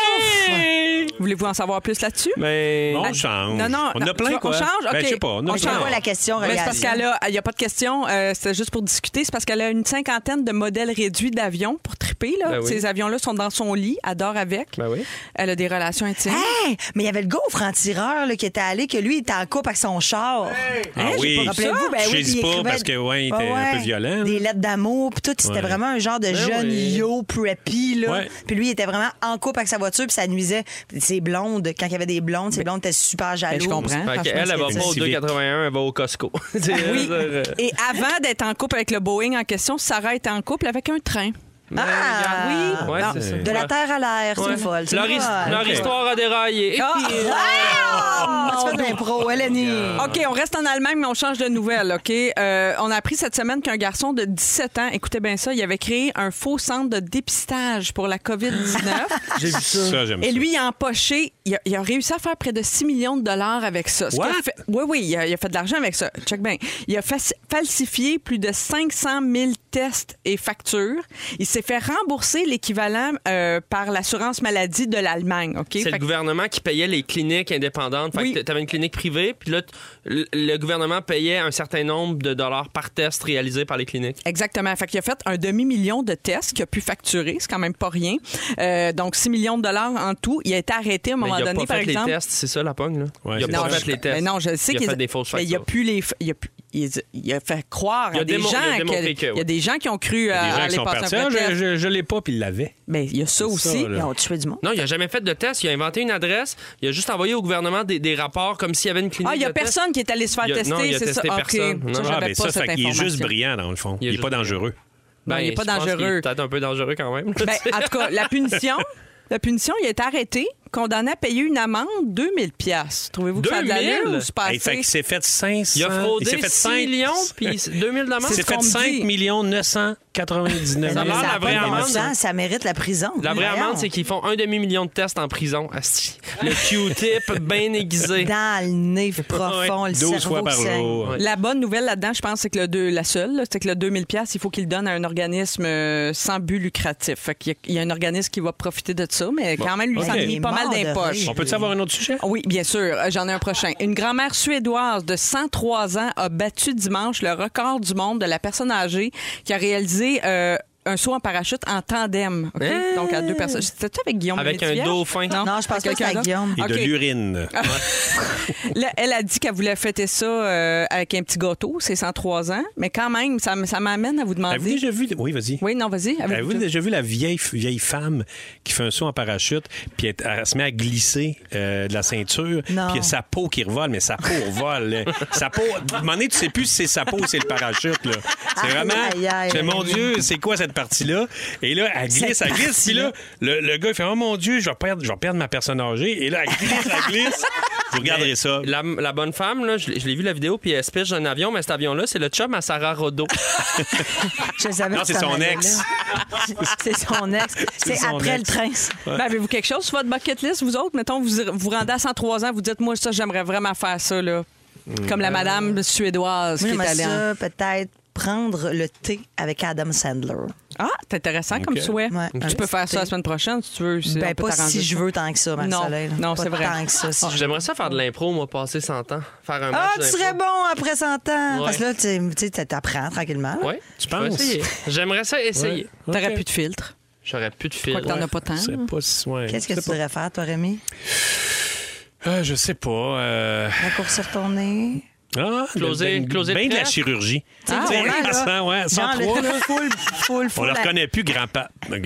S2: Voulez-vous en savoir plus là-dessus?
S1: Mais.
S4: On change.
S2: Non, non,
S4: on
S2: non,
S4: a plein,
S2: tu vois,
S4: quoi.
S2: On change,
S4: Ben,
S2: OK.
S4: je sais pas. On a
S2: On
S4: plein.
S3: change pas la question,
S2: Mais c'est
S3: regarde.
S2: parce qu'elle a, il n'y a pas de question, euh, c'était juste pour discuter. C'est parce qu'elle a une cinquantaine de modèles réduits d'avions pour triper. Là.
S1: Ben oui.
S2: Ces avions-là sont dans son lit, elle dort avec.
S1: Ben oui.
S2: Elle a des relations intimes.
S3: Hey, Hein? mais il y avait le gars au franc-tireur là, qui était allé, que lui, il était en couple avec son char.
S4: Ah oui.
S3: Rappelez-vous, ben oui,
S4: J'hésite
S3: puis il
S4: pas
S3: écrivait-
S4: parce que, ouais, il
S3: Ah
S4: était un peu violent.
S3: Des lettres d'amour, puis tout. C'était
S4: Ouais. Ben
S3: vraiment un genre de jeune
S1: oui.
S3: yo preppy, là.
S4: Ouais.
S3: Puis lui, il était vraiment en couple avec sa voiture, puis ça nuisait. Ses blondes, quand il y avait des blondes, ses blondes étaient super jalouses.
S2: Ben je comprends.
S1: Fait
S2: Franchement,
S1: qu'elle, elle,
S2: c'est
S1: va pas au
S4: civique.
S1: 2,81, elle va au Costco. euh,
S2: Oui. Et avant d'être en couple avec le Boeing en question, Sarah était en couple avec un train.
S3: Ah!
S1: oui. Ouais, c'est ça.
S3: De la terre à l'air,
S1: Ouais.
S3: c'est folle. c'est
S1: Leur,
S3: folle.
S1: his- leur histoire a déraillé. Et
S2: Ah!
S1: puis, euh,
S3: Ah! Tu fais de l'impro, Eleni.
S2: OK, on reste en Allemagne, mais on change de nouvelle, OK? Euh, on a appris cette semaine qu'un garçon de 17 ans, écoutez bien ça, il avait créé un faux centre de dépistage pour la COVID-19.
S4: J'ai vu ça. Ça, j'aime
S2: Et
S4: ça.
S2: lui, il a empoché, il a, il a réussi à faire près de 6 millions de dollars avec ça. Ce qu'il a
S4: What?
S2: fait- oui, oui, il a, il a fait de l'argent avec ça. Check bien. Il a faci- falsifié plus de 500 000 tests et factures. Il s'est fait rembourser l'équivalent euh, par l'assurance maladie de l'Allemagne. OK?
S1: C'est
S2: Fait
S1: le
S2: que-
S1: gouvernement qui payait les cliniques indépendantes. Fait
S2: Oui.
S1: que t'avais une clinique privée, puis là, t- le le gouvernement payait un certain nombre de dollars par test réalisé par les cliniques.
S2: Exactement. Fait qu'il a fait un demi-million de tests qu'il a pu facturer. C'est quand même pas rien. Euh, donc, 6 millions de dollars en tout. Il a été arrêté à un
S1: Mais
S2: moment
S1: il a
S2: donné,
S1: pas
S2: par
S1: fait
S2: exemple.
S1: les tests, c'est ça la pogne, là?
S4: Ouais,
S1: il a
S4: c'est
S1: pas
S4: ça.
S1: fait les tests.
S2: mais non, je sais
S1: il a
S2: qu'il
S1: fait des fausses
S2: mais il a
S1: factures.
S2: pu les f- il a pu- il il a fait croire
S1: Il a
S2: à des
S1: démon- il a
S2: gens qu'il-
S1: démontré que,
S2: il y a
S1: ouais.
S2: des gens qui ont cru
S4: Des
S2: à
S4: gens qui
S2: aller
S4: sont
S2: passer
S4: partis.
S2: un
S4: Ah,
S2: vrai
S4: je,
S2: test.
S4: je, je l'ai pas, puis il l'avait.
S2: Mais il y a ça aussi. Ah,
S4: là.
S3: Ils ont tué du monde.
S1: Non, il a jamais fait de test. Il a inventé une adresse. Il a juste envoyé au gouvernement des, des rapports comme s'il y avait une clinique.
S2: Ah, il n'y a
S1: de test.
S2: personne qui est allé se faire
S1: Il y a-
S2: tester,
S1: non, il a
S2: c'est ça.
S1: testé
S2: OK.
S1: personne.
S2: Ça,
S1: Non,
S2: j'avais
S4: Ah, ben
S2: pas
S4: ça,
S2: cette
S4: fait qu'il est juste
S2: information.
S4: brillant, dans le fond.
S1: Il est
S4: Il est pas
S1: juste-
S4: dangereux.
S2: Non, il est
S1: Ben,
S2: pas
S1: je pense qu'il
S2: dangereux.
S1: est Peut-être un peu dangereux quand même.
S2: Ben, en tout cas, la punition, la punition, il est arrêté, condamné à payer une amende 2000 pièces. Trouvez-vous que ça a de
S1: 2000?
S2: l'allure ou c'est pas
S4: Hey, fait
S2: assez?
S4: qu'il s'est fait 500.
S1: il a fraudé
S4: il s'est fait
S1: 6
S4: 5
S1: millions puis 2000
S4: Il
S1: d'amende.
S2: C'est
S4: s'est
S2: ce qu'on
S4: fait
S2: me
S4: 5
S2: dit.
S4: 999
S1: Ça a l'air
S3: Ça
S1: la
S3: a pas
S1: vraie
S3: de bon
S1: amende. hein?
S3: sens, ça mérite la prison.
S1: La vraie
S3: Voyons.
S1: amende, c'est qu'ils font un demi-million de tests en prison. Asti. Le Q-tip bien aiguisé.
S3: Dans le nez profond, le
S4: 12
S3: cerveau
S4: fois
S3: qui
S4: par
S3: saigne.
S4: jour.
S1: Ouais.
S2: La bonne nouvelle là-dedans, je pense, c'est que le deux, la seule, là, c'est que le 2000 pièces, il faut qu'il le donne à un organisme euh, sans but lucratif. Fait qu'il y a- il y, a un organisme qui va profiter de ça, mais quand même, lui,
S4: OK.
S2: ça
S4: Il
S2: mis
S3: est
S2: pas mal
S3: mort de
S2: d'impoches.
S3: rire.
S4: On peut savoir un autre sujet?
S2: Oui, bien sûr. Euh, J'en ai un prochain. Une grand-mère suédoise de 103 ans a battu dimanche le record du monde de la personne âgée qui a réalisé euh, un saut en parachute en tandem. OK? Donc, à deux personnes. C'était-tu avec Guillaume
S1: Hein? Avec un
S2: Métivierge?
S1: dauphin.
S3: Non, je pense
S2: Avec
S3: pas que c'est
S2: quelqu'un
S3: à
S2: d'autre?
S3: Guillaume.
S4: Et de
S2: OK.
S4: l'urine.
S2: Là, elle a dit qu'elle voulait fêter ça euh, avec un petit gâteau, c'est 103 ans. Mais quand même, ça, m- ça m'amène à vous
S4: Avez-vous
S2: demander.
S4: déjà vu... Oui, vas-y.
S2: Oui, non, vas-y. avez-vous
S4: Avez-vous Ah, déjà vu la vieille, vieille femme qui fait un saut en parachute, puis elle, elle se met à glisser euh, de la ceinture, puis
S3: Ah, Non.
S4: il y a sa peau qui revole, mais sa peau revole. là. sa peau, à un moment donné, tu sais plus si c'est sa peau ou c'est le parachute. là. C'est
S3: Aïe,
S4: vraiment.
S3: aïe, aïe.
S4: tu fais, mon Dieu, c'est quoi cette partie-là? Et là, elle glisse,
S3: Cette
S4: elle glisse, puis là, le, le gars, il fait, oh mon Dieu, je vais perdre, je vais perdre ma personne âgée. Et là, elle glisse, elle glisse. Vous regarderez ça.
S1: La, la bonne femme, là, je, l'ai- je l'ai vu la vidéo, puis elle se pêche d'un avion, mais cet avion-là, c'est le chum à Sarah Rodeau.
S3: Je savais
S4: Non,
S3: que
S4: c'est
S3: ça
S4: son
S3: m'allait
S4: ex.
S3: là. C'est son ex. C'est
S4: son
S3: après
S4: ex.
S3: le train.
S2: Ben, Avez-vous quelque chose sur votre bucket list, vous autres? Mettons, vous vous rendez à 103 ans, vous dites, moi, ça, j'aimerais vraiment faire ça, là.
S4: Hmm.
S2: Comme la madame suédoise
S3: Moi,
S2: qui est
S3: j'aimerais
S2: allée en-
S3: ça, peut-être prendre le thé avec Adam Sandler.
S2: Ah, c'est intéressant comme
S4: Ok.
S2: souhait.
S3: Ouais, un
S2: tu peux
S3: petit
S2: faire
S3: thé.
S2: ça la semaine prochaine si tu veux. si on
S3: Ben,
S2: peut
S3: pas
S2: t'arranger
S3: si je
S2: ça.
S3: veux tant que ça, ma
S2: Non,
S3: soleil. là.
S2: non,
S3: Pas
S2: c'est vrai.
S3: Tant que ça.
S4: Ah,
S3: si je-
S1: J'aimerais ça faire de l'impro, moi, passer 100 ans. Faire un
S3: Ah,
S1: match
S3: tu
S1: d'impro.
S3: serais bon après 100 ans.
S1: Ouais.
S3: Parce que là, tu tu sais, t'apprends tranquillement. là.
S1: Ouais, tu
S4: penses?
S1: J'aimerais ça essayer.
S2: T'aurais plus de filtre.
S1: J'aurais plus de
S2: Je
S1: fil.
S2: crois que t'en as pas tant.
S4: Je sais pas si ouais,
S3: hein? Qu'est-ce
S4: je
S3: que tu
S4: sais pas.
S3: voudrais faire, toi, Rémi?
S4: Ah, je sais pas. euh,
S3: La course sur ton nez?
S4: Ah,
S1: Closer-
S4: ben,
S1: closer
S4: ben
S1: le
S4: de la
S1: prêtre.
S4: chirurgie.
S3: Ah,
S4: Tu sais,
S3: ouais,
S4: à
S3: là.
S4: 100, ouais, à
S3: Genre,
S4: 103,
S3: le
S4: là,
S3: full, full,
S4: on
S3: full.
S4: ne
S3: la-
S4: reconnaît plus grand-papa. Hein,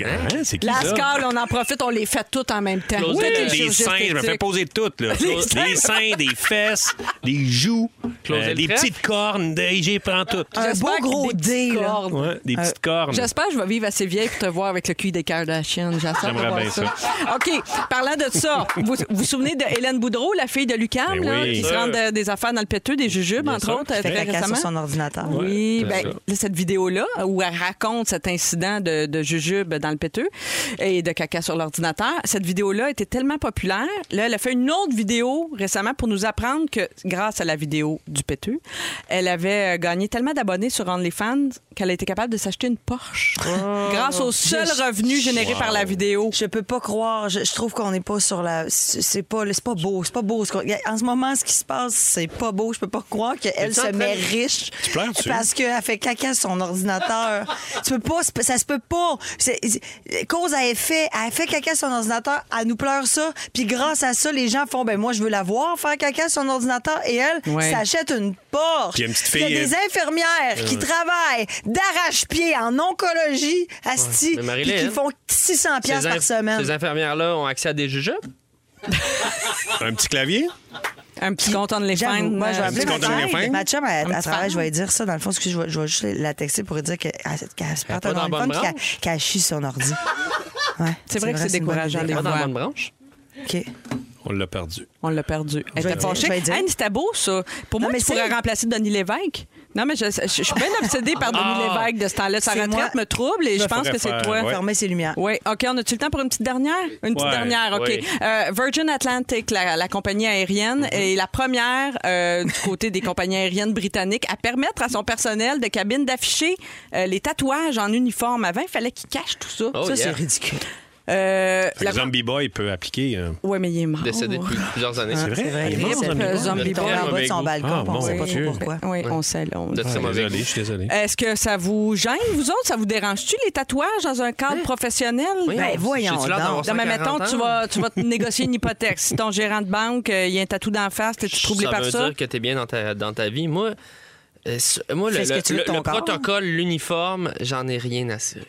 S4: c'est qui
S2: La
S4: ça?
S2: scale, on en profite, on les fait toutes en même temps.
S1: Closer
S2: Toutes
S1: le-
S2: les
S4: Des
S2: chirurgies
S4: seins, je me fais
S2: esthétiques.
S4: poser toutes. Là. Les seins, des fesses, des joues,
S1: Closer
S4: euh,
S1: le
S4: des
S1: trèfle.
S4: petites cornes. des- J'ai prends toutes.
S3: Un
S2: J'espère
S3: beau
S2: que
S3: gros
S2: des
S3: dé,
S2: petites
S3: là.
S2: cornes.
S4: Ouais, des petites cornes.
S2: J'espère que je vais vivre assez vieille pour te voir avec le cul des Kardashian. J'espère
S4: J'aimerais
S2: voir
S4: bien
S2: ça. OK. Parlant de ça, vous vous vous souvenez de Hélène Boudreau, la fille de Lucam,
S4: Ben
S2: là,
S4: oui.
S2: qui se
S1: Sûr.
S2: rend de- des affaires dans le péteux, des jujubes, entre autres, euh,
S3: Fait
S2: très
S3: la casse sur
S2: récemment?
S3: son ordinateur.
S2: Oui,
S4: Ouais,
S2: ben,
S4: c'est ça.
S2: là, cette vidéo-là, où elle raconte cet incident de, de jujube dans le péteux et de caca sur l'ordinateur, cette vidéo-là était tellement populaire. Là, elle a fait une autre vidéo récemment pour nous apprendre que, grâce à la vidéo du péteux, elle avait euh, gagné tellement d'abonnés sur OnlyFans qu'elle a été capable de s'acheter une Porsche
S3: Oh.
S2: grâce au seul
S3: Je-
S2: revenu généré par la vidéo.
S3: Je peux pas croire. Je, je trouve qu'on n'est pas sur la. C'est c'est pas, c'est pas beau. C'est pas beau. ce qu'on- En ce moment, ce qui se passe, c'est pas beau. Je peux pas croire qu'elle
S1: T'es-tu en
S3: se
S1: train
S3: met
S1: de-
S3: riche
S4: Tu pleures-tu?
S3: parce qu'elle fait caca sur son ordinateur. tu peux pas. c'est- Ça se peut pas. C'est- c'est- Cause à effet. Elle fait caca sur son ordinateur. Elle nous pleure ça. Puis grâce à ça, les gens font. Ben moi, je veux la voir faire caca sur son ordinateur. Et elle
S2: Ouais.
S3: s'achète une Porsche.
S4: Puis il y a une petite
S3: Puis il y a
S4: fille, hein. Euh.
S3: des infirmières qui travaillent d'arrache-pied en oncologie, asti,
S1: Mais Marilyn, hein.
S3: puis qui font 600 pièces
S1: Ces
S3: par
S1: inf-
S3: semaine.
S1: Ces infirmières-là ont accès à des jujubes.
S4: Un petit clavier?
S2: Un petit compte OnlyFans.
S3: J'avoue, moi, je vais
S2: euh,
S3: appeler
S4: petit
S3: ma
S4: condom
S3: chum.
S4: de fin.
S3: Ma chum, elle,
S2: Un
S3: elle
S2: petit
S3: travaille,
S2: fan.
S3: je vais lui dire ça. Dans le fond, excuse, je vais, je vais juste la texter pour lui dire qu'elle qu'elle se parte
S1: pas
S3: un
S1: dans la bonne
S3: OnlyFans puis
S1: branche.
S3: qu'elle qu'elle chie son ordi. Ouais,
S2: C'est vrai que c'est
S3: une bonne
S2: décourageant,
S3: idée.
S2: les
S1: Pas dans
S2: Ouais.
S1: la bonne branche.
S3: OK.
S4: On l'a perdu.
S2: On l'a perdu. Elle
S3: vais
S2: était
S3: dire,
S2: fâchée.
S3: je vais dire.
S2: Hey, mais c'était beau, ça. Pour
S3: Non,
S2: moi,
S3: mais
S2: tu pourrais
S3: c'est-
S2: remplacer Denis Lévesque. Non, mais je, je- je suis bien obsédée par Denis
S1: Ah.
S2: Lévesque de ce temps-là. Sa
S3: C'est
S2: retraite
S3: moi.
S2: me trouble et je pense
S4: faudrait
S2: que c'est
S4: faire,
S2: toi.
S4: Ouais.
S3: Fermer ses lumières.
S2: Oui, OK, on a-tu le temps pour une petite dernière? Une petite
S4: Ouais,
S2: dernière, OK.
S1: oui.
S2: Euh, Virgin Atlantic, la, la compagnie aérienne,
S4: Mm-hmm.
S2: est la première euh, du côté des compagnies aériennes britanniques à permettre à son personnel de cabine d'afficher euh, les tatouages en uniforme. Avant, il fallait qu'il cache tout ça.
S1: Oh,
S3: ça, c'est
S1: yeah.
S3: ridicule.
S2: Euh,
S4: Fait que
S2: la-
S4: Zombie Boy peut appliquer. euh,
S2: Ouais, mais il est mort.
S1: Décédé
S3: Oh.
S1: depuis plusieurs années.
S4: C'est vrai, il est
S2: Rip,
S4: mort,
S2: euh, Zombie
S3: Il
S2: Zombie
S3: est
S2: Boy.
S3: tombé en bas de
S1: Mauvais
S3: son
S1: goût.
S3: balcon,
S4: Ah,
S3: on
S4: mon
S3: sait pas trop
S4: Dieu.
S3: pourquoi.
S2: Oui, on sait, là, on
S1: De
S2: le
S1: très
S4: Ah,
S1: mauvais
S4: désolé, je suis désolé.
S2: Est-ce que ça vous gêne, vous autres? Ça vous dérange-tu, les tatouages dans un cadre professionnel?
S3: Ben, voyons
S1: J'ai-tu l'air
S3: donc.
S1: d'avoir
S2: Non, mais
S1: 140
S2: mettons,
S1: ans?
S2: tu vas, tu vas te négocier une hypothèque. Si ton gérant de banque, euh, il y a un tatou d'en face, t'es troublé par
S1: veut
S2: ça.
S1: dire que t'es bien dans ta, dans ta vie. Moi, euh, s- moi le,
S3: Fais ce que
S1: le-
S3: tu veux de
S1: le-
S3: ton
S1: le
S3: corps.
S1: protocole, l'uniforme, j'en ai rien à cirer.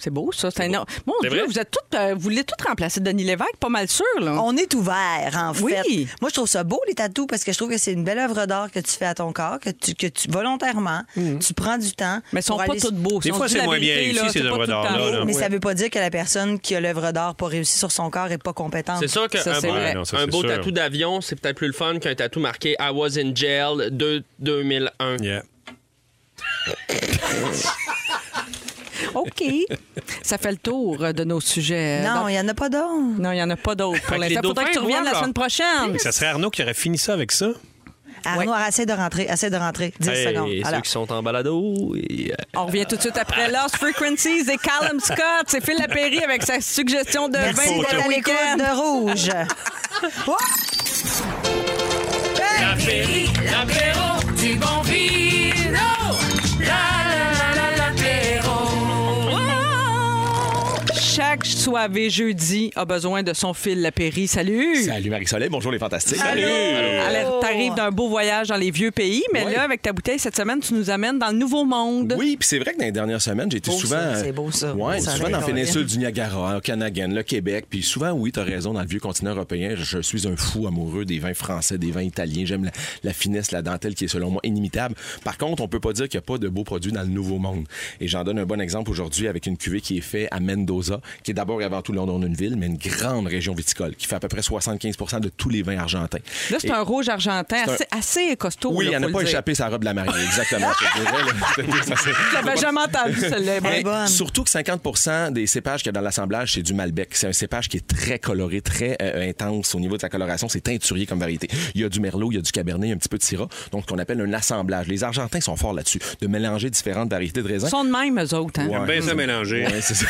S2: C'est beau, ça. C'est énorme. Mon
S1: C'est
S2: Dieu,
S1: vrai?
S2: vous êtes toutes, euh, vous voulez toutes remplacer Denis Lévesque, pas mal sûr, là.
S3: On est ouvert, en
S2: Oui.
S3: fait. Moi, je trouve ça beau, les tatous, parce que je trouve que c'est une belle œuvre d'art que tu fais à ton corps, que tu, que tu volontairement, tu prends du temps.
S2: Mm. Mais ils sont
S3: pour
S2: pas
S3: aller-
S2: toutes beaux.
S4: Des
S2: Si on
S4: fois,
S2: dit
S4: c'est
S2: la
S4: moins bien
S2: vérité,
S4: réussi,
S2: là,
S4: ces
S2: c'est pas
S4: œuvres
S2: tout le temps
S4: d'art-là,
S2: beau.
S4: là.
S3: Mais ça veut pas dire que la personne qui a l'œuvre d'art pas réussi sur son corps est pas compétente.
S1: C'est sûr qu'un
S2: Ça, c'est
S1: beau,
S2: vrai.
S4: Non, ça,
S1: un
S4: c'est
S1: beau
S4: sûr.
S1: tatou d'avion, c'est peut-être plus le fun qu'un tatou marqué I was in jail de 2001.
S4: Yeah.
S2: OK. Ça fait le tour euh, de nos sujets.
S3: Non, il
S2: Donc-
S3: n'y en a pas d'autres.
S2: non, il n'y en a pas d'autres pour
S1: Fait que les
S2: l'instant. Faudrait que tu
S1: dauphins
S2: reviennes la
S1: roulent,
S2: semaine prochaine.
S4: Ça serait Arnaud qui aurait fini ça avec ça.
S3: Arnaud, Ah, essaie de rentrer, essaie de rentrer. 10
S1: Hey,
S3: secondes.
S1: et ceux
S3: Alors.
S1: qui sont en balado. et, euh,
S2: On revient tout de suite après Lost Frequencies et Callum Scott. C'est Phil Lapéry avec sa suggestion de 20
S3: Merci
S2: pour
S3: d'être à
S2: le
S3: l'écoute
S2: week-end.
S3: de Rouge.
S8: du bon vino. La la la la l'apéro.
S2: Chaque soirée jeudi a besoin de son Phil Lapéry. Salut!
S6: Salut Marie-Soleil, bonjour les fantastiques.
S2: Alors, t'arrives d'un beau voyage dans les vieux pays, mais
S6: Ouais.
S2: là, avec ta bouteille cette semaine, tu nous amènes dans le nouveau monde.
S6: Oui, puis c'est vrai que dans les dernières semaines, j'ai été
S3: Beau,
S6: souvent.
S3: ça, c'est beau, ça.
S6: Ouais,
S3: Beau, ça, hein.
S6: souvent
S3: oui.
S6: dans la péninsule du Niagara, au Okanagan, le Québec. Puis souvent, oui, t'as raison, dans le vieux continent européen, je, je suis un fou amoureux des vins français, des vins italiens. J'aime la, la finesse, la dentelle qui est selon moi inimitable. Par contre, on peut pas dire qu'il n'y a pas de beaux produits dans le nouveau monde. Et j'en donne un bon exemple aujourd'hui avec une cuvée qui est faite à Mendoza. qui est d'abord et avant tout le nom d'une ville, mais une grande région viticole qui fait à peu près 75 de tous les vins argentins.
S2: Là, c'est
S6: Et-
S2: un rouge argentin
S6: C'est un-
S2: assez, assez costaud.
S6: Oui,
S2: là,
S6: il en
S2: faut
S6: a
S2: le
S6: pas
S2: dire.
S6: échappé sa robe de la mariée, exactement. je dirais, là. C'était- ça, c'est-
S2: Je l'avais jamais entendu, celle-là.
S6: Mais
S3: bonne.
S6: surtout que 50 des cépages qu'il y a dans l'assemblage, c'est du Malbec. C'est un cépage qui est très coloré, très euh, intense au niveau de sa coloration. C'est teinturier comme variété. Il y a du Merlot, il y a du Cabernet, un petit peu de Syrah. Donc, ce qu'on appelle un assemblage. Les Argentins sont forts là-dessus, de mélanger différentes variétés de raisins.
S2: Ils sont de même, eux autres. hein.
S6: Ouais.
S4: J'aime bien ça mélanger.
S6: Ouais, c'est ça.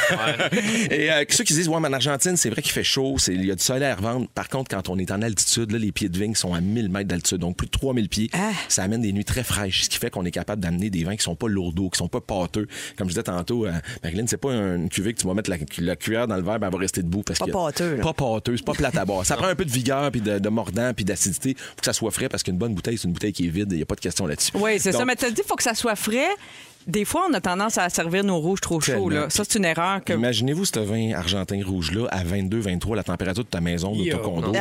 S6: Et euh, ceux qui disent, ouais, mais en Argentine, c'est vrai qu'il fait chaud, c'est- il y a du soleil à revendre. Par contre, quand on est en altitude, là, les pieds de vigne sont à 1000 mètres d'altitude, donc plus de 3000 pieds.
S2: Ah.
S6: Ça amène des nuits très fraîches, ce qui fait qu'on est capable d'amener des vins qui sont pas lourdeaux, qui sont pas pâteux. Comme je disais tantôt, euh, Marilyn, c'est pas une cuvée que tu vas mettre la, la cuillère dans le verre, ben, elle va rester debout. Parce
S3: Pas
S6: qu'il y a-
S3: pâteux, là.
S6: Pas pâteux, c'est pas plate à boire. Ça prend un peu de vigueur, puis de, de mordant, puis d'acidité, pour que ça soit frais, parce qu'une bonne bouteille, c'est une bouteille qui est vide, il n'y a pas de question là-dessus.
S2: Oui, c'est ça.
S6: Donc,
S2: Mais tu as dit qu'il faut que ça soit frais. Des fois, on a tendance à servir nos rouges trop chauds.
S6: Tellement.
S2: Là. Ça, c'est une erreur. que
S6: Imaginez-vous ce vin argentin rouge-là à 22, 23, la température de ta maison, de ton condo.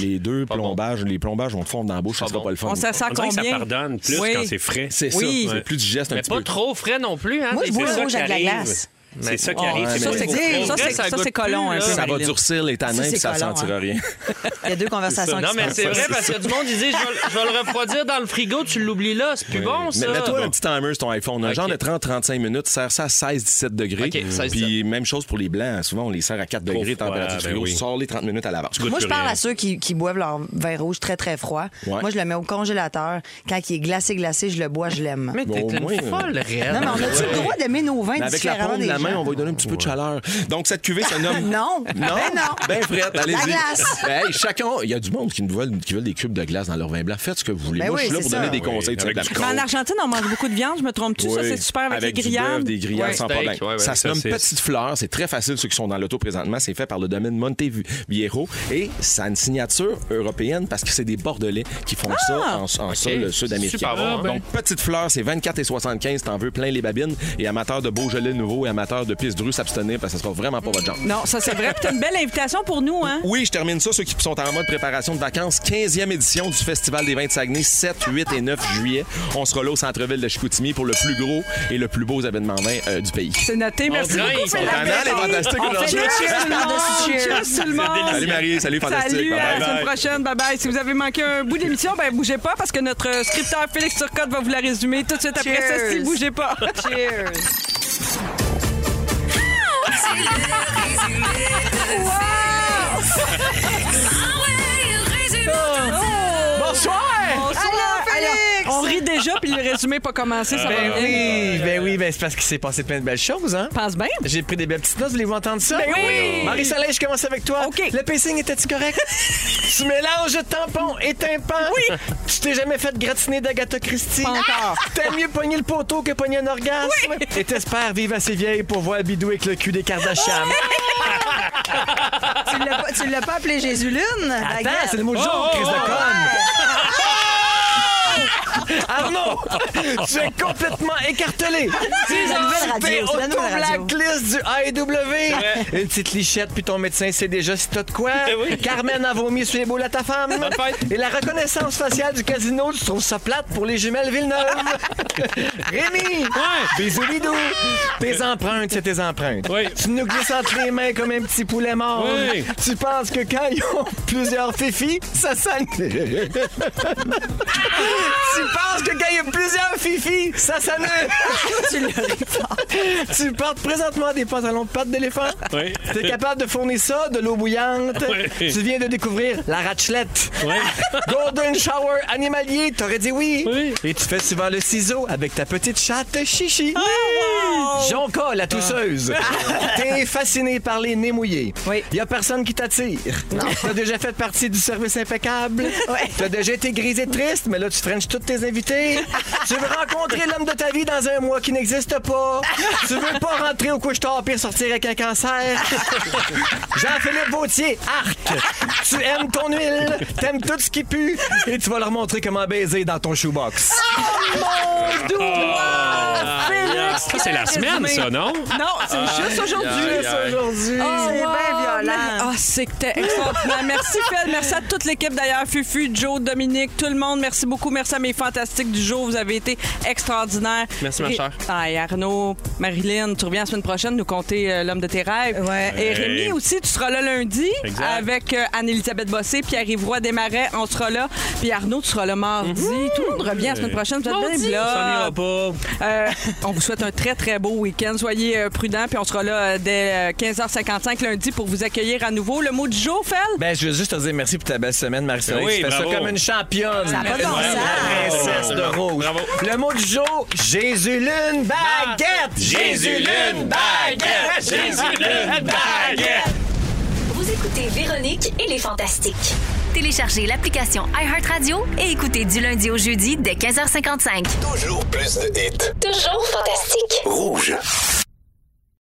S6: Les deux
S1: bon.
S6: plombages, les plombages vont te fondre dans la bouche, ça
S1: Pas
S6: sera
S1: bon.
S6: pas le fond.
S2: On s'en sert
S4: On dirait que
S2: combien?
S4: ça pardonne plus
S2: Oui.
S4: quand c'est frais.
S6: C'est ça,
S2: Oui.
S6: c'est plus digeste un
S1: Mais
S6: petit
S1: pas
S6: peu.
S1: trop frais non plus, hein?
S3: Moi,
S1: des
S3: je bois
S1: fois.
S3: le rouge
S4: qui
S3: avec de la
S4: arrive.
S3: glace.
S4: C'est ça qui arrive.
S6: Ah,
S4: c'est
S2: ça,
S4: pas
S2: c'est
S3: ça,
S4: trop frais.
S2: ça, c'est-
S1: Ça
S2: ça,
S1: goûte
S2: c'est collant un
S1: plus,
S2: peu.
S1: là.
S6: Ça va
S2: Marilyn.
S6: durcir les tanins,
S3: Ça, c'est
S6: puis ça
S3: collant,
S6: sentira
S3: hein.
S6: rien.
S3: Il y a deux conversations
S1: Non,
S3: qui
S1: mais
S3: se
S1: c'est
S3: passent.
S1: vrai, parce que du monde disait, je vais, le- je vais le refroidir dans le frigo, tu l'oublies là, c'est plus bon, ça.
S6: Mais mets-toi un petit timer sur ton iPhone, un
S1: Ok.
S6: genre de 30-35 minutes, serre ça à 16-17 degrés.
S1: Ok, 16-17.
S6: Puis même chose pour les blancs, souvent on les sert à 4 degrés
S4: froid,
S6: température
S4: ben
S6: frigo,
S4: oui.
S6: sors les 30 minutes à l'avance.
S4: goûtes
S3: Moi, je
S4: plus
S3: parle
S4: rien.
S3: à ceux qui, qui boivent leur vin rouge très, très froid.
S6: Ouais.
S3: Moi, je le mets au congélateur. Quand il est glacé, glacé, je le bois, je l'aime.
S1: Mais t'es
S6: Bon,
S1: une
S6: oui.
S1: folle, Red.
S3: Non, mais on a-tu le droit d'aimer nos vins
S6: Mais avec la
S3: différemment
S6: paume de
S3: des
S6: la main,
S3: gens?
S6: on va lui donner un petit peu de chaleur. Donc, cette cuvée se nomme.
S3: Non.
S6: Non.
S3: Ben non.
S6: Ben, Fred, allez-y.
S3: glace.
S6: Ben, hey, chacun, il y a du monde qui nous veulent, qui veulent des cubes de glace dans leur vin blanc. Faites ce que vous voulez.
S3: Ben
S6: Moi, je suis
S3: oui,
S6: là pour
S3: c'est
S6: donner
S3: ça.
S6: des conseils.
S4: Oui,
S6: tu sais, de
S4: avec
S6: la
S4: du
S2: Mais en Argentine, on mange beaucoup de viande, je me trompe-tu? Ça,
S6: Oui.
S2: c'est super avec, les
S6: du
S2: grillades.
S6: bœuf, des grillades
S2: Ouais.
S6: sans
S1: Steak,
S6: problème.
S1: ouais, ouais.
S6: ça se nomme
S4: Saucisse.
S6: Petite Fleur. C'est très facile, ceux qui sont dans l'auto présentement. C'est fait par le domaine Monteviejo. Et ça a une signature européenne parce que c'est des Bordelais qui font ça en, en sol sud-américain.
S1: Super bon. hein.
S6: Donc, Petite Fleur, c'est 24 et 75. T'en veux plein les babines. Et amateurs de Beaujolais nouveau et amateurs de piste drue, s'abstenir parce que ça sera vraiment pas votre genre.
S2: Non, ça, c'est vrai. Puis t'as une belle invitation pour nous, hein?
S6: Oui, je termine ça. Ceux qui sont en mode préparation de vacances, 15e édition du Festival des Vins de Saguenay, 7, 8 et 9 juillet. On sera là au centre-ville de Chicoutimi pour le plus gros et le plus beau événement vin euh, du pays.
S2: C'est noté. Merci
S1: On dirait,
S2: beaucoup,
S1: ils sont
S2: Philippe.
S6: Pendant les fantastiques
S2: Fait
S6: aujourd'hui.
S2: cheers, tout le monde.
S3: Cheers.
S2: Cheers, tout le monde.
S6: Salut Marie, salut fantastique.
S2: Salut,
S6: Bye
S2: à
S6: bye.
S2: la semaine prochaine. Bye bye. Si vous avez manqué un bout d'émission, ben bougez pas parce que notre scripteur Félix Turcotte va vous la résumer tout de suite après
S3: Cheers.
S2: ça. Si bougez pas.
S3: Cheers.
S9: Ah
S2: Bonsoir.
S3: Félix.
S2: on rit déjà puis le résumé pas commencé, ça va bien.
S10: Oui, ben oui, ben c'est parce qu'il s'est passé plein de belles choses, hein?
S2: Pense bien.
S10: J'ai pris des belles petites notes, voulez-vous entendre ça?
S2: Ben oui!
S10: Marie-Soleil, je commence avec toi.
S2: OK.
S10: Le pacing était-tu correct? tu mélanges tampon et tympan. Oui! Tu t'es jamais fait gratiner d'Agatha Christie?
S2: Pas encore.
S10: T'aimes mieux pogner le poteau que pogner un orgasme? Oui! Et t'espères vivre assez vieille pour voir Bidou avec le cul des Kardashian.
S3: Tu l'as pas- tu l'as pas appelé Jésus-Lune? la
S10: Attends,
S3: gueule.
S10: c'est le mot de jour, Chris de conne. Arnaud, Ah tu es complètement écartelé.
S3: C'est la nouvelle radio,
S10: T'es
S3: c'est la nouvelle radio.
S10: auto-blacklist du AEW. Une petite lichette, puis ton médecin sait déjà si t'as de quoi. Carmen a vomi sur les boules à ta femme. Et la reconnaissance faciale du casino, tu trouves ça plate pour les jumelles Villeneuve. Rémi, bisous bidou. Tes empreintes, c'est tes empreintes.
S1: Oui.
S10: Tu nous glisses entre les mains comme un petit poulet mort.
S1: Oui.
S10: Tu penses que quand ils ont plusieurs fifis, ça sent le nez. tu penses que quand il y a plusieurs fifis, ça sent le nez. tu portes présentement des pantalons de pattes d'éléphant.
S4: Oui.
S10: Tu es capable de fournir ça, de l'eau bouillante.
S4: Oui.
S10: Tu viens de découvrir la rachelette.
S4: Ouais.
S10: Golden shower animalier, t'aurais dit oui.
S4: Oui.
S10: Et tu fais souvent le ciseau avec ta petite chatte chichi.
S4: Ah,
S10: Jonca, la tousseuse. T'es fasciné par les nez mouillés.
S2: Oui.
S10: Y a personne qui t'attire. T'as déjà fait partie du service impeccable. T'as déjà été grisé triste, mais là, tu frenches tous tes invités. tu veux rencontrer l'homme de ta vie dans un mois qui n'existe pas. tu veux pas rentrer au couche-tard puis sortir avec un cancer. Jean-Philippe Vautier, arc. tu aimes ton huile, t'aimes tout ce qui pue, et tu vas leur montrer comment baiser dans ton shoebox.
S2: Félix,
S4: Ça, c'est la
S2: quel
S4: semaine,
S2: résumé.
S4: ça, non?
S2: Non, c'est juste aujourd'hui.
S10: aujourd'hui.
S3: C'est bien violent.
S2: mer- Ah, c'était extraordinaire. Merci, Phil. Merci à toute l'équipe d'ailleurs. Fufu, Joe, Dominique, tout le monde. Merci beaucoup. Merci à mes fantastiques du jour. Vous avez été extraordinaires.
S1: Merci, ma
S2: Ré-
S1: chère.
S2: Aïe, Arnaud, Marilyn, tu reviens la semaine prochaine nous compter euh, l'homme de tes rêves. Et
S1: Ouais.
S2: Rémi aussi, tu seras là lundi
S1: Exact.
S2: avec euh, Anne-Élisabeth Bossé, Pierre-Yves Roy Desmarais. On sera là. Puis Arnaud, tu seras là mardi. Tout le monde revient la semaine prochaine. Vous êtes bien
S1: Mm-hmm. Mardi.
S2: là.
S1: Ça n'ira
S2: Euh, on vous souhaite un très, très beau week-end. Soyez euh, prudents, puis on sera là euh, dès euh, 15h55 lundi pour vous accueillir à nouveau. Le mot du jour, Fel?
S10: Ben, je veux juste te dire merci pour ta belle semaine, Marcel.
S2: Ben oui,
S10: tu fais
S2: bravo.
S10: ça comme une championne.
S2: Ça a pas de bon
S10: Une
S2: sens.
S10: princesse de rose. Le mot du jour, Jésus-lune baguette.
S8: Jésus-lune baguette. Jésus-lune baguette.
S9: Vous écoutez Véronique et les Fantastiques. Téléchargez l'application iHeartRadio et écoutez du lundi au jeudi dès 15h55.
S8: Toujours plus de hits.
S9: Toujours fantastique.
S8: Rouge.